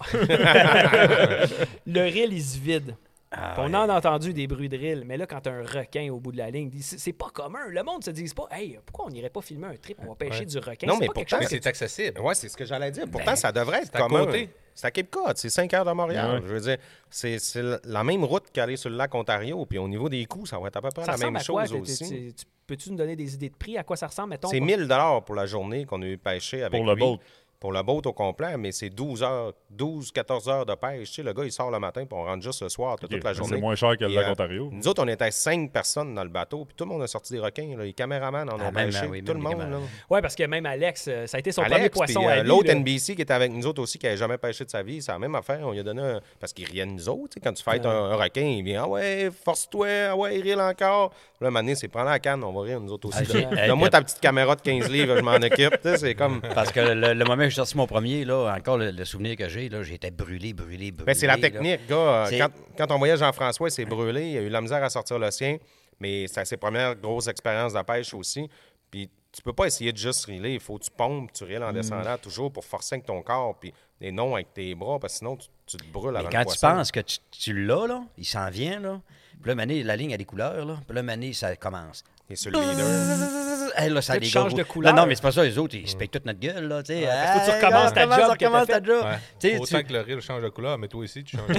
[SPEAKER 3] le reel, il se vide.
[SPEAKER 2] Ah
[SPEAKER 3] Puis on en a entendu des bruits de reel, mais là, quand t'as un requin au bout de la ligne, dis- c'est c'est pas commun. Le monde se dit pas, hey, pourquoi on n'irait pas filmer un trip, on va pêcher
[SPEAKER 2] Ouais.
[SPEAKER 3] du requin?
[SPEAKER 2] Non,
[SPEAKER 3] C'est
[SPEAKER 2] mais
[SPEAKER 3] pas quelque
[SPEAKER 2] pourtant,
[SPEAKER 3] chose que
[SPEAKER 2] c'est accessible. Oui, c'est ce que j'allais dire. Pourtant, ça devrait être
[SPEAKER 3] c'est à
[SPEAKER 2] commun.
[SPEAKER 3] côté.
[SPEAKER 2] C'est à Cape Cod, c'est 5 heures de Montréal.
[SPEAKER 3] Ouais.
[SPEAKER 2] Je veux dire, c'est c'est la- la même route qu'aller sur le lac Ontario. Puis au niveau des coûts, ça va être à peu près
[SPEAKER 3] Ça
[SPEAKER 2] la
[SPEAKER 3] ressemble
[SPEAKER 2] même
[SPEAKER 3] à quoi?
[SPEAKER 2] chose
[SPEAKER 3] T'es- t'es-
[SPEAKER 2] aussi.
[SPEAKER 3] t'es- tu- Peux-tu nous donner des idées de prix? À quoi ça ressemble, mettons?
[SPEAKER 2] C'est
[SPEAKER 3] pour-
[SPEAKER 2] 1000 dollars pour la journée qu'on a eu pêché avec
[SPEAKER 8] Pour le
[SPEAKER 2] lui.
[SPEAKER 8] boat.
[SPEAKER 2] pour la boat au complet, mais c'est 12 heures, 12, 14 heures de pêche. Tu sais, le gars, il sort le matin, puis on rentre juste le soir, t'as
[SPEAKER 8] Ok,
[SPEAKER 2] toute la
[SPEAKER 8] mais c'est
[SPEAKER 2] journée.
[SPEAKER 8] moins cher que le
[SPEAKER 2] Et,
[SPEAKER 8] lac Ontario.
[SPEAKER 2] Nous autres, on était cinq personnes dans le bateau, puis tout le monde a sorti des requins. là. Les caméramans en ont
[SPEAKER 3] ben,
[SPEAKER 5] même,
[SPEAKER 2] pêché,
[SPEAKER 5] ah oui,
[SPEAKER 2] tout le
[SPEAKER 5] même les
[SPEAKER 2] monde.
[SPEAKER 5] caméramans.
[SPEAKER 2] là.
[SPEAKER 3] Ouais, parce que même Alex, euh, ça a été son premier
[SPEAKER 2] Alex,
[SPEAKER 3] poisson
[SPEAKER 2] puis, euh,
[SPEAKER 3] à vie,
[SPEAKER 2] l'autre
[SPEAKER 3] là.
[SPEAKER 2] NBC qui était avec nous autres aussi, qui n'avait jamais pêché de sa vie, c'est la même affaire. On lui a donné un... Parce qu'il riait de nous autres. tu sais, Quand tu fêtes
[SPEAKER 3] Ouais.
[SPEAKER 2] un, un requin, il vient « Ah ouais, force-toi, ah ouais, il rit encore. » Là, un moment donné, c'est « Prends la canne, on va rire nous autres aussi.
[SPEAKER 5] Ah, j'ai-
[SPEAKER 2] Donne- Donne-moi ta petite caméra de 15 livres, je m'en occupe. » Tu sais, C'est comme...
[SPEAKER 5] Parce que le, le moment où j'ai sorti mon premier, là, encore le, le souvenir que j'ai, là, j'étais brûlé, brûlé, brûlé.
[SPEAKER 2] Ben, c'est la
[SPEAKER 5] là.
[SPEAKER 2] technique, gars. Euh,
[SPEAKER 5] C'est-
[SPEAKER 2] Quand, quand on voyait Jean-François, il s'est brûlé, il a eu la misère à sortir le sien, mais c'est ses premières grosses expériences de la pêche aussi. Puis tu peux pas essayer de juste reeler. Il faut que tu pompes, tu reels en
[SPEAKER 5] Mm.
[SPEAKER 2] descendant toujours pour forcer avec ton corps, puis et non avec tes bras, parce que sinon tu, tu te
[SPEAKER 3] Ah,
[SPEAKER 2] brûles
[SPEAKER 5] Mais
[SPEAKER 2] avant
[SPEAKER 5] quand
[SPEAKER 2] le
[SPEAKER 5] tu
[SPEAKER 2] poisson.
[SPEAKER 5] penses que tu, tu l'as, là, il s'en vient, là. Puis là, mané, la ligne a des couleurs, là. Puis là, mané, ça commence.
[SPEAKER 2] Et sur
[SPEAKER 5] le leader. Hey, là, ça
[SPEAKER 3] Là, tu changes
[SPEAKER 5] dégage.
[SPEAKER 3] de couleur. Mm.
[SPEAKER 5] Non, non, mais c'est pas ça, les autres, ils se pètent toute notre gueule, là, tu sais.
[SPEAKER 3] Ouais, parce que faut que tu
[SPEAKER 5] Hey,
[SPEAKER 3] recommences ta
[SPEAKER 5] recommence,
[SPEAKER 3] job que
[SPEAKER 5] recommence
[SPEAKER 3] t'as
[SPEAKER 5] ta job.
[SPEAKER 9] Ouais.
[SPEAKER 5] [LAUGHS] Tu sais,
[SPEAKER 9] Autant
[SPEAKER 5] tu-
[SPEAKER 9] que le reel change de couleur, mais toi aussi, tu changes de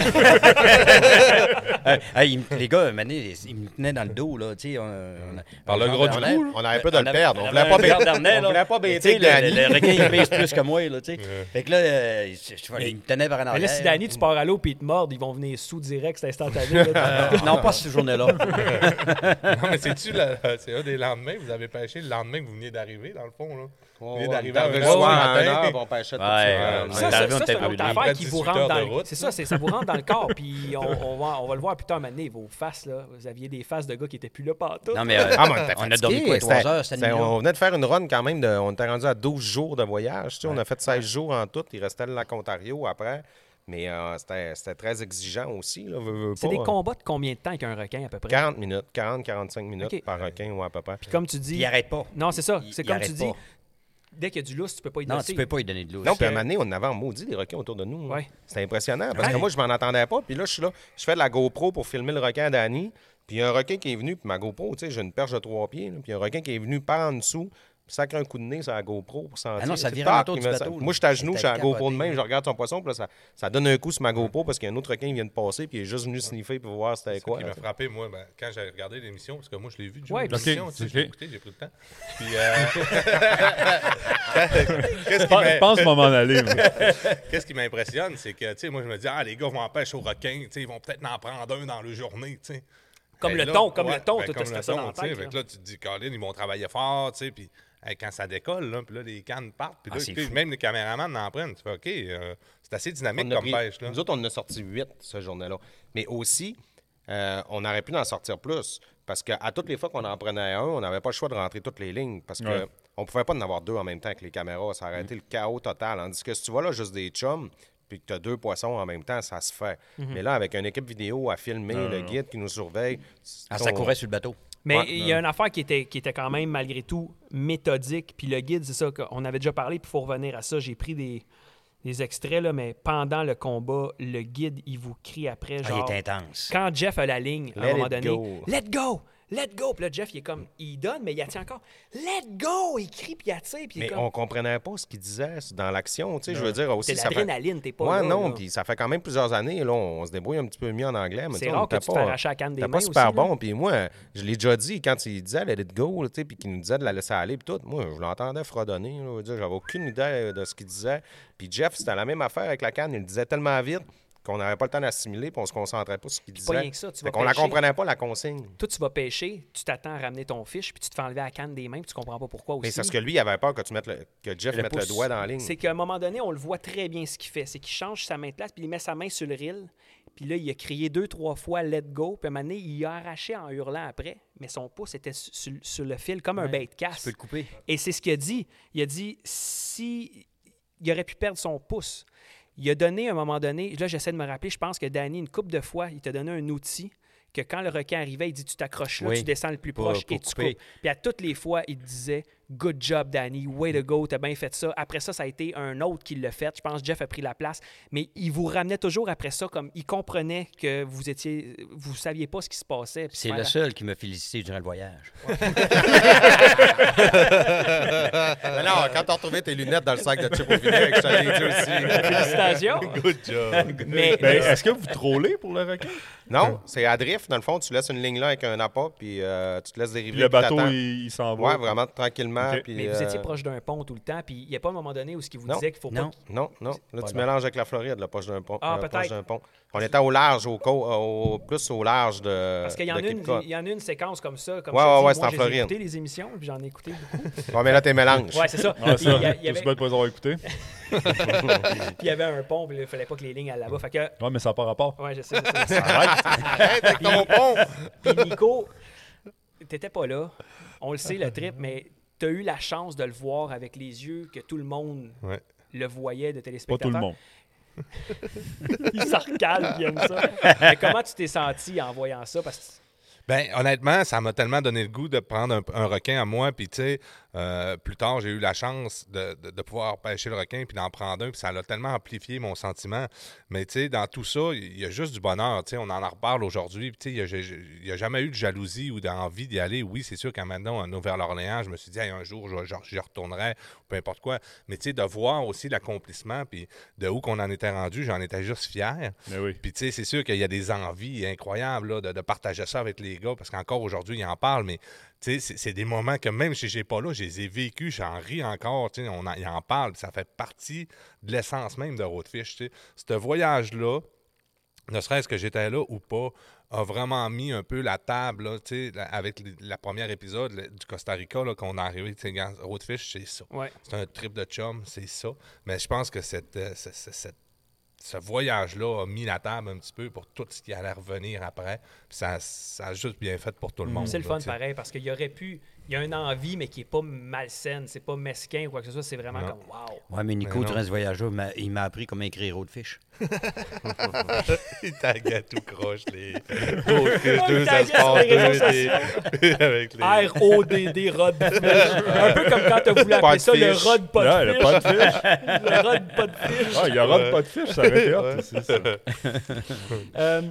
[SPEAKER 5] [LAUGHS] Euh, hey, il me- les gars, mané, ils me tenaient dans le dos, là, tu sais. on- on-
[SPEAKER 2] Par le gros du
[SPEAKER 5] avait-
[SPEAKER 2] cou, là. On avait peur de le
[SPEAKER 5] avait-
[SPEAKER 2] perdre. On
[SPEAKER 5] avait
[SPEAKER 2] voulait
[SPEAKER 5] un
[SPEAKER 2] pas
[SPEAKER 5] regard
[SPEAKER 2] baiser-
[SPEAKER 5] d'harnais,
[SPEAKER 2] on
[SPEAKER 5] là.
[SPEAKER 2] voulait pas baiser
[SPEAKER 5] Mais tu sais,
[SPEAKER 2] Danny.
[SPEAKER 5] Le le requin, il baise plus que moi, là, tu sais. Fait que là, euh, je- je- il me tenait par en
[SPEAKER 3] Mais là, si
[SPEAKER 5] arrière.
[SPEAKER 3] Danny, tu pars à l'eau puis ils te mordent, ils vont venir sous direct, c'est instantané.
[SPEAKER 2] [LAUGHS]
[SPEAKER 3] là.
[SPEAKER 5] Euh, non, pas cette
[SPEAKER 3] [LAUGHS]
[SPEAKER 5] journée-là.
[SPEAKER 9] non, mais c'est-tu la- c'est un des lendemains, vous avez pêché le lendemain que vous veniez d'arriver, dans le fond, là? Vous veniez
[SPEAKER 2] ouais,
[SPEAKER 9] d'arriver à
[SPEAKER 2] le
[SPEAKER 9] 20
[SPEAKER 2] soir,
[SPEAKER 9] heures
[SPEAKER 2] à
[SPEAKER 9] matin.
[SPEAKER 2] un heure, on pêchait tout de
[SPEAKER 5] Ouais,
[SPEAKER 2] suite.
[SPEAKER 5] euh,
[SPEAKER 2] Ouais.
[SPEAKER 3] Ça,
[SPEAKER 5] T'es
[SPEAKER 3] ça,
[SPEAKER 5] arrivé, on
[SPEAKER 3] ça,
[SPEAKER 5] était
[SPEAKER 3] c'est une autre
[SPEAKER 5] brûlé.
[SPEAKER 3] affaire
[SPEAKER 9] Après
[SPEAKER 3] qui
[SPEAKER 9] 18
[SPEAKER 3] vous rentre
[SPEAKER 9] heures
[SPEAKER 3] dans
[SPEAKER 9] de
[SPEAKER 3] le...
[SPEAKER 9] route.
[SPEAKER 3] C'est ça, c'est- ça vous rentre dans le corps, puis on, on va, on va le voir plus tard, mané, vos faces, là. Vous aviez des faces de gars qui étaient plus là partout.
[SPEAKER 5] Non, mais, euh,
[SPEAKER 2] Ah, mais on était
[SPEAKER 5] on a
[SPEAKER 2] fatigué,
[SPEAKER 5] dormi quoi,
[SPEAKER 2] c'était-
[SPEAKER 5] 3 heures cette
[SPEAKER 2] c'était-
[SPEAKER 5] nuit-là?
[SPEAKER 2] On venait de faire une run quand même. de- on était rendu à 12 jours de voyage. tu sais, On a fait 16 jours en tout. Il restait le lac Ontario après. Mais euh, c'était c'était très exigeant aussi. là, veux, veux
[SPEAKER 3] C'est
[SPEAKER 2] pas,
[SPEAKER 3] des
[SPEAKER 2] hein.
[SPEAKER 3] combats de combien de temps avec un requin, à peu près?
[SPEAKER 2] 40 minutes, 40-45 minutes
[SPEAKER 3] Ok.
[SPEAKER 2] par requin ou à peu près.
[SPEAKER 3] Comme tu dis...
[SPEAKER 5] Il arrête pas.
[SPEAKER 3] Non, c'est ça. C'est
[SPEAKER 5] il
[SPEAKER 3] comme tu
[SPEAKER 5] arrête
[SPEAKER 3] dis,
[SPEAKER 5] pas.
[SPEAKER 3] dès qu'il y a du lousse, tu peux pas y
[SPEAKER 5] Non,
[SPEAKER 3] laisser.
[SPEAKER 5] tu peux pas lui donner de l'eau.
[SPEAKER 2] Non, puis à un moment donné, on en avait en maudit des requins autour de nous. hein.
[SPEAKER 3] Ouais.
[SPEAKER 2] C'était impressionnant parce que
[SPEAKER 3] Ouais.
[SPEAKER 2] moi, je m'en attendais pas. Puis là, je suis là, je fais de la GoPro pour filmer le requin à Danny. Puis il y a un requin qui est venu, puis ma GoPro, tu sais, j'ai une perche de trois pieds. là, puis il y a un requin qui est venu par en dessous, puis sacre un coup de nez sur la GoPro pour sentir.
[SPEAKER 5] Ah non, ça
[SPEAKER 2] C'est
[SPEAKER 5] virait
[SPEAKER 2] tac,
[SPEAKER 5] autour
[SPEAKER 2] il
[SPEAKER 5] du
[SPEAKER 2] me-
[SPEAKER 5] bateau,
[SPEAKER 2] ça-
[SPEAKER 5] là.
[SPEAKER 2] Moi, je suis à genoux, j'ai
[SPEAKER 5] C'était
[SPEAKER 2] la GoPro de
[SPEAKER 5] capoté.
[SPEAKER 2] même, je regarde son poisson, puis là, ça, ça donne un coup sur ma GoPro parce qu'il y a un autre requin qui vient de passer, puis il est juste venu sniffer pour voir c'était quoi.
[SPEAKER 9] qui
[SPEAKER 2] là.
[SPEAKER 9] m'a frappé, moi, ben, quand j'ai regardé l'émission, parce que moi, je l'ai vu, Joe,
[SPEAKER 3] Ouais,
[SPEAKER 9] l'émission,
[SPEAKER 8] ok,
[SPEAKER 9] tu sais,
[SPEAKER 8] ok.
[SPEAKER 9] je l'ai écouté, j'ai pris le temps. Puis, euh,
[SPEAKER 8] Je
[SPEAKER 9] qu'est-ce qui
[SPEAKER 8] pense-
[SPEAKER 9] m'a-
[SPEAKER 8] je pense m'en aller, moi.
[SPEAKER 9] [LAUGHS] Qu'est-ce qui m'impressionne, c'est que, tu sais, moi, je me dis, ah, les gars vont en pêche au requin, tu sais, ils vont peut-être en prendre un dans le journée, tu sais.
[SPEAKER 3] Comme
[SPEAKER 9] Ben
[SPEAKER 3] le
[SPEAKER 9] là,
[SPEAKER 3] thon, comme
[SPEAKER 9] ouais,
[SPEAKER 3] le thon,
[SPEAKER 9] ben,
[SPEAKER 3] tout
[SPEAKER 9] comme
[SPEAKER 3] ce
[SPEAKER 9] le
[SPEAKER 3] que ça dans
[SPEAKER 9] thon,
[SPEAKER 3] la
[SPEAKER 9] tu sais.
[SPEAKER 3] tête,
[SPEAKER 9] Fait que
[SPEAKER 3] là.
[SPEAKER 9] là, tu te dis, Colin, ils vont travailler fort, tu sais, puis hey, quand ça décolle, là, puis là, les cannes partent, puis
[SPEAKER 5] Ah,
[SPEAKER 9] là,
[SPEAKER 5] c'est
[SPEAKER 9] tu sais,
[SPEAKER 5] fou.
[SPEAKER 9] même les caméramans en prennent. Tu fais, OK, euh, c'est assez dynamique
[SPEAKER 2] On a
[SPEAKER 9] comme
[SPEAKER 2] pris-
[SPEAKER 9] pêche, là.
[SPEAKER 2] Nous autres, on en a sorti 8 ce journée-là. Mais aussi, euh, on aurait pu en sortir plus. Parce qu'à toutes les fois qu'on en prenait un, on n'avait pas le choix de rentrer toutes les lignes. Parce qu'on
[SPEAKER 8] Ouais.
[SPEAKER 2] ne pouvait pas en avoir deux en même temps avec les caméras. Ça aurait été le chaos total. Tandis que si tu vois là juste des chums, puis que tu as deux poissons en même temps, ça se fait. Mais là, avec une équipe vidéo à filmer,
[SPEAKER 8] Non,
[SPEAKER 2] le
[SPEAKER 8] non.
[SPEAKER 2] guide qui nous surveille.
[SPEAKER 5] Ah, ça courait sur le bateau.
[SPEAKER 3] Mais
[SPEAKER 2] Ouais,
[SPEAKER 3] il y a une affaire qui était, qui était quand même, malgré tout, méthodique. Puis le guide, c'est ça qu'on avait déjà parlé, puis il faut revenir à ça. J'ai pris des, des extraits, là, mais pendant le combat, le guide, il vous crie après,
[SPEAKER 5] Ah,
[SPEAKER 3] genre...
[SPEAKER 5] il est intense.
[SPEAKER 3] Quand Jeff a la ligne, à
[SPEAKER 2] Let
[SPEAKER 3] un moment
[SPEAKER 2] it
[SPEAKER 3] donné,
[SPEAKER 2] go.
[SPEAKER 3] Let go! Let go! Puis là, Jeff, il est comme... Il donne, mais il attire encore. Let go! Il crie, puis il attire, puis il est
[SPEAKER 2] Mais
[SPEAKER 3] comme...
[SPEAKER 2] on comprenait pas ce qu'il disait dans l'action, tu sais, je veux dire aussi
[SPEAKER 3] C'est
[SPEAKER 2] ça fait-
[SPEAKER 3] l'adrénaline, t'es pas
[SPEAKER 2] Ouais,
[SPEAKER 3] là,
[SPEAKER 2] non,
[SPEAKER 3] là.
[SPEAKER 2] puis ça fait quand même plusieurs années, là, on se débrouille un petit peu mieux en anglais, mais tu
[SPEAKER 3] C'est
[SPEAKER 2] sais, on
[SPEAKER 3] rare que
[SPEAKER 2] était
[SPEAKER 3] tu te
[SPEAKER 2] pas-
[SPEAKER 3] fais arracher la canne des
[SPEAKER 2] t'es
[SPEAKER 3] mains
[SPEAKER 2] pas super
[SPEAKER 3] aussi, là.
[SPEAKER 2] bon, puis moi, je l'ai déjà dit, quand il disait « let it go », là, tu sais, puis qu'il nous disait de la laisser aller, puis tout, moi, je l'entendais fredonner, là, je veux dire, j'avais aucune idée de ce qu'il disait, puis Jeff, c'était la même affaire avec la canne, il le disait tellement vite qu'on n'avait pas le temps d'assimiler, puis on se concentrait pas sur ce qu'il
[SPEAKER 3] pas rien
[SPEAKER 2] disait.
[SPEAKER 3] que ça, tu
[SPEAKER 2] Fait
[SPEAKER 3] vas
[SPEAKER 2] qu'on la
[SPEAKER 3] pêcher.
[SPEAKER 2] comprenait pas, la consigne.
[SPEAKER 3] Toi, tu vas pêcher, tu t'attends à ramener ton fiche, puis tu te fais enlever la canne des mains, puis tu comprends pas pourquoi aussi.
[SPEAKER 2] Mais c'est parce que lui, il avait peur que, tu mettes le- que Jeff mette le
[SPEAKER 3] pouce.
[SPEAKER 2] doigt dans la ligne.
[SPEAKER 3] C'est qu'à un moment donné, on le voit très bien ce qu'il fait. C'est qu'il change sa main de place, puis il met sa main sur le reel. Puis là, il a crié deux, trois fois « let go », puis à un moment donné, il a arraché en hurlant après, mais son pouce était su- sur, sur le fil, comme un bait de casse.
[SPEAKER 5] Tu peux le couper.
[SPEAKER 3] Et c'est ce qu'il a dit. Il a dit si il aurait pu perdre son pouce. Il a donné à un moment donné, là j'essaie de me rappeler, je pense que Danny, une coupe de fois, il t'a donné un outil que quand le requin arrivait, il dit tu t'accroches là,
[SPEAKER 5] Oui,
[SPEAKER 3] tu descends le plus
[SPEAKER 5] pour-
[SPEAKER 3] proche
[SPEAKER 5] pour
[SPEAKER 3] et tu
[SPEAKER 5] couper.
[SPEAKER 3] coupes. Puis à toutes les fois, il te disait Good job, Danny, way to go, t'as bien fait ça. Après ça, ça a été un autre qui l'a fait. Je pense que Jeff a pris la place. Mais il vous ramenait toujours après ça, comme il comprenait que vous étiez vous saviez pas ce qui se passait. Puis
[SPEAKER 5] C'est
[SPEAKER 3] voilà.
[SPEAKER 5] le seul qui m'a félicité durant le voyage.
[SPEAKER 2] Mais non, quand t'as retrouvé tes lunettes dans le sac de chip au vinaigre, je t'avais dit [LAUGHS] aussi.
[SPEAKER 3] Félicitations.
[SPEAKER 8] [LAUGHS] Good job.
[SPEAKER 3] Mais-
[SPEAKER 8] Ben, est-ce que vous trollez pour le requin?
[SPEAKER 2] Non, c'est à drift. Dans le fond, tu laisses une ligne là avec un appât, puis euh, tu te laisses dériver.
[SPEAKER 8] Puis le
[SPEAKER 2] puis
[SPEAKER 8] bateau,
[SPEAKER 2] t'attends.
[SPEAKER 8] il, il s'en va.
[SPEAKER 2] Ouais, vraiment tranquillement. légèrement. puis,
[SPEAKER 3] Mais vous
[SPEAKER 2] euh,
[SPEAKER 3] étiez proche d'un pont tout le temps, puis il n'y a pas un moment donné où ce qui vous
[SPEAKER 2] non,
[SPEAKER 3] disait qu'il faut pas.
[SPEAKER 2] non, non, non. Là,
[SPEAKER 3] pas
[SPEAKER 2] tu
[SPEAKER 3] là.
[SPEAKER 2] mélanges avec la Floride, là, proche d'un pont.
[SPEAKER 3] Ah,
[SPEAKER 2] euh,
[SPEAKER 3] peut-être.
[SPEAKER 2] proche d'un pont. On était au large, au, co- euh, au- plus au large de.
[SPEAKER 3] Parce qu'il y, en
[SPEAKER 2] de
[SPEAKER 3] a une-
[SPEAKER 2] Kipka.
[SPEAKER 3] il y en a une séquence comme ça. Comme
[SPEAKER 2] Ouais, ouais,
[SPEAKER 3] ça, tu
[SPEAKER 2] ouais,
[SPEAKER 3] dis,
[SPEAKER 2] c'est
[SPEAKER 3] moi,
[SPEAKER 2] en
[SPEAKER 3] j'ai
[SPEAKER 2] Floride.
[SPEAKER 3] écouté les émissions, puis j'en ai écouté beaucoup.
[SPEAKER 2] Ouais, mais là, t'es mélanges.
[SPEAKER 3] Ouais, c'est ça.
[SPEAKER 2] Ah, ça,
[SPEAKER 3] Il y a- il y
[SPEAKER 8] tout
[SPEAKER 3] avait-
[SPEAKER 8] se bat de pas les avoir écoutés.
[SPEAKER 3] puis il y avait un pont, puis là, il fallait pas que les lignes allaient là-bas. Fait que
[SPEAKER 8] Ouais, mais ça n'a pas rapport.
[SPEAKER 3] Ouais, je sais,
[SPEAKER 2] [LAUGHS]
[SPEAKER 3] je sais.
[SPEAKER 8] Arrête. Arrête avec ton
[SPEAKER 3] Puis-
[SPEAKER 8] pont.
[SPEAKER 3] Puis Nico, t'étais pas là. On le sait, le trip, mais t'as eu la chance de le voir avec les yeux que tout le monde
[SPEAKER 9] Ouais.
[SPEAKER 3] le voyait de téléspectateurs.
[SPEAKER 8] Pas tout le monde.
[SPEAKER 3] [LAUGHS] il s'en recale, il aime
[SPEAKER 2] [LAUGHS]
[SPEAKER 3] ça. Mais comment tu t'es senti en voyant ça? Parce
[SPEAKER 9] Ben, honnêtement, ça m'a tellement donné le goût de prendre un, un requin à moi. Puis, tu sais, euh, plus tard, j'ai eu la chance de, de- de pouvoir pêcher le requin puis d'en prendre un. Puis, ça l'a tellement amplifié mon sentiment. Mais, tu sais, dans tout ça, il y a juste du bonheur. Tu sais, on en reparle aujourd'hui. Puis, tu sais, il y a- j'ai- j'ai- il n'y a, jamais eu de jalousie ou d'envie d'y aller. Oui, c'est sûr qu'à maintenant, on a ouvert l'Orléans. Je me suis dit, Hey, un jour, je, je- je retournerai, ou peu importe quoi. Mais, tu sais, de voir aussi l'accomplissement puis de où qu'on en était rendu, j'en étais juste fier. Puis, tu sais, c'est sûr qu'il y a des envies incroyables là, de, de partager ça avec les gars, parce qu'encore aujourd'hui, ils en parlent, mais tu sais, c'est c'est des moments que même si j'ai pas là, je les ai vécus, j'en ris encore, tu sais, on en, ils en parlent, puis ça fait partie de l'essence même de Roadfish, tu sais. Ce voyage-là, ne serait-ce que j'étais là ou pas, a vraiment mis un peu la table, là, tu sais, la- avec les- la première épisode le- du Costa Rica, là, qu'on est arrivé, tu sais, gars, Roadfish, c'est ça.
[SPEAKER 3] Ouais.
[SPEAKER 9] C'est un trip de chum, c'est ça. Mais je pense que cette, euh, ce- ce- cette- ce voyage-là a mis la table un petit peu pour tout ce qui allait revenir après. Puis ça, ça a juste bien fait pour tout le monde.
[SPEAKER 3] Mm-hmm. C'est le
[SPEAKER 9] là,
[SPEAKER 3] fun
[SPEAKER 9] tu sais. [LAUGHS]
[SPEAKER 3] pareil, parce qu'il y aurait pu. Il y a une envie, mais qui n'est pas malsaine, c'est pas mesquin ou quoi que ce soit, c'est vraiment
[SPEAKER 5] Non.
[SPEAKER 3] comme wow.
[SPEAKER 5] Ouais, mais Nico,
[SPEAKER 3] Mais non.
[SPEAKER 5] durant ce voyage-là, il m'a- il m'a appris comment écrire Roadfish.
[SPEAKER 9] il taguait tout croche,
[SPEAKER 3] [LAUGHS]
[SPEAKER 9] les
[SPEAKER 3] Ouais,
[SPEAKER 9] Roadfish,
[SPEAKER 3] il
[SPEAKER 9] deux
[SPEAKER 3] taguait sur
[SPEAKER 9] escorts,
[SPEAKER 3] les
[SPEAKER 9] deux,
[SPEAKER 3] réseaux
[SPEAKER 9] des-
[SPEAKER 3] sociaux.
[SPEAKER 9] [LAUGHS] avec les-
[SPEAKER 3] R-O-D-D, Rod Un peu comme quand t'as voulu appeler ça le
[SPEAKER 9] Podfish.
[SPEAKER 3] Rod Podfish.
[SPEAKER 8] Ouais, le Podfish.
[SPEAKER 3] le Rod Podfish.
[SPEAKER 8] Ah, il y a Rod Podfish, ça aurait été hot
[SPEAKER 3] Ouais.
[SPEAKER 8] aussi, ça.
[SPEAKER 3] Euh,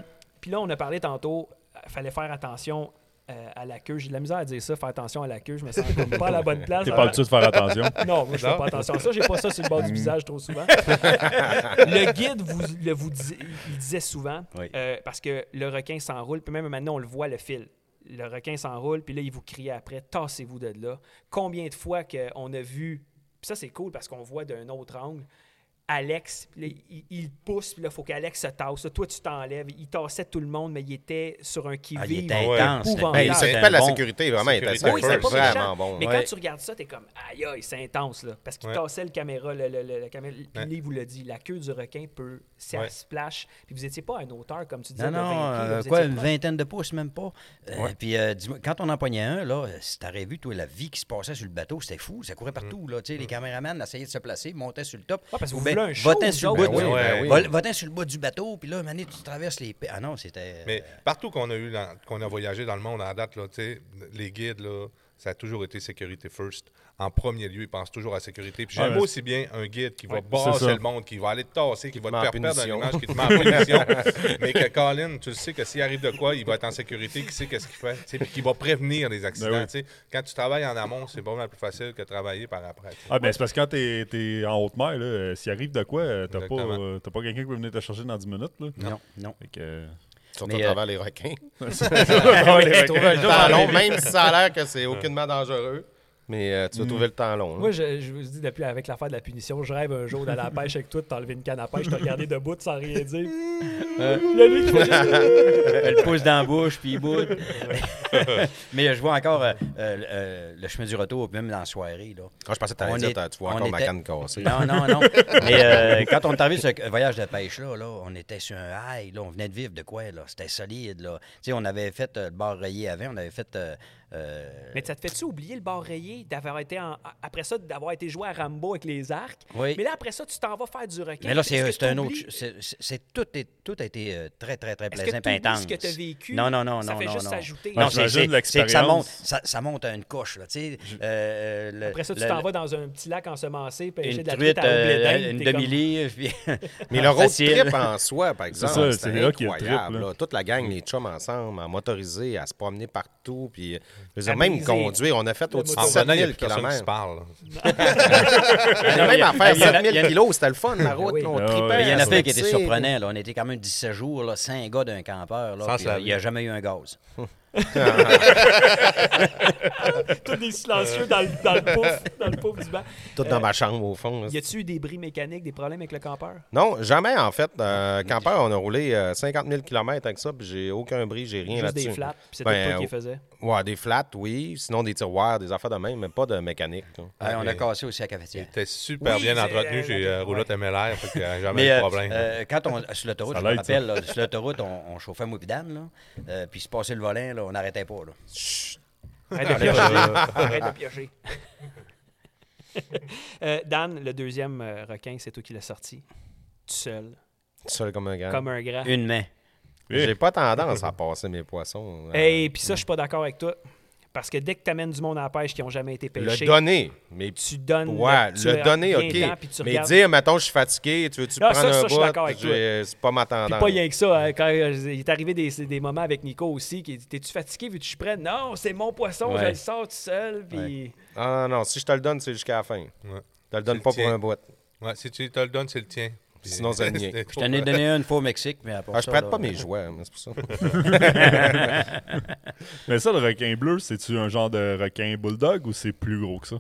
[SPEAKER 3] Puis là, on a parlé tantôt, euh, fallait faire attention euh, à la queue. J'ai de la misère à dire ça, faire attention à la queue. Je me sens comme pas à la bonne place.
[SPEAKER 8] T'es pas habitué de faire attention.
[SPEAKER 3] [LAUGHS] Non, moi, je fais
[SPEAKER 8] Non.
[SPEAKER 3] pas attention à ça. J'ai pas ça sur le bord du
[SPEAKER 5] Hmm.
[SPEAKER 8] Mm.
[SPEAKER 3] visage
[SPEAKER 5] [LAUGHS]
[SPEAKER 3] trop souvent. le guide vous, le, vous dis- il disait souvent,
[SPEAKER 5] Oui.
[SPEAKER 3] euh, parce que le requin s'enroule, puis même maintenant, on le voit, le fil. Le requin s'enroule, puis là, il vous criait après, tassez-vous de là. Combien de fois qu'on a vu, puis ça, c'est cool parce qu'on voit d'un autre angle, Alex, puis là, il, il pousse, puis là, il faut qu'Alex se tasse. Là, toi, tu t'enlèves. Il tassait tout le monde, mais il était sur un qui-vive.
[SPEAKER 5] Ah, il était intense, le
[SPEAKER 3] épouvantable.
[SPEAKER 5] Ben, il s'occupait de la Bon. sécurité,
[SPEAKER 2] vraiment, il était
[SPEAKER 3] Oui, c'était pas
[SPEAKER 2] super,
[SPEAKER 3] méchant,
[SPEAKER 2] vraiment bon.
[SPEAKER 3] Mais quand
[SPEAKER 2] Ouais.
[SPEAKER 3] tu regardes ça, t'es comme, aïe, aïe, c'est intense, là. Parce qu'il
[SPEAKER 2] Ouais.
[SPEAKER 3] tassait le caméra, le, le- le- la caméra. Puis
[SPEAKER 2] Ouais.
[SPEAKER 3] là, il vous l'a dit, la queue du requin peut, si
[SPEAKER 5] Ouais.
[SPEAKER 3] elle splash. Puis vous étiez pas un auteur, comme tu
[SPEAKER 5] Non,
[SPEAKER 3] disais. de 20
[SPEAKER 5] non,
[SPEAKER 3] pieds, là,
[SPEAKER 5] euh,
[SPEAKER 3] vous
[SPEAKER 5] quoi,
[SPEAKER 3] étiez
[SPEAKER 5] une
[SPEAKER 3] proche.
[SPEAKER 5] vingtaine de pouces, même pas. Euh,
[SPEAKER 3] Ouais.
[SPEAKER 5] Puis, euh, dis-moi, quand on en pognait un, là, euh, si t'aurais vu, toi, la vie qui se passait sur le bateau, c'était fou, ça courait partout, là. Tu sais, les caméramans essayaient de se placer, montaient sur le top.
[SPEAKER 3] Mm. parce que
[SPEAKER 5] ou
[SPEAKER 3] vous
[SPEAKER 5] ben,
[SPEAKER 3] voulez un show,
[SPEAKER 5] votaient
[SPEAKER 3] vous
[SPEAKER 5] sur le
[SPEAKER 3] autres,
[SPEAKER 5] bas
[SPEAKER 3] là.
[SPEAKER 5] du-
[SPEAKER 3] Ouais,
[SPEAKER 5] euh,
[SPEAKER 3] ouais,
[SPEAKER 5] vol-
[SPEAKER 3] ouais.
[SPEAKER 5] votaient sur le bas du bateau, puis là, mané, tu traverses les... pa- Ah non, c'était...
[SPEAKER 9] Mais
[SPEAKER 8] Euh,
[SPEAKER 9] partout qu'on a eu dans- qu'on a voyagé dans le monde à date, là, tu sais, les guides, là, ça a toujours été sécurité first. En premier lieu, ils pensent toujours à la sécurité. Puis
[SPEAKER 8] Ah,
[SPEAKER 9] j'aime
[SPEAKER 8] mais-
[SPEAKER 9] aussi bien un guide qui va
[SPEAKER 8] Ouais, c'est
[SPEAKER 9] bosser
[SPEAKER 8] ça.
[SPEAKER 9] le monde, qui va aller te tasser, qui, va
[SPEAKER 2] met en
[SPEAKER 9] te faire perdre
[SPEAKER 2] punition.
[SPEAKER 9] une image,
[SPEAKER 8] [LAUGHS]
[SPEAKER 9] qui te met en punition. mais que Colin, tu le sais que s'il arrive de quoi, il va être en sécurité, qui sait qu'est-ce qu'il fait, tu sais, puis qui va prévenir les accidents.
[SPEAKER 8] Ben oui.
[SPEAKER 9] tu sais. Quand tu travailles en amont, c'est pas mal plus facile que de travailler par après. tu sais.
[SPEAKER 8] Ah, ben c'est parce que quand t'es es en haute mer, là, euh, s'il arrive de quoi, euh, t'as pas,
[SPEAKER 9] Exactement.
[SPEAKER 8] euh, t'as pas quelqu'un qui peut venir te chercher dans 10 minutes. Là.
[SPEAKER 5] Non, non.
[SPEAKER 8] Fait
[SPEAKER 9] [LAUGHS]
[SPEAKER 8] que...
[SPEAKER 2] Surtout
[SPEAKER 3] euh,
[SPEAKER 2] à travers les
[SPEAKER 3] [LAUGHS]
[SPEAKER 2] requins.
[SPEAKER 9] Ah
[SPEAKER 8] les requins.
[SPEAKER 2] Le temps long, même si ça a l'air que c'est aucunement dangereux, mais euh, tu vas
[SPEAKER 3] Mm.
[SPEAKER 2] trouver le temps long.
[SPEAKER 3] Moi, je, je vous dis, depuis avec l'affaire de la punition, je rêve un jour d'aller à la pêche avec toi, de t'enlever une canne à pêche, te regarder debout sans
[SPEAKER 5] [LAUGHS]
[SPEAKER 3] rien dire. Il y a lui qui fait juste-
[SPEAKER 5] Elle le pousse dans la bouche, puis il boude. [LAUGHS] Mais euh, je vois encore euh, euh, euh, le chemin du retour, puis même dans la soirée. Là.
[SPEAKER 2] Ah, je pensais que t'allais
[SPEAKER 5] On
[SPEAKER 2] dire,
[SPEAKER 5] est-
[SPEAKER 2] t'as- tu vois
[SPEAKER 5] on
[SPEAKER 2] encore ma
[SPEAKER 5] était-
[SPEAKER 2] canne cassée.
[SPEAKER 5] Non, non, non. Mais euh, quand on est arrivé sur ce voyage de pêche-là, là, on était sur un high, là, on venait de vivre de quoi, là? C'était solide, là. Tu sais, on avait fait euh, le bar rayé avant, on avait fait... euh, euh,
[SPEAKER 3] Mais ça te fait-tu oublier le bar rayé, d'avoir été en- après ça, d'avoir été joué à Rambo avec les arcs?
[SPEAKER 5] Oui.
[SPEAKER 3] Mais là, après ça, tu t'en vas faire du requin.
[SPEAKER 5] mais là,
[SPEAKER 3] Est-ce que
[SPEAKER 5] c'est c'est un autre...
[SPEAKER 3] t'oublies-
[SPEAKER 5] c'est- c'est- c'est- tout, est- tout a été euh, très, très, très
[SPEAKER 3] Est-ce que
[SPEAKER 5] plaisant et
[SPEAKER 3] t'oublies
[SPEAKER 5] intense.
[SPEAKER 3] ce que t'as vécu?
[SPEAKER 5] Non, non, non,
[SPEAKER 3] Ça
[SPEAKER 5] non,
[SPEAKER 3] fait
[SPEAKER 5] non,
[SPEAKER 3] juste
[SPEAKER 5] non.
[SPEAKER 3] s'ajouter.
[SPEAKER 5] Non,
[SPEAKER 3] Ouais,
[SPEAKER 5] c'est-
[SPEAKER 8] j'imagine
[SPEAKER 5] c'est- c'est que ça
[SPEAKER 8] l'expérience.
[SPEAKER 5] monte, ça, ça monte à une couche, là, tu sais. euh, le-
[SPEAKER 3] Après ça, tu
[SPEAKER 5] le-
[SPEAKER 3] t'en vas dans un petit lac ensemencé, pêcher
[SPEAKER 5] une
[SPEAKER 3] de la
[SPEAKER 5] truite,
[SPEAKER 3] truite à un blé d'Inde,
[SPEAKER 5] euh, une
[SPEAKER 3] t'es comme-
[SPEAKER 5] demi-livre. puis-
[SPEAKER 2] Mais le road
[SPEAKER 5] Facile.
[SPEAKER 2] trip hein. en soi,
[SPEAKER 5] [LAUGHS]
[SPEAKER 2] par exemple,
[SPEAKER 8] ça,
[SPEAKER 2] c'était
[SPEAKER 8] c'est là qu'il y a le trip,
[SPEAKER 2] incroyable.
[SPEAKER 8] là.
[SPEAKER 2] là. Toute la gang, les chums ensemble, à motoriser, à se promener partout. Puis, euh, je veux dire,
[SPEAKER 8] À
[SPEAKER 2] même
[SPEAKER 8] briser.
[SPEAKER 2] conduire, on a fait
[SPEAKER 8] La
[SPEAKER 2] au-dessus de
[SPEAKER 8] moto.
[SPEAKER 2] 7
[SPEAKER 8] En venant, il y a
[SPEAKER 2] 000
[SPEAKER 8] plus personne qui se
[SPEAKER 2] km.
[SPEAKER 8] parle.
[SPEAKER 2] La même affaire, 7 000 kilos, c'était le fun, la route.
[SPEAKER 5] Oui.
[SPEAKER 2] là, on
[SPEAKER 5] Ah
[SPEAKER 2] tripait,
[SPEAKER 5] ouais. Il y en a
[SPEAKER 2] on
[SPEAKER 5] fait qui était
[SPEAKER 2] stressait,
[SPEAKER 5] surprenant. là. On était quand même 17 jours, là, 5 gars d'un campeur. Là,
[SPEAKER 2] Sans
[SPEAKER 5] puis,
[SPEAKER 2] se
[SPEAKER 5] euh,
[SPEAKER 2] laver.
[SPEAKER 5] il n'y a jamais eu un gaz.
[SPEAKER 3] Tous des silencieux dans le, dans le pouf, dans le pouf du banc.
[SPEAKER 2] Tout dans ma chambre, au fond. là.
[SPEAKER 3] Y a-tu eu des bris mécaniques, des problèmes avec le campeur?
[SPEAKER 2] Non, jamais, en fait.
[SPEAKER 8] Ah,
[SPEAKER 2] Euh, campeur, on a roulé euh, 50 000 km avec ça, puis j'ai aucun bris, j'ai rien
[SPEAKER 3] Juste
[SPEAKER 2] là-dessus.
[SPEAKER 3] des flats, puis c'était toi qui les faisais.
[SPEAKER 2] Ouais, des flats, oui. Sinon, des tiroirs, des affaires de même, mais pas de mécanique. là.
[SPEAKER 8] Ah.
[SPEAKER 5] Ouais, on a cassé aussi la cafetière.
[SPEAKER 9] C'était super
[SPEAKER 5] Oui,
[SPEAKER 9] bien
[SPEAKER 5] c'est-
[SPEAKER 9] entretenu
[SPEAKER 5] euh,
[SPEAKER 9] chez euh, Roulotte MLR, fait que, euh, jamais
[SPEAKER 5] Mais
[SPEAKER 9] de
[SPEAKER 5] euh,
[SPEAKER 9] problème.
[SPEAKER 5] euh, quand on sur l'autoroute,
[SPEAKER 9] Ça
[SPEAKER 5] je me
[SPEAKER 9] l'aide,
[SPEAKER 5] rappelle,
[SPEAKER 9] ça.
[SPEAKER 5] là, sur l'autoroute, on, on chauffait Mouvidane, là, euh, puis se passait le volant, là, on n'arrêtait pas. Là.
[SPEAKER 3] Arrête de piocher. Arrête de piocher. [LAUGHS] Euh, Dan, le deuxième euh, requin, c'est toi qui l'as sorti. Tout seul.
[SPEAKER 2] Tout seul comme un grand.
[SPEAKER 3] Comme un grand.
[SPEAKER 5] Une main.
[SPEAKER 2] Oui. J'ai pas tendance à passer mes poissons. euh,
[SPEAKER 3] Et puis ça, je suis pas d'accord avec toi. Parce que dès que tu amènes du monde à la pêche qui n'ont jamais été
[SPEAKER 2] Le
[SPEAKER 3] pêchés.
[SPEAKER 2] donner. Mais
[SPEAKER 3] tu donnes.
[SPEAKER 2] Ouais,
[SPEAKER 3] tu
[SPEAKER 2] le donner,
[SPEAKER 3] viens dedans, puis
[SPEAKER 2] OK.
[SPEAKER 3] tu
[SPEAKER 2] Mais
[SPEAKER 3] regardes.
[SPEAKER 2] dire, mettons, je suis fatigué, tu veux-tu
[SPEAKER 3] Ah,
[SPEAKER 2] prendre
[SPEAKER 3] ça, ça,
[SPEAKER 2] un
[SPEAKER 3] je suis d'accord avec
[SPEAKER 2] bout?
[SPEAKER 3] toi.
[SPEAKER 2] J'ai- C'est pas ma
[SPEAKER 3] Puis
[SPEAKER 2] tendance.
[SPEAKER 3] pas rien que ça, hein, quand euh, il est arrivé des, des moments avec Nico aussi, qui dit T'es-tu fatigué vu que je prenne Non, c'est mon poisson,
[SPEAKER 2] Ouais.
[SPEAKER 3] je le sors tout seul. Puis...
[SPEAKER 2] Ouais. Ah non, non, si je te le donne, c'est jusqu'à la fin. Je te le donne
[SPEAKER 9] C'est
[SPEAKER 2] pas pour
[SPEAKER 9] le tien.
[SPEAKER 2] un bout.
[SPEAKER 9] Ouais, si tu te le donnes, c'est le tien.
[SPEAKER 2] Sinon, c'est le
[SPEAKER 9] [LAUGHS]
[SPEAKER 2] mien.
[SPEAKER 5] Je t'en ai donné une fois au Mexique, mais à part
[SPEAKER 2] Euh, Ah, je
[SPEAKER 5] ça,
[SPEAKER 2] prête
[SPEAKER 5] là,
[SPEAKER 2] pas mes jouets, mais c'est pour ça.
[SPEAKER 5] [LAUGHS]
[SPEAKER 8] Mais ça, le requin bleu, c'est-tu un genre de requin bulldog ou c'est plus gros que ça?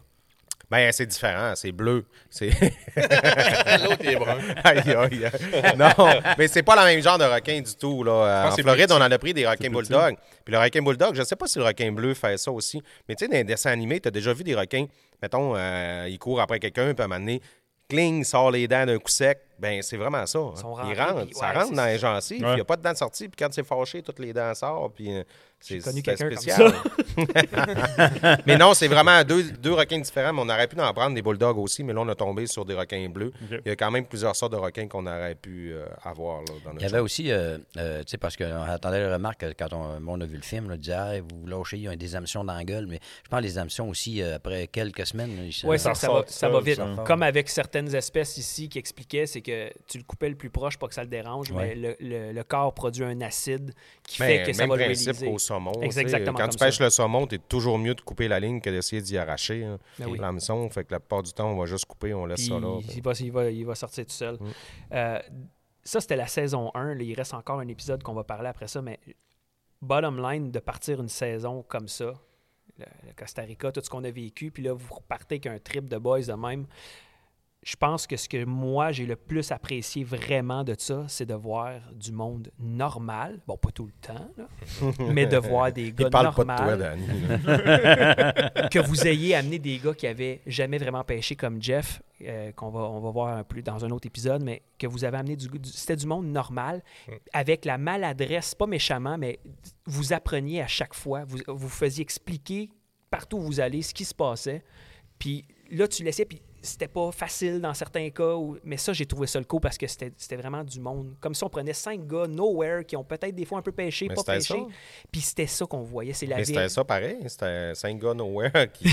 [SPEAKER 2] Ben, c'est différent, c'est bleu. C'est...
[SPEAKER 11] L'autre, il est
[SPEAKER 2] [LAUGHS]
[SPEAKER 11] brun.
[SPEAKER 2] Aïe, aïe,
[SPEAKER 3] [LAUGHS]
[SPEAKER 2] aïe. Non, mais c'est pas le même genre de requin du tout. Là.
[SPEAKER 11] pense que
[SPEAKER 2] En
[SPEAKER 11] c'est
[SPEAKER 2] Floride,
[SPEAKER 11] plus
[SPEAKER 2] on
[SPEAKER 11] petit.
[SPEAKER 2] en a pris des requins
[SPEAKER 11] plus petit.
[SPEAKER 2] bulldogs. Puis le requin bulldog, je sais pas si le requin bleu fait ça aussi, mais tu sais, dans les dessins animés, tu as déjà vu des requins, mettons, euh, ils courent après quelqu'un, puis à un moment donné, cling, il sort les dents d'un coup sec. Ben, c'est vraiment ça. hein.
[SPEAKER 3] sont
[SPEAKER 2] Ils
[SPEAKER 3] rentrés,
[SPEAKER 2] rentrent,
[SPEAKER 3] puis
[SPEAKER 2] ça
[SPEAKER 3] ouais,
[SPEAKER 2] rentre
[SPEAKER 3] c'est
[SPEAKER 2] dans les
[SPEAKER 3] ça.
[SPEAKER 2] gencives, puis
[SPEAKER 3] Ouais.
[SPEAKER 2] il n'y a pas de dents de sortie, puis quand c'est fâché, toutes les dents sortent, puis euh, c'est,
[SPEAKER 3] J'ai connu
[SPEAKER 2] c'était
[SPEAKER 3] quelqu'un comme
[SPEAKER 2] spécial.
[SPEAKER 3] ça.
[SPEAKER 2] mais non, c'est vraiment deux, deux requins différents, mais on aurait pu en prendre des bulldogs aussi, mais là, on a tombé sur des requins bleus. Il y a quand même plusieurs sortes de requins qu'on aurait pu euh, avoir là, dans notre
[SPEAKER 5] Il y avait aussi, euh, euh, tu sais, parce qu'on attendait la remarque euh, quand on, on a vu le film, là, on disait, ah, vous lâchez, il y a des hameçons dans la gueule, mais je pense que les hameçons aussi, euh, après quelques semaines, là, ils se-
[SPEAKER 3] Oui, ça, ça, va, ça va vite.
[SPEAKER 5] Ça ressort.
[SPEAKER 3] Comme avec certaines espèces ici qui expliquaient, c'est que tu le coupais le plus proche pour que ça le dérange, mais
[SPEAKER 5] Ouais.
[SPEAKER 3] le, le- le corps produit un acide qui
[SPEAKER 2] Mais
[SPEAKER 3] fait que
[SPEAKER 2] Ben,
[SPEAKER 3] ça
[SPEAKER 2] même
[SPEAKER 3] va le
[SPEAKER 2] principe
[SPEAKER 3] réaliser.
[SPEAKER 2] qu'au saumon. tu
[SPEAKER 3] Ex-
[SPEAKER 2] sais,
[SPEAKER 3] Exactement
[SPEAKER 2] Quand
[SPEAKER 3] comme
[SPEAKER 2] tu pêches
[SPEAKER 3] ça.
[SPEAKER 2] le saumon, t'es toujours mieux de couper la ligne que d'essayer d'y arracher. hein.
[SPEAKER 3] Ben oui.
[SPEAKER 2] L'hameçon, fait que la plupart du temps, on va juste couper, on laisse
[SPEAKER 3] Puis
[SPEAKER 2] ça là. Mm.
[SPEAKER 3] il, va, il va- il va sortir tout seul. Euh, ça, c'était la saison 1. là. il reste encore un épisode qu'on va parler après ça, mais bottom line, de partir une saison comme ça, le, le Costa Rica, tout ce qu'on a vécu, puis là, vous repartez qu'un trip de boys de même. Je pense que ce que moi, j'ai le plus apprécié vraiment de ça, c'est de voir du monde normal. Bon, pas tout le temps, là,
[SPEAKER 2] [LAUGHS]
[SPEAKER 3] mais de voir des
[SPEAKER 2] Il
[SPEAKER 3] gars
[SPEAKER 2] parle pas de
[SPEAKER 3] normaux.
[SPEAKER 2] toi, Danny, là.
[SPEAKER 3] que vous ayez amené des gars qui avaient jamais vraiment pêché comme Jeff, euh, qu'on va, on va voir un plus dans un autre épisode, mais que vous avez amené du, du- c'était du monde normal,
[SPEAKER 2] Mm.
[SPEAKER 3] avec la maladresse, pas méchamment, mais vous appreniez à chaque fois, vous vous faisiez expliquer partout où vous allez ce qui se passait, puis là tu laissais, puis c'était pas facile dans certains cas, ou- mais ça j'ai trouvé ça le coup parce que c'était c'était vraiment du monde, comme si on prenait cinq gars nowhere qui ont peut-être des fois un peu pêché,
[SPEAKER 2] Mais
[SPEAKER 3] pas
[SPEAKER 2] c'était
[SPEAKER 3] pêché,
[SPEAKER 2] ça.
[SPEAKER 3] puis c'était ça qu'on voyait, c'est la
[SPEAKER 2] [LAUGHS] Mais
[SPEAKER 3] vie.
[SPEAKER 2] c'était ça pareil. C'était cinq gars nowhere [LAUGHS] qui,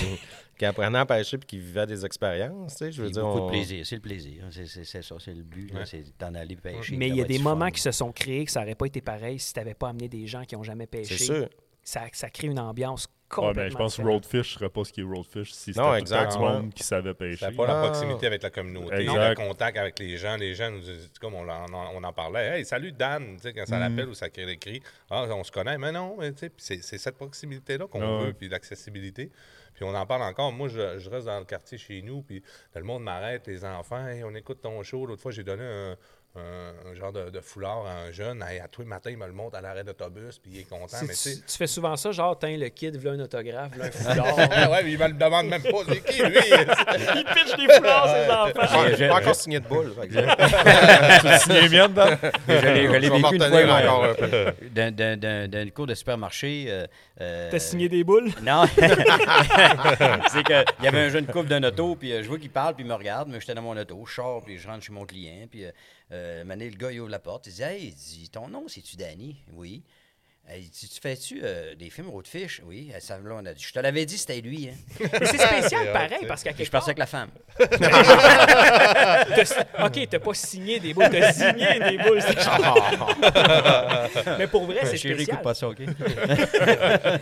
[SPEAKER 2] qui apprenaient à pêcher et qui vivaient des expériences. tu sais, Je veux
[SPEAKER 5] Puis
[SPEAKER 2] dire,
[SPEAKER 5] beaucoup
[SPEAKER 2] on-
[SPEAKER 5] de plaisir, c'est le plaisir. hein, c'est- C'est c'est ça, c'est le but, là,
[SPEAKER 2] Ouais.
[SPEAKER 5] c'est d'en aller pêcher.
[SPEAKER 3] Mais
[SPEAKER 5] ça
[SPEAKER 3] il y
[SPEAKER 5] va
[SPEAKER 3] a
[SPEAKER 5] être
[SPEAKER 3] des
[SPEAKER 5] du
[SPEAKER 3] moments
[SPEAKER 5] fun.
[SPEAKER 3] qui se sont créés que ça n'aurait pas été pareil si tu n'avais pas amené des gens qui n'ont jamais pêché.
[SPEAKER 2] C'est sûr.
[SPEAKER 3] Ça, ça crée une ambiance
[SPEAKER 8] Ouais,
[SPEAKER 3] complètement.
[SPEAKER 8] ben, je pense que
[SPEAKER 3] différente.
[SPEAKER 8] Roadfish serait pas ce qui est Roadfish si c'était
[SPEAKER 9] Non,
[SPEAKER 8] tout le temps
[SPEAKER 9] exact.
[SPEAKER 8] du monde qui savait pêcher.
[SPEAKER 9] C'était pas la proximité avec la communauté, le
[SPEAKER 8] Exact.
[SPEAKER 9] contact avec les gens. Les gens, nous, comme on, en- on en parlait, hey, salut Dan, tu sais, quand ça
[SPEAKER 8] Mm.
[SPEAKER 9] l'appelle ou ça crée l'écrit, ah, on se connaît, mais non, mais tu sais, puis c'est c'est cette proximité-là qu'on
[SPEAKER 8] Ah ouais.
[SPEAKER 9] veut, puis l'accessibilité. Puis on en parle encore. Moi, je, je reste dans le quartier chez nous, puis le monde m'arrête, les enfants, Hey, on écoute ton show. L'autre fois, j'ai donné un, un- un genre de, de foulard à un jeune, Hey, à tous les matins, il me le montre à l'arrêt d'autobus, puis il est content.
[SPEAKER 3] Si
[SPEAKER 9] mais tu sais-
[SPEAKER 3] tu, tu fais souvent ça, genre, tiens, le kid, veut un autographe, [LAUGHS] v'là un
[SPEAKER 2] Ah
[SPEAKER 3] foulard.
[SPEAKER 9] ouais, mais il me le demande même pas, c'est qui [LAUGHS] lui?
[SPEAKER 3] il pitche des foulards, ces enfants.
[SPEAKER 2] J'ai- J'ai pas encore signé de boule. par exemple.
[SPEAKER 5] [LAUGHS]
[SPEAKER 8] Tu le signes, mienne, Dan?
[SPEAKER 5] Mais Je l'ai je l'ai
[SPEAKER 2] [LAUGHS] Je vais m'en
[SPEAKER 5] vécu une
[SPEAKER 2] retenir
[SPEAKER 5] fois,
[SPEAKER 2] encore
[SPEAKER 5] euh,
[SPEAKER 2] un peu.
[SPEAKER 5] d'un- d'un- d'un- d'un cours de supermarché. euh, euh,
[SPEAKER 3] T'as signé des boules?
[SPEAKER 5] Non. [LAUGHS] c'est qu'il y avait un jeune couple d'un auto, puis euh, je vois qu'il parle, puis il me regarde, mais j'étais dans mon auto, je sors, puis je rentre chez mon client, puis euh, euh, un moment donné, le gars, il ouvre la porte, il dit « Hey, il dit, ton nom, c'est-tu Danny? » Oui. Euh, il dit, tu fais-tu euh, des films Roadfish? Oui. Elle, ça, là, on a dit, je te l'avais dit, c'était lui. Hein.
[SPEAKER 3] [LAUGHS] Mais c'est spécial pareil, parce qu'à
[SPEAKER 5] Puis
[SPEAKER 3] quelque
[SPEAKER 5] Je pensais avec la femme.
[SPEAKER 3] [LAUGHS] T'as- ok, t'as pas signé des boules, t'as signé des boules. [LAUGHS] c'est genre- Mais pour vrai, c'est
[SPEAKER 5] Ben, Chérie,
[SPEAKER 3] spécial.
[SPEAKER 5] écoute pas ça, OK?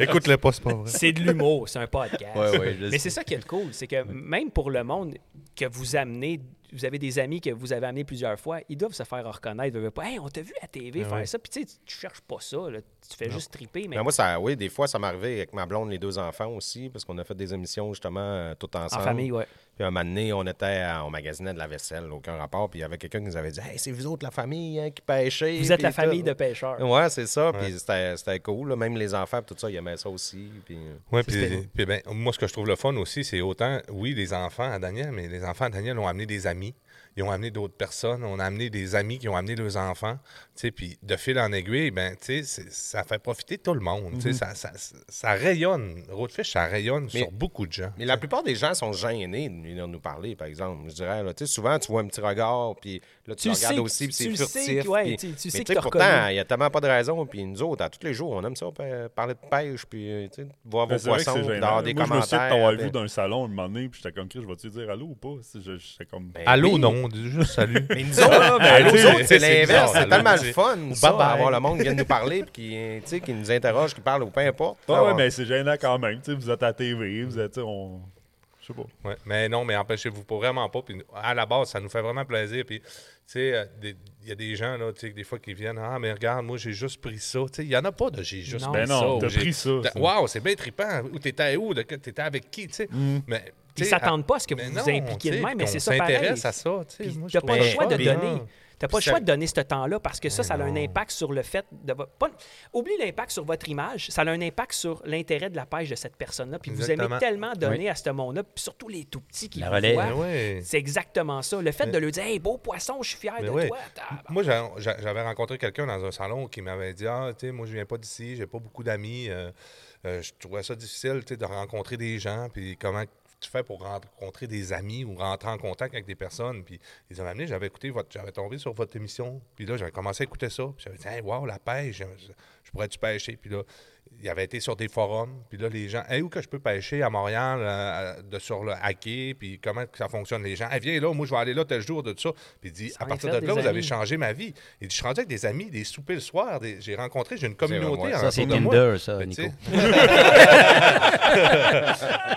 [SPEAKER 9] Écoute-le pas, c'est pas vrai.
[SPEAKER 3] C'est de l'humour, c'est un podcast.
[SPEAKER 5] Ouais, ouais, je
[SPEAKER 3] Mais
[SPEAKER 5] sais.
[SPEAKER 3] c'est ça qui est le cool, c'est que même pour le monde que vous amenez vous avez des amis que vous avez amenés plusieurs fois, ils doivent se faire reconnaître. Ils veulent pas, hey, on t'a vu à la TV
[SPEAKER 2] Ah
[SPEAKER 3] faire
[SPEAKER 2] oui.
[SPEAKER 3] ça. Puis tu sais, tu cherches pas ça. là. Tu fais
[SPEAKER 2] Non.
[SPEAKER 3] juste triper. Mais
[SPEAKER 2] Ben moi, ça, oui, des fois, ça m'est arrivé avec ma blonde, les deux enfants aussi, parce qu'on a fait des émissions justement euh, tout ensemble.
[SPEAKER 3] famille, ouais.
[SPEAKER 2] Puis un moment donné, on était, à- on magasinait de la vaisselle, aucun rapport. Puis il y avait quelqu'un qui nous avait dit Hey, c'est vous autres la famille hein, qui pêchez.
[SPEAKER 3] vous êtes
[SPEAKER 2] puis
[SPEAKER 3] la
[SPEAKER 2] tout.
[SPEAKER 3] famille de pêcheurs.
[SPEAKER 2] Ouais, c'est ça. Puis c'était c'était cool. là. Même les enfants, puis tout ça, ils aimaient ça aussi. Puis...
[SPEAKER 9] Oui, puis, puis ben, moi, ce que je trouve le fun aussi, c'est autant, oui, les enfants à Daniel, mais les enfants à Daniel ont amené des amis. Ils ont amené d'autres personnes. On a amené des amis qui ont amené leurs enfants. Tu sais, Puis de fil en aiguille, ben, tu sais, c'est- ça fait profiter tout le monde. Tu sais,
[SPEAKER 2] Mhm.
[SPEAKER 9] ça, ça, ça rayonne. Roadfish, ça rayonne
[SPEAKER 2] Mais-
[SPEAKER 9] sur beaucoup de gens.
[SPEAKER 2] Mais la plupart des gens sont gênés de venir nous parler, par exemple. Je dirais, là, tu sais, souvent, tu vois un petit regard, puis là, tu,
[SPEAKER 3] Tu
[SPEAKER 2] le
[SPEAKER 3] le
[SPEAKER 2] regardes
[SPEAKER 3] sais,
[SPEAKER 2] aussi, puis
[SPEAKER 3] tu-
[SPEAKER 2] c'est
[SPEAKER 3] tu le sais,
[SPEAKER 2] furtif.
[SPEAKER 3] ouais,
[SPEAKER 2] puis-
[SPEAKER 3] tu- tu
[SPEAKER 2] mais tu
[SPEAKER 3] sais que
[SPEAKER 2] sais,
[SPEAKER 3] t'as
[SPEAKER 2] pourtant,
[SPEAKER 3] reconnu.
[SPEAKER 2] il n'y a tellement pas de raison, puis nous autres, à tous les jours, on aime ça, pa- parler de pêche, puis euh, tu sais, voir vos
[SPEAKER 8] Mais Ben, c'est vrai que
[SPEAKER 2] poissons,
[SPEAKER 8] c'est
[SPEAKER 2] puis
[SPEAKER 8] gênant.
[SPEAKER 2] d'avoir des
[SPEAKER 8] Moi, Je me souviens
[SPEAKER 2] commentaires. euh.
[SPEAKER 8] de t'avoir
[SPEAKER 2] puis-
[SPEAKER 8] vu dans un salon un moment donné, puis j'étais comme Chris, je vais-tu dire allô ou pas? C'est- je- J'étais comme.
[SPEAKER 9] Allô,
[SPEAKER 8] oui.
[SPEAKER 9] non, dis juste salut.
[SPEAKER 2] Mais [LAUGHS] nous autres, là, ben,
[SPEAKER 9] Allô,
[SPEAKER 2] nous autres,
[SPEAKER 9] tu
[SPEAKER 2] c'est
[SPEAKER 9] sais,
[SPEAKER 2] l'inverse.
[SPEAKER 9] bizarre,
[SPEAKER 2] C'est
[SPEAKER 9] allô,
[SPEAKER 2] tellement le
[SPEAKER 9] tu sais.
[SPEAKER 2] fun,
[SPEAKER 9] Ou
[SPEAKER 2] ça,
[SPEAKER 9] bye-bye.
[SPEAKER 2] d'avoir le monde qui vient nous parler, puis qui, euh, tu sais, qui nous interroge, qui parle, ou peu importe.
[SPEAKER 8] Ah, Ouais, ouais, mais c'est gênant quand même. Tu sais, vous êtes à la TV, vous êtes. tu sais, On... Je sais
[SPEAKER 3] Ben,
[SPEAKER 8] pas.
[SPEAKER 9] Ouais, mais non, mais empêchez-vous pas vraiment pas. Puis à la base, ça nous fait vraiment plaisir. Puis, tu sais, euh, des- il y a des gens, là, tu sais, des fois qui viennent, ah, mais regarde, moi, j'ai juste pris ça. Tu sais, il y en a pas de j'ai juste
[SPEAKER 8] Non.
[SPEAKER 9] pris
[SPEAKER 8] Ben non,
[SPEAKER 9] ça. ou
[SPEAKER 8] t'as
[SPEAKER 9] j'ai-
[SPEAKER 8] pris ça, ça.
[SPEAKER 9] Waouh, c'est bien trippant. Ou t'étais où? De- T'étais avec qui? Tu sais,
[SPEAKER 8] Mm.
[SPEAKER 9] mais. tu
[SPEAKER 3] Ils
[SPEAKER 9] sais,
[SPEAKER 3] s'attendent
[SPEAKER 9] à-
[SPEAKER 3] pas à ce que vous
[SPEAKER 9] mais
[SPEAKER 3] vous
[SPEAKER 9] non,
[SPEAKER 3] impliquiez
[SPEAKER 9] tu
[SPEAKER 3] de
[SPEAKER 9] sais,
[SPEAKER 3] même, mais
[SPEAKER 9] qu'on
[SPEAKER 3] c'est ça pareil.
[SPEAKER 9] s'intéresse à ça, tu sais.
[SPEAKER 3] Puis
[SPEAKER 9] Moi, je
[SPEAKER 3] T'as
[SPEAKER 9] trouve
[SPEAKER 3] pas le
[SPEAKER 9] ça
[SPEAKER 3] choix de
[SPEAKER 9] bien.
[SPEAKER 3] donner. T'as pas le
[SPEAKER 9] Puis ça-
[SPEAKER 3] choix de donner ce temps-là parce que ça, ça a un impact sur le fait de. vo- pas- Oublie l'impact sur votre image, ça a un impact sur l'intérêt de la pêche de cette personne-là. Puis vous
[SPEAKER 5] Exactement.
[SPEAKER 3] aimez tellement donner
[SPEAKER 5] Oui.
[SPEAKER 3] à ce monde-là, puis surtout les tout petits qui
[SPEAKER 5] La
[SPEAKER 3] vous
[SPEAKER 5] relève.
[SPEAKER 3] voient.
[SPEAKER 5] Ben oui.
[SPEAKER 3] C'est exactement ça. Le fait de leur dire Hey, beau poisson, je suis fier de
[SPEAKER 9] Mais ouais.
[SPEAKER 3] toi.
[SPEAKER 9] Moi, j'a- j'a- j'avais rencontré quelqu'un dans un salon qui m'avait dit Ah, tu sais, moi, je viens pas d'ici, j'ai pas beaucoup d'amis. euh, euh, je trouvais ça difficile, tu sais, de rencontrer des gens. Puis comment tu fais pour rencontrer des amis ou rentrer en contact avec des personnes. Puis ils avaient amené, j'avais écouté votre, j'avais tombé sur votre émission. Puis là, j'avais commencé à écouter ça. Puis j'avais dit Hey, wow, la pêche, je, je pourrais-tu pêcher Puis là, il avait été sur des forums. Puis là, les gens Hey, où que je peux pêcher à Montréal, euh, de, sur le hacké Puis comment que ça fonctionne Les gens Hey, viens là, moi, je vais aller là tel jour, de tout ça. Puis il dit
[SPEAKER 8] Ça
[SPEAKER 9] À
[SPEAKER 8] en
[SPEAKER 9] partir
[SPEAKER 8] fait
[SPEAKER 9] de là,
[SPEAKER 8] des
[SPEAKER 9] vous avez
[SPEAKER 8] amis.
[SPEAKER 9] changé ma vie. Il dit Je suis rendu avec des amis, des soupers le soir. des- J'ai rencontré, j'ai une
[SPEAKER 2] C'est vrai, ouais.
[SPEAKER 9] communauté.
[SPEAKER 2] Ça,
[SPEAKER 9] autour
[SPEAKER 2] c'est
[SPEAKER 9] de
[SPEAKER 2] Tinder,
[SPEAKER 9] moi.
[SPEAKER 2] ça,
[SPEAKER 9] Mais
[SPEAKER 2] Nico.
[SPEAKER 9] [LAUGHS] tu sais-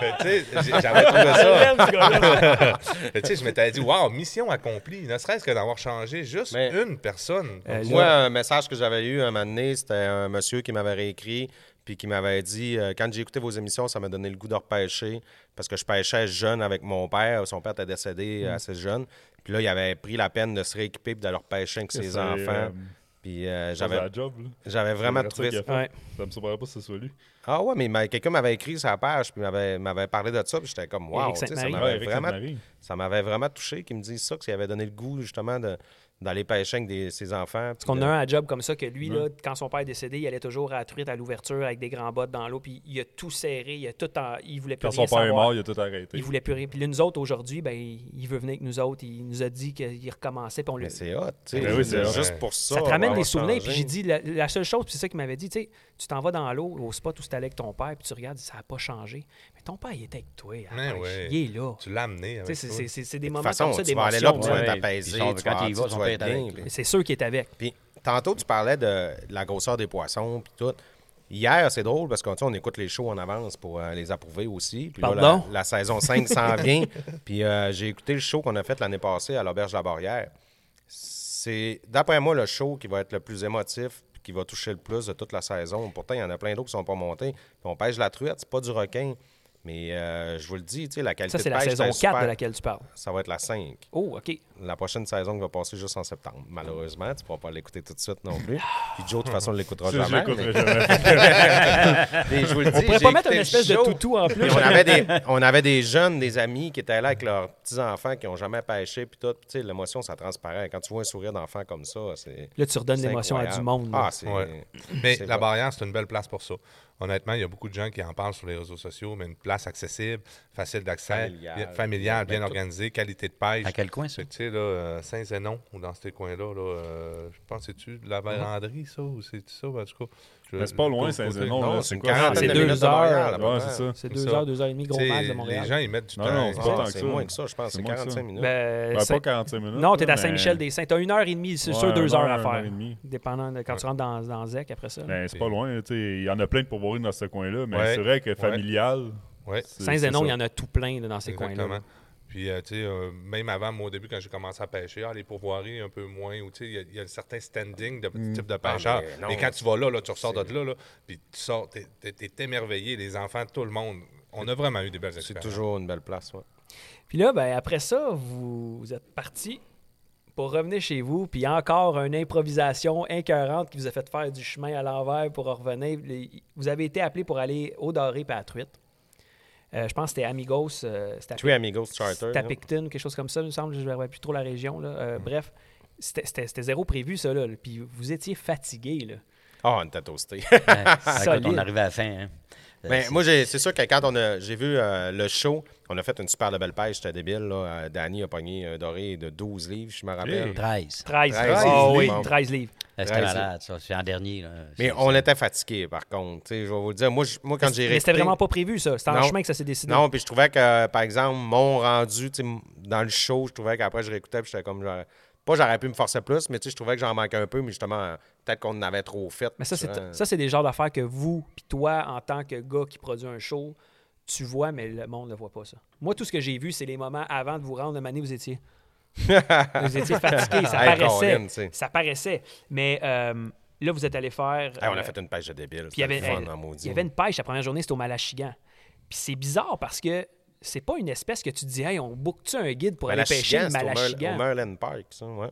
[SPEAKER 9] Mais Ben, tu sais, j'ai- j'avais trouvé ça.
[SPEAKER 2] Je l'aime, ce gars-là.
[SPEAKER 9] [LAUGHS] Mais tu sais, je m'étais dit, waouh, mission accomplie, ne serait-ce que d'avoir changé juste une personne.
[SPEAKER 8] Euh,
[SPEAKER 2] Moi, un message que j'avais eu un moment donné, c'était un monsieur qui m'avait réécrit puis qui m'avait dit euh, Quand j'ai écouté vos émissions, ça m'a donné le goût de repêcher parce que je pêchais jeune avec mon père. Son père était décédé euh,
[SPEAKER 8] Mm.
[SPEAKER 2] assez jeune. Puis là, il avait pris la peine de se rééquiper et d'aller repêcher avec
[SPEAKER 8] Ça,
[SPEAKER 2] ses
[SPEAKER 8] c'est,
[SPEAKER 2] enfants.
[SPEAKER 8] euh,
[SPEAKER 2] puis euh,
[SPEAKER 8] Ça, c'est
[SPEAKER 2] j'avais
[SPEAKER 8] la job, là.
[SPEAKER 2] j'avais
[SPEAKER 8] C'est
[SPEAKER 2] vraiment
[SPEAKER 8] ça
[SPEAKER 2] trouvé
[SPEAKER 8] qu'il a fait.
[SPEAKER 2] ça-
[SPEAKER 8] Ça me surprendrait pas que ce soit lui.
[SPEAKER 2] Ah ouais, mais ma- quelqu'un m'avait écrit sa page, puis m'avait m'avait parlé de ça, puis j'étais comme, wow,
[SPEAKER 8] Éric
[SPEAKER 2] tu sais, ça
[SPEAKER 8] Sainte-Marie. Ouais,
[SPEAKER 2] m'avait
[SPEAKER 8] Éric
[SPEAKER 2] vraiment,
[SPEAKER 8] Sainte-Marie.
[SPEAKER 2] ça m'avait vraiment touché qu'ils me disent ça, que ça avait donné le goût justement de- d'aller pêcher avec des- ses enfants.
[SPEAKER 3] Parce qu'on a un à job comme ça que lui,
[SPEAKER 2] Ouais.
[SPEAKER 3] là, quand son père est décédé, il allait toujours à la truite à l'ouverture avec des grands bottes dans l'eau, puis il a tout serré, il a tout en- il voulait plus
[SPEAKER 8] Quand
[SPEAKER 3] rien
[SPEAKER 8] son père est
[SPEAKER 3] savoir.
[SPEAKER 8] mort, il a tout arrêté.
[SPEAKER 3] Il voulait plus rien. Puis là, nous autres, aujourd'hui, ben, il il veut venir avec nous autres. Il nous a dit qu'il recommençait. Puis on
[SPEAKER 2] Mais
[SPEAKER 3] l'a-
[SPEAKER 2] c'est hot, tu sais.
[SPEAKER 8] Ben oui, c'est hot.
[SPEAKER 2] juste pour ça.
[SPEAKER 3] Ça te
[SPEAKER 2] on
[SPEAKER 3] ramène
[SPEAKER 2] va
[SPEAKER 3] des souvenirs.
[SPEAKER 2] changer.
[SPEAKER 3] Puis j'ai dit, la, la seule chose, puis c'est ça qu'il m'avait dit, tu sais, tu t'en vas dans l'eau, au spot où c'était avec ton père, puis tu regardes, ça n'a pas changé. Mais ton père, il était avec toi. à la
[SPEAKER 9] Mais
[SPEAKER 3] pêche.
[SPEAKER 9] ouais.
[SPEAKER 3] Il est là.
[SPEAKER 9] Tu l'as amené. avec
[SPEAKER 3] Tu sais, c'est-
[SPEAKER 9] toi.
[SPEAKER 3] c'est- c'est- c'est
[SPEAKER 2] Et
[SPEAKER 3] des
[SPEAKER 2] de
[SPEAKER 3] moments
[SPEAKER 2] toute façon,
[SPEAKER 3] comme ça,
[SPEAKER 2] tu vas aller là, puis tu vas être apaisé,
[SPEAKER 3] d'émotion.
[SPEAKER 2] tu vas, tu vas être bien, puis-
[SPEAKER 3] Mais C'est sûr qu'il est avec.
[SPEAKER 2] Puis tantôt, tu parlais de, de la grosseur des poissons, puis tout. Hier, c'est drôle parce qu'on tu sais, on écoute les shows en avance pour euh, les approuver aussi. Puis là, la-
[SPEAKER 3] Pardon?
[SPEAKER 2] la, saison 5
[SPEAKER 3] [LAUGHS]
[SPEAKER 2] s'en vient. Puis euh, j'ai écouté le show qu'on a fait l'année passée à l'Auberge de la Barrière. C'est, d'après moi, le show qui va être le plus émotif puis qui va toucher le plus de toute la saison. Pourtant, il y en a plein d'autres qui sont pas montés. Puis on pêche la truite, c'est pas du requin. Mais euh, je vous le dis, tu sais, la qualité
[SPEAKER 3] Ça, c'est
[SPEAKER 2] de
[SPEAKER 3] la
[SPEAKER 2] pêche,
[SPEAKER 3] saison 4
[SPEAKER 2] c'était
[SPEAKER 3] de
[SPEAKER 2] super.
[SPEAKER 3] laquelle tu parles.
[SPEAKER 2] Ça va être la 5.
[SPEAKER 3] Oh, OK.
[SPEAKER 2] La prochaine saison qui va passer juste en septembre. Malheureusement, tu ne pourras pas l'écouter tout de suite non plus. Puis Joe, de toute façon, ne l'écoutera
[SPEAKER 8] Ça,
[SPEAKER 2] jamais.
[SPEAKER 8] Ah. je
[SPEAKER 2] mais-
[SPEAKER 8] l'écouterai jamais.
[SPEAKER 2] Et je vous le
[SPEAKER 8] On
[SPEAKER 2] dis,
[SPEAKER 8] pourrait
[SPEAKER 2] j'ai
[SPEAKER 8] pas mettre
[SPEAKER 2] écouté
[SPEAKER 8] une
[SPEAKER 2] le
[SPEAKER 8] espèce de
[SPEAKER 2] show.
[SPEAKER 8] toutou en
[SPEAKER 2] [LAUGHS]
[SPEAKER 8] plus.
[SPEAKER 2] Puis On avait,
[SPEAKER 8] [LAUGHS]
[SPEAKER 2] des, on avait des jeunes, des amis qui étaient là avec leurs petits-enfants qui n'ont jamais pêché. Puis tout. Puis tu sais, l'émotion, ça transparaît. Quand tu vois un sourire d'enfant comme ça, c'est.
[SPEAKER 3] Là, tu redonnes
[SPEAKER 2] c'est
[SPEAKER 3] l'émotion à
[SPEAKER 2] incroyable.
[SPEAKER 3] du monde, là.
[SPEAKER 2] Ah, c'est.
[SPEAKER 9] Ouais. Mais
[SPEAKER 2] c'est
[SPEAKER 9] la
[SPEAKER 2] vrai.
[SPEAKER 9] barrière, c'est une belle place pour ça. Honnêtement, il y a beaucoup de gens qui en parlent sur les réseaux sociaux, mais une place accessible, facile d'accès,
[SPEAKER 2] Familiale.
[SPEAKER 9] bien- familiale,
[SPEAKER 2] Ben,
[SPEAKER 9] bien,
[SPEAKER 2] tout-
[SPEAKER 9] organisée, qualité de pêche.
[SPEAKER 5] À quel coin, ça?
[SPEAKER 9] [LAUGHS] Fait que, Tu sais, là, euh, Saint-Zénon, ou dans ces coins-là, là, euh, je pense, c'est-tu de la véranderie, ça, ou c'est ça, en tout cas? je-
[SPEAKER 8] Mais c'est pas loin,
[SPEAKER 9] côté-
[SPEAKER 8] Saint-Zénon,
[SPEAKER 9] Non,
[SPEAKER 8] là,
[SPEAKER 9] c'est
[SPEAKER 8] c'est
[SPEAKER 9] une
[SPEAKER 8] quoi?
[SPEAKER 9] quarantaine
[SPEAKER 8] C'est
[SPEAKER 9] de
[SPEAKER 8] deux
[SPEAKER 9] minutes de
[SPEAKER 8] heures,
[SPEAKER 9] Montréal, à peu
[SPEAKER 8] ouais,
[SPEAKER 9] près.
[SPEAKER 8] c'est ça.
[SPEAKER 3] C'est
[SPEAKER 9] C'est
[SPEAKER 3] deux
[SPEAKER 9] ça.
[SPEAKER 3] heures, deux heures et demie, gros
[SPEAKER 9] Tu sais,
[SPEAKER 3] max de Montréal.
[SPEAKER 9] Les gens, ils mettent du
[SPEAKER 8] Non,
[SPEAKER 9] temps.
[SPEAKER 8] non, c'est pas
[SPEAKER 9] Ah,
[SPEAKER 8] tant que
[SPEAKER 9] c'est
[SPEAKER 8] ça.
[SPEAKER 9] moins que ça, je pense, c'est
[SPEAKER 8] moins que ça.
[SPEAKER 2] 45 minutes.
[SPEAKER 3] Ben,
[SPEAKER 8] Ben,
[SPEAKER 3] c'est-
[SPEAKER 8] pas 45 minutes.
[SPEAKER 3] Non, t'es
[SPEAKER 8] là,
[SPEAKER 3] à Saint-Michel-des-Saints. T'as une heure et demie, c'est
[SPEAKER 8] ben, Ouais,
[SPEAKER 3] sûr, deux
[SPEAKER 8] une heure,
[SPEAKER 3] heures à
[SPEAKER 8] une heure
[SPEAKER 3] faire.
[SPEAKER 8] et demie.
[SPEAKER 3] Dépendant de quand tu rentres dans, dans ZEC après ça.
[SPEAKER 8] mais- Ben, c'est pas loin, tu sais. Il y en a plein de pourvoiries dans ce coin-là, mais
[SPEAKER 9] Ouais.
[SPEAKER 8] c'est vrai que
[SPEAKER 9] Ouais.
[SPEAKER 8] familial.
[SPEAKER 9] Ouais.
[SPEAKER 8] c'est- c'est
[SPEAKER 3] Saint-Zénon,
[SPEAKER 8] ça.
[SPEAKER 3] il y en a tout plein là, dans ces coins-là.
[SPEAKER 9] Exactement. Puis, euh, tu sais, euh, même avant, moi, au début, quand j'ai commencé à pêcher, ah, les pourvoiries un peu moins, ou tu sais, il y a- il y, a un certain standing de
[SPEAKER 8] Mm.
[SPEAKER 9] type de
[SPEAKER 8] Ah,
[SPEAKER 9] pêcheur.
[SPEAKER 8] mais
[SPEAKER 9] mais,
[SPEAKER 8] non,
[SPEAKER 9] quand tu vas là, là tu ressors
[SPEAKER 8] c'est-
[SPEAKER 9] de là, là, puis tu sors, t'es, t'es- t'es émerveillé, les enfants, tout le monde. On a vraiment eu des belles expériences. C'est
[SPEAKER 2] toujours une belle place, oui.
[SPEAKER 3] Puis là, ben, après ça, vous, vous êtes parti pour revenir chez vous. Puis encore une improvisation incohérente qui vous a fait faire du chemin à l'envers pour en revenir. Les- Vous avez été appelé pour aller au Doré et à Truite. Euh, je pense que c'était Amigos. euh, c'était à
[SPEAKER 2] Three
[SPEAKER 3] Pic-
[SPEAKER 2] Amigos Charter,
[SPEAKER 3] C'était à
[SPEAKER 8] hein?
[SPEAKER 2] non?
[SPEAKER 3] Picton, quelque chose comme ça, il me semble. Je ne plus trop la région. là. Euh, Bref, c'était- c'était c'était zéro prévu, ça. Là. Puis vous étiez fatigué. Là.
[SPEAKER 2] Ah, on était toasté.
[SPEAKER 3] Solide.
[SPEAKER 5] on arrivait à la fin. Hein. Euh,
[SPEAKER 2] Mais
[SPEAKER 5] c'est-
[SPEAKER 2] Ben, moi, j'ai- c'est sûr que quand on a- j'ai vu euh, le show, on a fait une super de belle pêche, c'était débile. Là. Euh, Danny a pogné un doré de 12 livres, je me rappelle.
[SPEAKER 5] Hey. 13.
[SPEAKER 3] 13. Ah oui,
[SPEAKER 2] livres.
[SPEAKER 3] 13 livres.
[SPEAKER 5] Ah, C'était
[SPEAKER 2] 13
[SPEAKER 5] malade, ça. C'est en dernier. Là.
[SPEAKER 2] Mais on était fatigué, par contre. Tu sais, Je vais vous le dire, moi, je- moi quand
[SPEAKER 3] Mais
[SPEAKER 2] j'ai réécouté-
[SPEAKER 3] c'était vraiment pas prévu, ça. C'était en
[SPEAKER 2] Non.
[SPEAKER 3] chemin que ça s'est décidé.
[SPEAKER 2] Non, puis je trouvais que, par exemple, mon rendu, tu sais, m- dans le show, je trouvais qu'après, je réécoutais, puis j'étais comme... genre- Pas j'aurais pu me forcer plus, mais tu sais, je trouvais que j'en manquais un peu, mais justement, euh, peut-être qu'on en avait trop fait.
[SPEAKER 3] Mais ça, c'est,
[SPEAKER 2] Souvent,
[SPEAKER 3] ça, c'est des genres d'affaires que vous, puis toi, en tant que gars qui produit un show, tu vois, mais le monde ne voit pas ça. Moi, tout ce que j'ai vu, c'est les moments avant de vous rendre, le mané,
[SPEAKER 2] [LAUGHS]
[SPEAKER 3] vous étiez. vous étiez fatigué, ça
[SPEAKER 2] Hey,
[SPEAKER 3] paraissait.
[SPEAKER 2] Colin, tu sais.
[SPEAKER 3] ça paraissait. Mais euh, là, vous êtes allé faire.
[SPEAKER 2] Hey, on a
[SPEAKER 3] euh,
[SPEAKER 2] fait une pêche de débile.
[SPEAKER 3] puis il y
[SPEAKER 2] C'était
[SPEAKER 3] avait,
[SPEAKER 2] le fun,
[SPEAKER 3] elle-
[SPEAKER 2] en maudit. Ben,
[SPEAKER 3] il y avait une pêche la première journée, c'était au Malachigan. Puis c'est bizarre parce que c'est pas une espèce que tu dis, hey, on book-tu un guide pour aller pêcher
[SPEAKER 2] Malachigan,
[SPEAKER 3] le
[SPEAKER 2] c'est au Mer-
[SPEAKER 3] Malachigan?
[SPEAKER 2] Au Merlin Park, ça, ouais.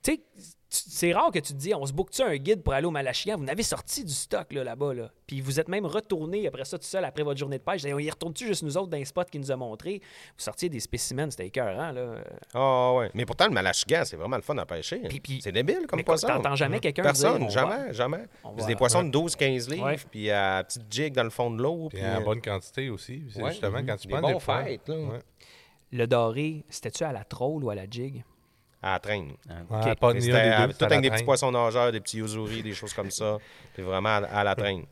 [SPEAKER 3] tu sais, tu- c'est rare que tu te dis, on se book-tu un guide pour aller au Malachigan? Vous en avez sorti du stock là, là-bas, là. Puis vous êtes même retourné après ça tout seul, après votre journée de pêche. Vous avez dit, On y retourne-tu juste nous autres dans les spots qu'il nous a montré? Vous sortiez des spécimens, c'était écœurant, là. Euh,
[SPEAKER 2] Ah ouais. Mais pourtant, le malachigan, c'est vraiment le fun à pêcher. c'est débile comme
[SPEAKER 3] mais
[SPEAKER 2] poisson. Mmh.
[SPEAKER 3] t'entends jamais quelqu'un
[SPEAKER 2] Personne,
[SPEAKER 3] dire, on
[SPEAKER 2] jamais,
[SPEAKER 3] va-
[SPEAKER 2] jamais.
[SPEAKER 3] on
[SPEAKER 2] C'est
[SPEAKER 3] va-
[SPEAKER 2] des poissons
[SPEAKER 3] Ouais.
[SPEAKER 2] de 12-15 livres,
[SPEAKER 3] Ouais.
[SPEAKER 2] puis à petite jig dans le fond de l'eau. euh,
[SPEAKER 9] Puis en bonne quantité aussi. C'est justement
[SPEAKER 8] Mm-hmm.
[SPEAKER 9] quand tu prends des points. Ouais.
[SPEAKER 3] Le doré, c'était-tu à la troll ou à la jig?
[SPEAKER 2] À la traîne.
[SPEAKER 9] Ouais, Ok. pas de
[SPEAKER 2] Mais
[SPEAKER 9] ni
[SPEAKER 2] c'était, euh,
[SPEAKER 9] un des deux, c'était
[SPEAKER 2] tout
[SPEAKER 9] à la
[SPEAKER 2] avec des petits
[SPEAKER 9] traîne.
[SPEAKER 2] poissons nageurs, des petits usuris, des choses comme ça. C'est vraiment à, à la traîne.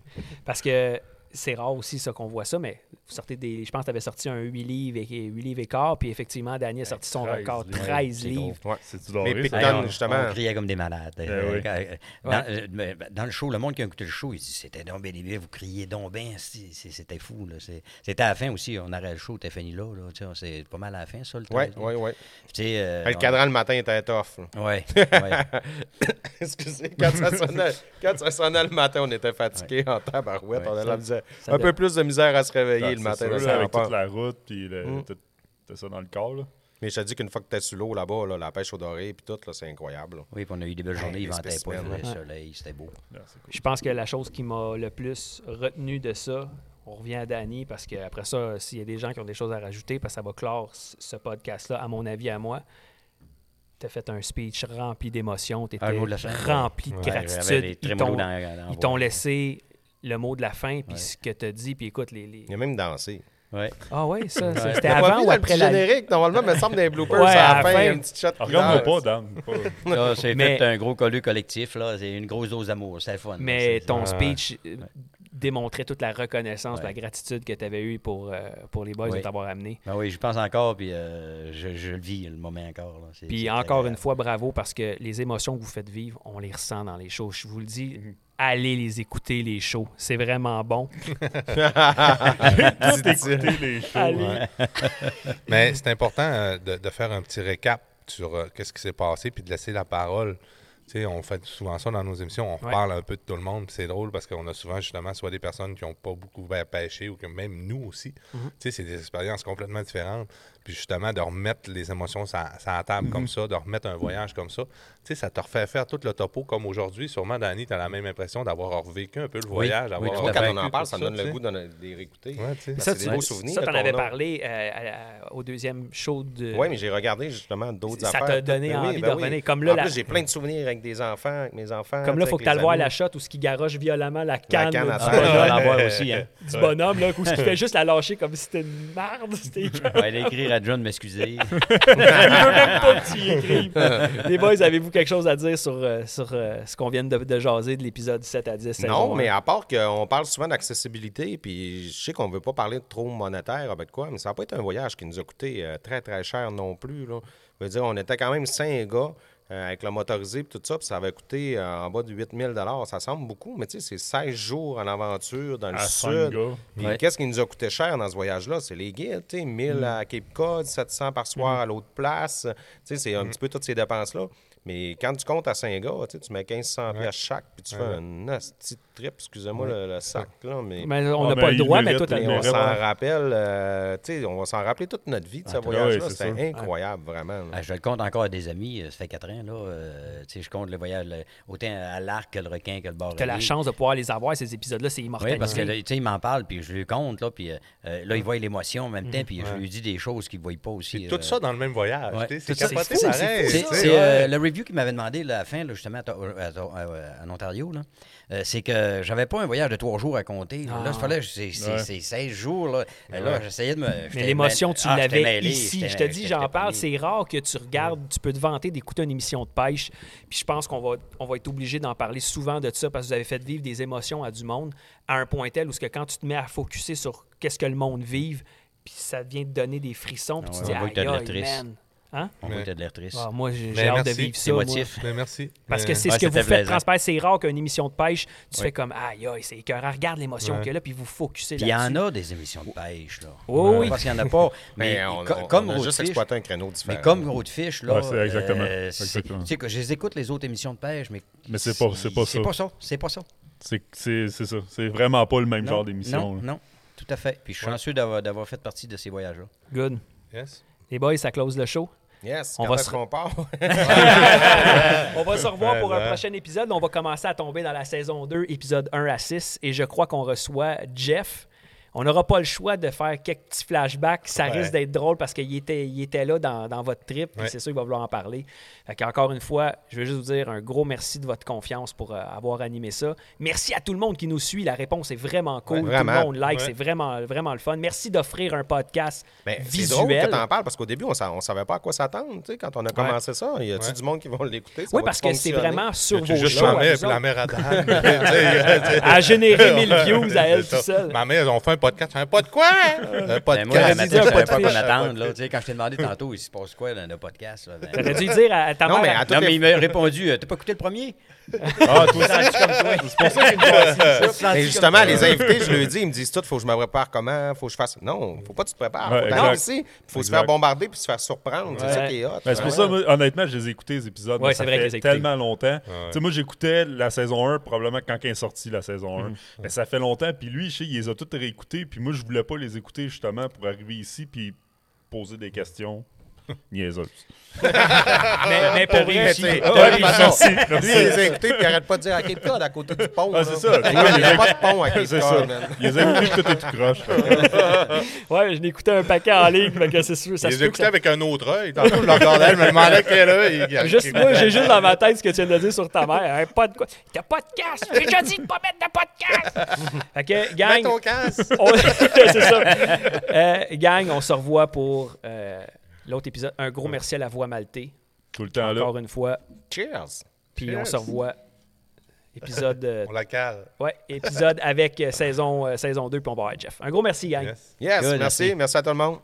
[SPEAKER 3] Parce que c'est rare aussi ça qu'on voit ça, mais vous sortez des. Je pense que tu avais sorti un 8 livres et, 8 livres et quart, puis effectivement,
[SPEAKER 2] Ben,
[SPEAKER 3] Dany a sorti son
[SPEAKER 5] 13
[SPEAKER 3] record,
[SPEAKER 5] livres.
[SPEAKER 3] 13
[SPEAKER 5] C'est
[SPEAKER 3] livres.
[SPEAKER 2] drôle. Ouais.
[SPEAKER 8] C'est
[SPEAKER 2] du doré, Mais ça. Picton,
[SPEAKER 5] Hey, on-
[SPEAKER 2] justement.
[SPEAKER 5] On criait comme des malades.
[SPEAKER 2] Ben
[SPEAKER 5] Euh,
[SPEAKER 2] oui.
[SPEAKER 5] quand- euh, Dans,
[SPEAKER 2] Ouais.
[SPEAKER 5] euh, mais- dans le show, le monde qui a écouté le show, il dit c'était donc bien débile, vous criez donc bien, si- c'est- c'était fou. là. C'est- C'était à la fin aussi, on arrête le show, t'es fini là. là. Tu sais, on- C'est pas mal à la fin, ça, le
[SPEAKER 2] Ouais,
[SPEAKER 5] 13, là.
[SPEAKER 2] ouais, ouais.
[SPEAKER 5] Tu sais, euh,
[SPEAKER 2] Hey, le
[SPEAKER 5] on-
[SPEAKER 2] cadran le matin était tough. [LAUGHS]
[SPEAKER 5] Ouais, ouais.
[SPEAKER 2] Excusez, quand ça,
[SPEAKER 9] [LAUGHS]
[SPEAKER 2] sonnait, quand ça sonnait le matin, on était fatigué en tabarouette.
[SPEAKER 8] Ouais,
[SPEAKER 2] on a
[SPEAKER 8] ça-
[SPEAKER 2] la misère-
[SPEAKER 8] ça
[SPEAKER 2] un
[SPEAKER 8] de-
[SPEAKER 2] peu plus de misère à se réveiller
[SPEAKER 8] Ah,
[SPEAKER 2] le
[SPEAKER 8] c'est
[SPEAKER 2] matin.
[SPEAKER 8] sûr,
[SPEAKER 2] là,
[SPEAKER 8] là,
[SPEAKER 2] ça
[SPEAKER 8] avec
[SPEAKER 2] va pas.
[SPEAKER 8] toute la route, puis le-
[SPEAKER 2] Mm.
[SPEAKER 8] t'as- t'as ça dans le corps. Là.
[SPEAKER 2] Mais je te dis qu'une fois que t'es sur l'eau là-bas, là, la pêche au doré et tout, là, c'est incroyable. là.
[SPEAKER 5] Oui, puis on a eu des belles
[SPEAKER 2] Hey,
[SPEAKER 5] journées, il
[SPEAKER 2] les
[SPEAKER 5] ventait pas, il
[SPEAKER 2] spécimens,
[SPEAKER 5] faisait
[SPEAKER 2] là.
[SPEAKER 5] soleil, c'était beau.
[SPEAKER 3] Je pense que la chose qui m'a le plus retenu de ça, on revient à Danny, parce qu'après ça, s'il y a des gens qui ont des choses à rajouter, parce que ça va clore c- ce podcast-là, à mon avis, à moi. T'as fait un speech rempli d'émotions, t'étais
[SPEAKER 5] Ah, le mot de la fin.
[SPEAKER 3] rempli de
[SPEAKER 5] Ouais, j'avais les
[SPEAKER 3] gratitude. Ils
[SPEAKER 5] trémolos
[SPEAKER 3] t'ont-
[SPEAKER 5] dans- dans la
[SPEAKER 3] ils t'ont
[SPEAKER 5] voix.
[SPEAKER 3] laissé le mot de la fin, puis ce que t'as dit, puis écoute, les... les-
[SPEAKER 2] Il a même dansé. [LAUGHS]
[SPEAKER 5] Ouais.
[SPEAKER 3] Ah ouais, ça, ça,
[SPEAKER 2] Ouais.
[SPEAKER 3] c'était
[SPEAKER 2] T'as pas
[SPEAKER 3] avant
[SPEAKER 2] vu
[SPEAKER 3] ou
[SPEAKER 2] dans le
[SPEAKER 3] après
[SPEAKER 2] petit
[SPEAKER 3] la...
[SPEAKER 2] générique, normalement, il me semble, dans les bloopers,
[SPEAKER 3] Ouais,
[SPEAKER 2] c'est à la fin, il y a
[SPEAKER 3] fin.
[SPEAKER 2] une petite shot qui
[SPEAKER 8] Ah, Regarde-moi
[SPEAKER 2] danse.
[SPEAKER 8] pas, Dan. pas.
[SPEAKER 5] Là, c'est
[SPEAKER 3] Mais-
[SPEAKER 5] fait un gros collu collectif, là. C'est une grosse dose d'amour, c'est le fun. là.
[SPEAKER 3] Mais
[SPEAKER 5] C'est-
[SPEAKER 3] ton
[SPEAKER 5] Ouais.
[SPEAKER 3] speech euh, démontrait toute la reconnaissance,
[SPEAKER 5] Ouais.
[SPEAKER 3] la gratitude que tu avais eue pour, euh, pour les boys
[SPEAKER 5] Oui.
[SPEAKER 3] de t'avoir amené.
[SPEAKER 5] Ben oui, je pense encore, puis euh, je, je le vis, le moment encore. là. C'est-
[SPEAKER 3] Puis
[SPEAKER 5] c'est
[SPEAKER 3] encore
[SPEAKER 5] agréable.
[SPEAKER 3] une fois, bravo parce que les émotions que vous faites vivre, on les ressent dans les shows. Je vous le dis,
[SPEAKER 8] Mhm.
[SPEAKER 3] allez les écouter, les shows. C'est vraiment
[SPEAKER 8] [LAUGHS]
[SPEAKER 3] bon.
[SPEAKER 2] [LAUGHS]
[SPEAKER 8] J'ai tout écouté, les shows.
[SPEAKER 3] Allez.
[SPEAKER 9] Mais c'est important euh, de, de faire un petit récap sur euh, qu'est-ce qui s'est passé puis de laisser la parole. Tu sais, on fait souvent ça dans nos émissions, on
[SPEAKER 8] Ouais.
[SPEAKER 9] parle un peu de tout le monde, puis c'est drôle parce qu'on a souvent justement soit des personnes qui n'ont pas beaucoup à pêcher ou que même nous aussi,
[SPEAKER 8] Mhm.
[SPEAKER 9] tu sais, c'est des expériences complètement différentes. Puis justement, de remettre les émotions sur la table
[SPEAKER 2] Mhm.
[SPEAKER 9] comme ça, de remettre un voyage comme ça, tu sais, ça te refait faire tout le topo comme aujourd'hui. Sûrement, Danny, tu as la même impression d'avoir revécu un peu le voyage.
[SPEAKER 2] oui,
[SPEAKER 9] d'avoir
[SPEAKER 2] tout à fait. Quand on en
[SPEAKER 9] vécu
[SPEAKER 2] parle,
[SPEAKER 9] tout
[SPEAKER 2] ça donne le
[SPEAKER 9] tu sais.
[SPEAKER 2] goût d'en- de les réécouter.
[SPEAKER 9] Ouais, tu sais.
[SPEAKER 2] Parce que
[SPEAKER 3] Ça,
[SPEAKER 2] c'est
[SPEAKER 3] tu
[SPEAKER 2] des beaux souvenirs,
[SPEAKER 3] ça, t'en
[SPEAKER 2] là,
[SPEAKER 3] avais
[SPEAKER 2] qu'on a.
[SPEAKER 3] parlé euh, à- à- au deuxième show de.
[SPEAKER 2] Oui, mais j'ai regardé justement d'autres
[SPEAKER 3] Ça
[SPEAKER 2] affaires.
[SPEAKER 3] t'a donné
[SPEAKER 2] Ben oui,
[SPEAKER 3] envie
[SPEAKER 2] ben
[SPEAKER 3] de
[SPEAKER 2] oui.
[SPEAKER 3] revenir. Comme là,
[SPEAKER 2] en
[SPEAKER 3] la-
[SPEAKER 2] plus, j'ai plein de souvenirs avec des enfants, avec mes enfants.
[SPEAKER 3] Comme là,
[SPEAKER 2] tu sais,
[SPEAKER 3] il faut que
[SPEAKER 2] avec
[SPEAKER 3] tu ailles
[SPEAKER 2] les
[SPEAKER 3] voir
[SPEAKER 2] amis.
[SPEAKER 3] la shot où ce qui garoche violemment la canne,
[SPEAKER 2] canne à
[SPEAKER 3] du,
[SPEAKER 2] terre.
[SPEAKER 3] bonhomme,
[SPEAKER 2] Ah, j'en vois aussi,
[SPEAKER 5] [LAUGHS]
[SPEAKER 2] hein.
[SPEAKER 3] du bonhomme, là, où ce qui fait juste la lâcher comme si c'était une marde. [LAUGHS] C'était
[SPEAKER 2] [LAUGHS]
[SPEAKER 5] On va aller écrire à John, m'excuser.
[SPEAKER 3] Il veut même pas que tu y écrives. Les boys, avez-vous quelque chose à dire sur, euh, sur euh, ce qu'on vient de, de jaser de l'épisode 7 à 10? saison hein.
[SPEAKER 2] Non,
[SPEAKER 3] un?
[SPEAKER 2] mais à part qu'on parle souvent d'accessibilité, puis je sais qu'on ne veut pas parler de trop monétaire avec quoi, mais ça n'a pas été un voyage qui nous a coûté euh, très, très cher non plus. Là. Je veux dire, on était quand même cinq gars. euh, avec le motorisé et tout ça, puis ça avait coûté euh, en bas de 8000 Ça semble beaucoup, mais tu sais, c'est 16 jours en aventure dans le
[SPEAKER 8] À
[SPEAKER 2] sud.
[SPEAKER 8] Sangha.
[SPEAKER 2] Puis
[SPEAKER 8] Ouais.
[SPEAKER 2] qu'est-ce qui nous a coûté cher dans ce voyage-là? C'est les guides, tu sais, 1000
[SPEAKER 8] Mm.
[SPEAKER 2] à Cape Cod, 700 par soir à l'autre place. Tu sais, c'est un petit peu toutes ces dépenses-là. Mais quand tu comptes à Saint-Gars, tu sais, tu mets 1500 pièces chaque, puis tu
[SPEAKER 8] Ouais.
[SPEAKER 2] fais un nasty trip, excusez-moi
[SPEAKER 8] Ouais.
[SPEAKER 2] le, le sac, là, mais...
[SPEAKER 3] Mais on Ah, n'a ben, pas le il droit, mais mérite, toi, t'as le il
[SPEAKER 2] on
[SPEAKER 3] mérite.
[SPEAKER 2] s'en rappelle, euh, tu sais, on va s'en rappeler toute notre vie de ce
[SPEAKER 5] Ah,
[SPEAKER 2] voyage-là.
[SPEAKER 5] ouais, c'est
[SPEAKER 2] C'était
[SPEAKER 5] sûr.
[SPEAKER 2] incroyable, vraiment. là.
[SPEAKER 5] Ah, je le compte encore à des amis, euh, ça fait quatre ans. Là, euh, tu sais, je compte le voyage le- autant à l'arc que le requin que le bord.
[SPEAKER 3] T'as la chance de pouvoir les avoir, ces épisodes-là, c'est
[SPEAKER 5] Oui,
[SPEAKER 3] immortel.
[SPEAKER 5] parce que là, tu sais, il m'en parle, puis je lui compte, là, puis euh, euh, là, il voit l'émotion en même temps,
[SPEAKER 3] Mhm.
[SPEAKER 5] puis je
[SPEAKER 3] Ouais.
[SPEAKER 5] lui dis des choses qu'il ne voit pas aussi.
[SPEAKER 9] Puis tout
[SPEAKER 3] euh,
[SPEAKER 9] ça dans le même voyage, tu sais, c'est
[SPEAKER 5] Tout ça,
[SPEAKER 9] capoté
[SPEAKER 5] fou, c'est
[SPEAKER 9] pareil,
[SPEAKER 5] fou. C'est-
[SPEAKER 9] tu sais,
[SPEAKER 5] c'est,
[SPEAKER 9] ouais.
[SPEAKER 5] euh, le review qu'il m'avait demandé là, à la fin, là, justement, à To- à To- à- en Ontario, là, euh, c'est que j'avais pas un voyage de trois jours à compter. Là,
[SPEAKER 3] Ah.
[SPEAKER 5] Là, il fallait, c'est, c'est-
[SPEAKER 3] Ouais.
[SPEAKER 5] c'est 16 jours. Là, là j'essayais de me.
[SPEAKER 3] Mais
[SPEAKER 5] j'étais
[SPEAKER 3] l'émotion,
[SPEAKER 5] mêlé-
[SPEAKER 3] tu
[SPEAKER 5] Ah, j'étais
[SPEAKER 3] l'avais
[SPEAKER 5] mêlé,
[SPEAKER 3] ici.
[SPEAKER 5] j'étais-
[SPEAKER 3] Je te dis,
[SPEAKER 5] j'étais
[SPEAKER 3] j'en parle.
[SPEAKER 5] pogné.
[SPEAKER 3] C'est rare que tu regardes, tu peux te vanter d'écouter une émission de pêche. Puis je pense qu'on va, on va être obligé d'en parler souvent de ça parce que vous avez fait vivre des émotions à du monde à un point tel où ce que quand tu te mets à focuser sur qu'est-ce que le monde vive, puis ça vient te donner des frissons. Puis
[SPEAKER 5] Ah
[SPEAKER 3] tu
[SPEAKER 5] ouais,
[SPEAKER 3] te dis,
[SPEAKER 5] on voit que t'as de
[SPEAKER 3] aïe,
[SPEAKER 5] l'air
[SPEAKER 3] aïe,
[SPEAKER 5] triste.
[SPEAKER 3] man. Hein?
[SPEAKER 5] On voit que t'as de l'air triste.
[SPEAKER 3] Ah, moi, j'ai
[SPEAKER 5] Mais
[SPEAKER 3] j'ai hâte de
[SPEAKER 5] merci.
[SPEAKER 3] vivre
[SPEAKER 5] C'est
[SPEAKER 3] ça. moi.
[SPEAKER 5] émotif. Mais merci.
[SPEAKER 3] Parce que
[SPEAKER 5] Mais-
[SPEAKER 3] c'est
[SPEAKER 5] Ouais,
[SPEAKER 3] ce que vous
[SPEAKER 5] c'était
[SPEAKER 3] faites
[SPEAKER 5] plaisant.
[SPEAKER 3] transparaître. C'est rare qu'une émission de pêche, tu
[SPEAKER 5] Ouais.
[SPEAKER 3] fais comme, aïe, aïe, c'est écœurant. Regarde l'émotion
[SPEAKER 5] Ouais.
[SPEAKER 3] qu'il y a là, puis vous focussez
[SPEAKER 5] Puis il y en
[SPEAKER 3] là-dessus.
[SPEAKER 5] a des émissions de pêche, là.
[SPEAKER 3] Oui, oui.
[SPEAKER 5] Parce qu'il n'y en a pas.
[SPEAKER 2] Ben,
[SPEAKER 5] Mais,
[SPEAKER 3] [LAUGHS] Mais on-
[SPEAKER 5] co-
[SPEAKER 3] on-
[SPEAKER 5] comme
[SPEAKER 3] on a
[SPEAKER 5] Road
[SPEAKER 3] juste
[SPEAKER 5] Fish-
[SPEAKER 3] exploité un créneau différent.
[SPEAKER 5] Mais comme Roadfish, là.
[SPEAKER 8] Ouais, c'est exactement.
[SPEAKER 5] euh, c'est-
[SPEAKER 8] Exactement.
[SPEAKER 5] Tu sais que je les écoute, les autres émissions de pêche, mais.
[SPEAKER 8] Mais c'est pas, c'est pas ça.
[SPEAKER 5] C'est pas ça. C'est pas ça.
[SPEAKER 8] C'est- C'est c'est ça. C'est vraiment pas le même
[SPEAKER 5] Non,
[SPEAKER 8] genre d'émission.
[SPEAKER 5] Non,
[SPEAKER 2] Mm.
[SPEAKER 8] là.
[SPEAKER 5] non, tout à fait. Puis je suis chanceux d'avoir, d'avoir fait partie de ces voyages-là.
[SPEAKER 3] Good.
[SPEAKER 2] Yes.
[SPEAKER 3] Les boys, ça close le show.
[SPEAKER 2] Yes,
[SPEAKER 3] on
[SPEAKER 2] quand
[SPEAKER 3] va
[SPEAKER 2] est-ce
[SPEAKER 3] se
[SPEAKER 2] qu'on part?
[SPEAKER 3] on va se revoir pour un
[SPEAKER 2] Vraiment.
[SPEAKER 3] prochain épisode. On va commencer à tomber dans la saison 2, épisode 1 à 6. Et je crois qu'on reçoit Jeff. On n'aura pas le choix de faire quelques petits flashbacks. Ça
[SPEAKER 5] Ouais.
[SPEAKER 3] risque d'être drôle parce qu'il était, il était là dans, dans votre trip. puis
[SPEAKER 5] Ouais.
[SPEAKER 3] C'est sûr qu'il va vouloir en parler. Encore une fois, je veux juste vous dire un gros merci de votre confiance pour euh, avoir animé ça. Merci à tout le monde qui nous suit. La réponse est vraiment cool.
[SPEAKER 2] Ouais,
[SPEAKER 3] Tout
[SPEAKER 2] vraiment.
[SPEAKER 3] le monde like.
[SPEAKER 2] Ouais.
[SPEAKER 3] C'est vraiment, vraiment le fun. Merci d'offrir un podcast
[SPEAKER 2] Mais Ben, c'est drôle que
[SPEAKER 3] visuel.
[SPEAKER 2] t'en parles parce qu'au début, on ne savait pas à quoi s'attendre tu sais, quand on a commencé ça. Y a-tu du monde qui va l'écouter? Ça
[SPEAKER 3] Oui,
[SPEAKER 2] va-tu
[SPEAKER 3] parce que c'est
[SPEAKER 2] fonctionner?
[SPEAKER 3] vraiment sur
[SPEAKER 2] Y a-tu
[SPEAKER 3] vos
[SPEAKER 2] juste
[SPEAKER 3] shows,
[SPEAKER 2] la mer
[SPEAKER 3] à
[SPEAKER 2] puis
[SPEAKER 3] vous
[SPEAKER 2] la
[SPEAKER 3] autres.
[SPEAKER 2] mer
[SPEAKER 9] [LAUGHS]
[SPEAKER 2] à dame?
[SPEAKER 3] À générer 1000 views à elle
[SPEAKER 9] C'est
[SPEAKER 3] tout
[SPEAKER 9] ça.
[SPEAKER 3] seule.
[SPEAKER 9] Ma mère, on fait un podcast. Un podcast de quoi? hein? Un
[SPEAKER 5] Ben, moi, la
[SPEAKER 9] podcast.
[SPEAKER 5] matinée, je savais pas
[SPEAKER 9] podcast.
[SPEAKER 5] qu'on attende. Là, tu sais, quand je t'ai demandé tantôt, il se passe quoi dans le podcast? Là, ben- [LAUGHS]
[SPEAKER 3] T'aurais dû dire à ta
[SPEAKER 5] non,
[SPEAKER 3] mère-
[SPEAKER 5] Mais
[SPEAKER 3] à toutes
[SPEAKER 5] non,
[SPEAKER 3] les-
[SPEAKER 5] mais il m'a répondu, euh, t'as pas écouté le premier?
[SPEAKER 2] Ah, toi
[SPEAKER 5] Tu te sens-tu comme toi?
[SPEAKER 2] C'est pour ça qu'il me
[SPEAKER 5] Tu
[SPEAKER 2] passe
[SPEAKER 5] te sens-tu
[SPEAKER 2] ça. Et
[SPEAKER 5] comme
[SPEAKER 2] Ben, justement,
[SPEAKER 5] toi?
[SPEAKER 2] les invités, je leur dis, ils me disent tout, faut que je me prépare comment, faut que je fasse. Non, faut pas que tu te prépares.
[SPEAKER 8] Ouais,
[SPEAKER 2] Faut
[SPEAKER 8] exact.
[SPEAKER 2] t'aller ici. Faut se
[SPEAKER 8] Exact.
[SPEAKER 2] faire bombarder puis se faire surprendre. C'est ça
[SPEAKER 8] Ouais.
[SPEAKER 2] qui est hot. hein.
[SPEAKER 8] Ben, c'est pour ça,
[SPEAKER 2] vraiment.
[SPEAKER 8] moi, honnêtement, je les ai écoutés, les épisodes.
[SPEAKER 2] Ouais,
[SPEAKER 8] mais
[SPEAKER 2] c'est
[SPEAKER 8] ça
[SPEAKER 2] vrai que
[SPEAKER 8] fait
[SPEAKER 2] les écouter.
[SPEAKER 8] tellement longtemps.
[SPEAKER 2] Ouais.
[SPEAKER 8] Tu sais, moi, j'écoutais la saison 1, probablement quand elle est sortie, la saison 1.
[SPEAKER 2] Mhm.
[SPEAKER 8] Mais ça fait longtemps. Puis lui, je sais, il les a toutes réécoutées. Puis moi, je voulais pas les écouter, justement, pour arriver ici puis poser des [LAUGHS] questions niaiseuses.
[SPEAKER 2] Mais- mais pour
[SPEAKER 8] T'as
[SPEAKER 2] vrai,
[SPEAKER 8] réussi.
[SPEAKER 2] tu sais,
[SPEAKER 8] Ah,
[SPEAKER 2] t'as
[SPEAKER 8] oui,
[SPEAKER 2] raison.
[SPEAKER 8] merci,
[SPEAKER 2] Lui,
[SPEAKER 8] merci.
[SPEAKER 2] il les a écoutés, puis il arrête pas de dire à Cape Cod, à côté du pont,
[SPEAKER 8] Ah,
[SPEAKER 2] là.
[SPEAKER 8] c'est ça.
[SPEAKER 2] Il y
[SPEAKER 8] Ouais,
[SPEAKER 2] a
[SPEAKER 8] les-
[SPEAKER 2] pas de pont à Cape
[SPEAKER 8] [LAUGHS] C'est
[SPEAKER 2] Cod,
[SPEAKER 8] ça.
[SPEAKER 2] man.
[SPEAKER 8] Il les a écoutés, puis tout est tout croche.
[SPEAKER 3] ouais, je l'écoutais un paquet en ligne, fait que c'est sûr. Ça
[SPEAKER 9] Ils
[SPEAKER 3] se peut que
[SPEAKER 9] écoutaient
[SPEAKER 3] ça-
[SPEAKER 9] avec un autre œil. Tantôt, je le regardais, je me demandais quel œil.
[SPEAKER 3] [LAUGHS]
[SPEAKER 9] il-
[SPEAKER 3] Juste, moi, j'ai juste dans ma tête ce que tu viens de dire sur ta mère. Hein, pas de quoi. T'as pas de casse. J'ai déjà dit de pas mettre de podcast. Fait que, gang.
[SPEAKER 2] Mets ton casque.
[SPEAKER 3] on- [LAUGHS] c'est ça. Euh, gang, on se revoit pour euh, l'autre épisode. Un gros merci à la voix maltée.
[SPEAKER 8] Tout le temps
[SPEAKER 3] Encore
[SPEAKER 8] là.
[SPEAKER 3] une fois.
[SPEAKER 2] Cheers.
[SPEAKER 3] Puis
[SPEAKER 8] Cheers.
[SPEAKER 3] on se revoit. Épisode. euh,
[SPEAKER 9] On la cale.
[SPEAKER 3] Ouais, épisode avec euh, saison, euh, saison 2, puis on va voir Jeff. Un gros merci, gang.
[SPEAKER 2] Yes, merci. Merci à tout le monde.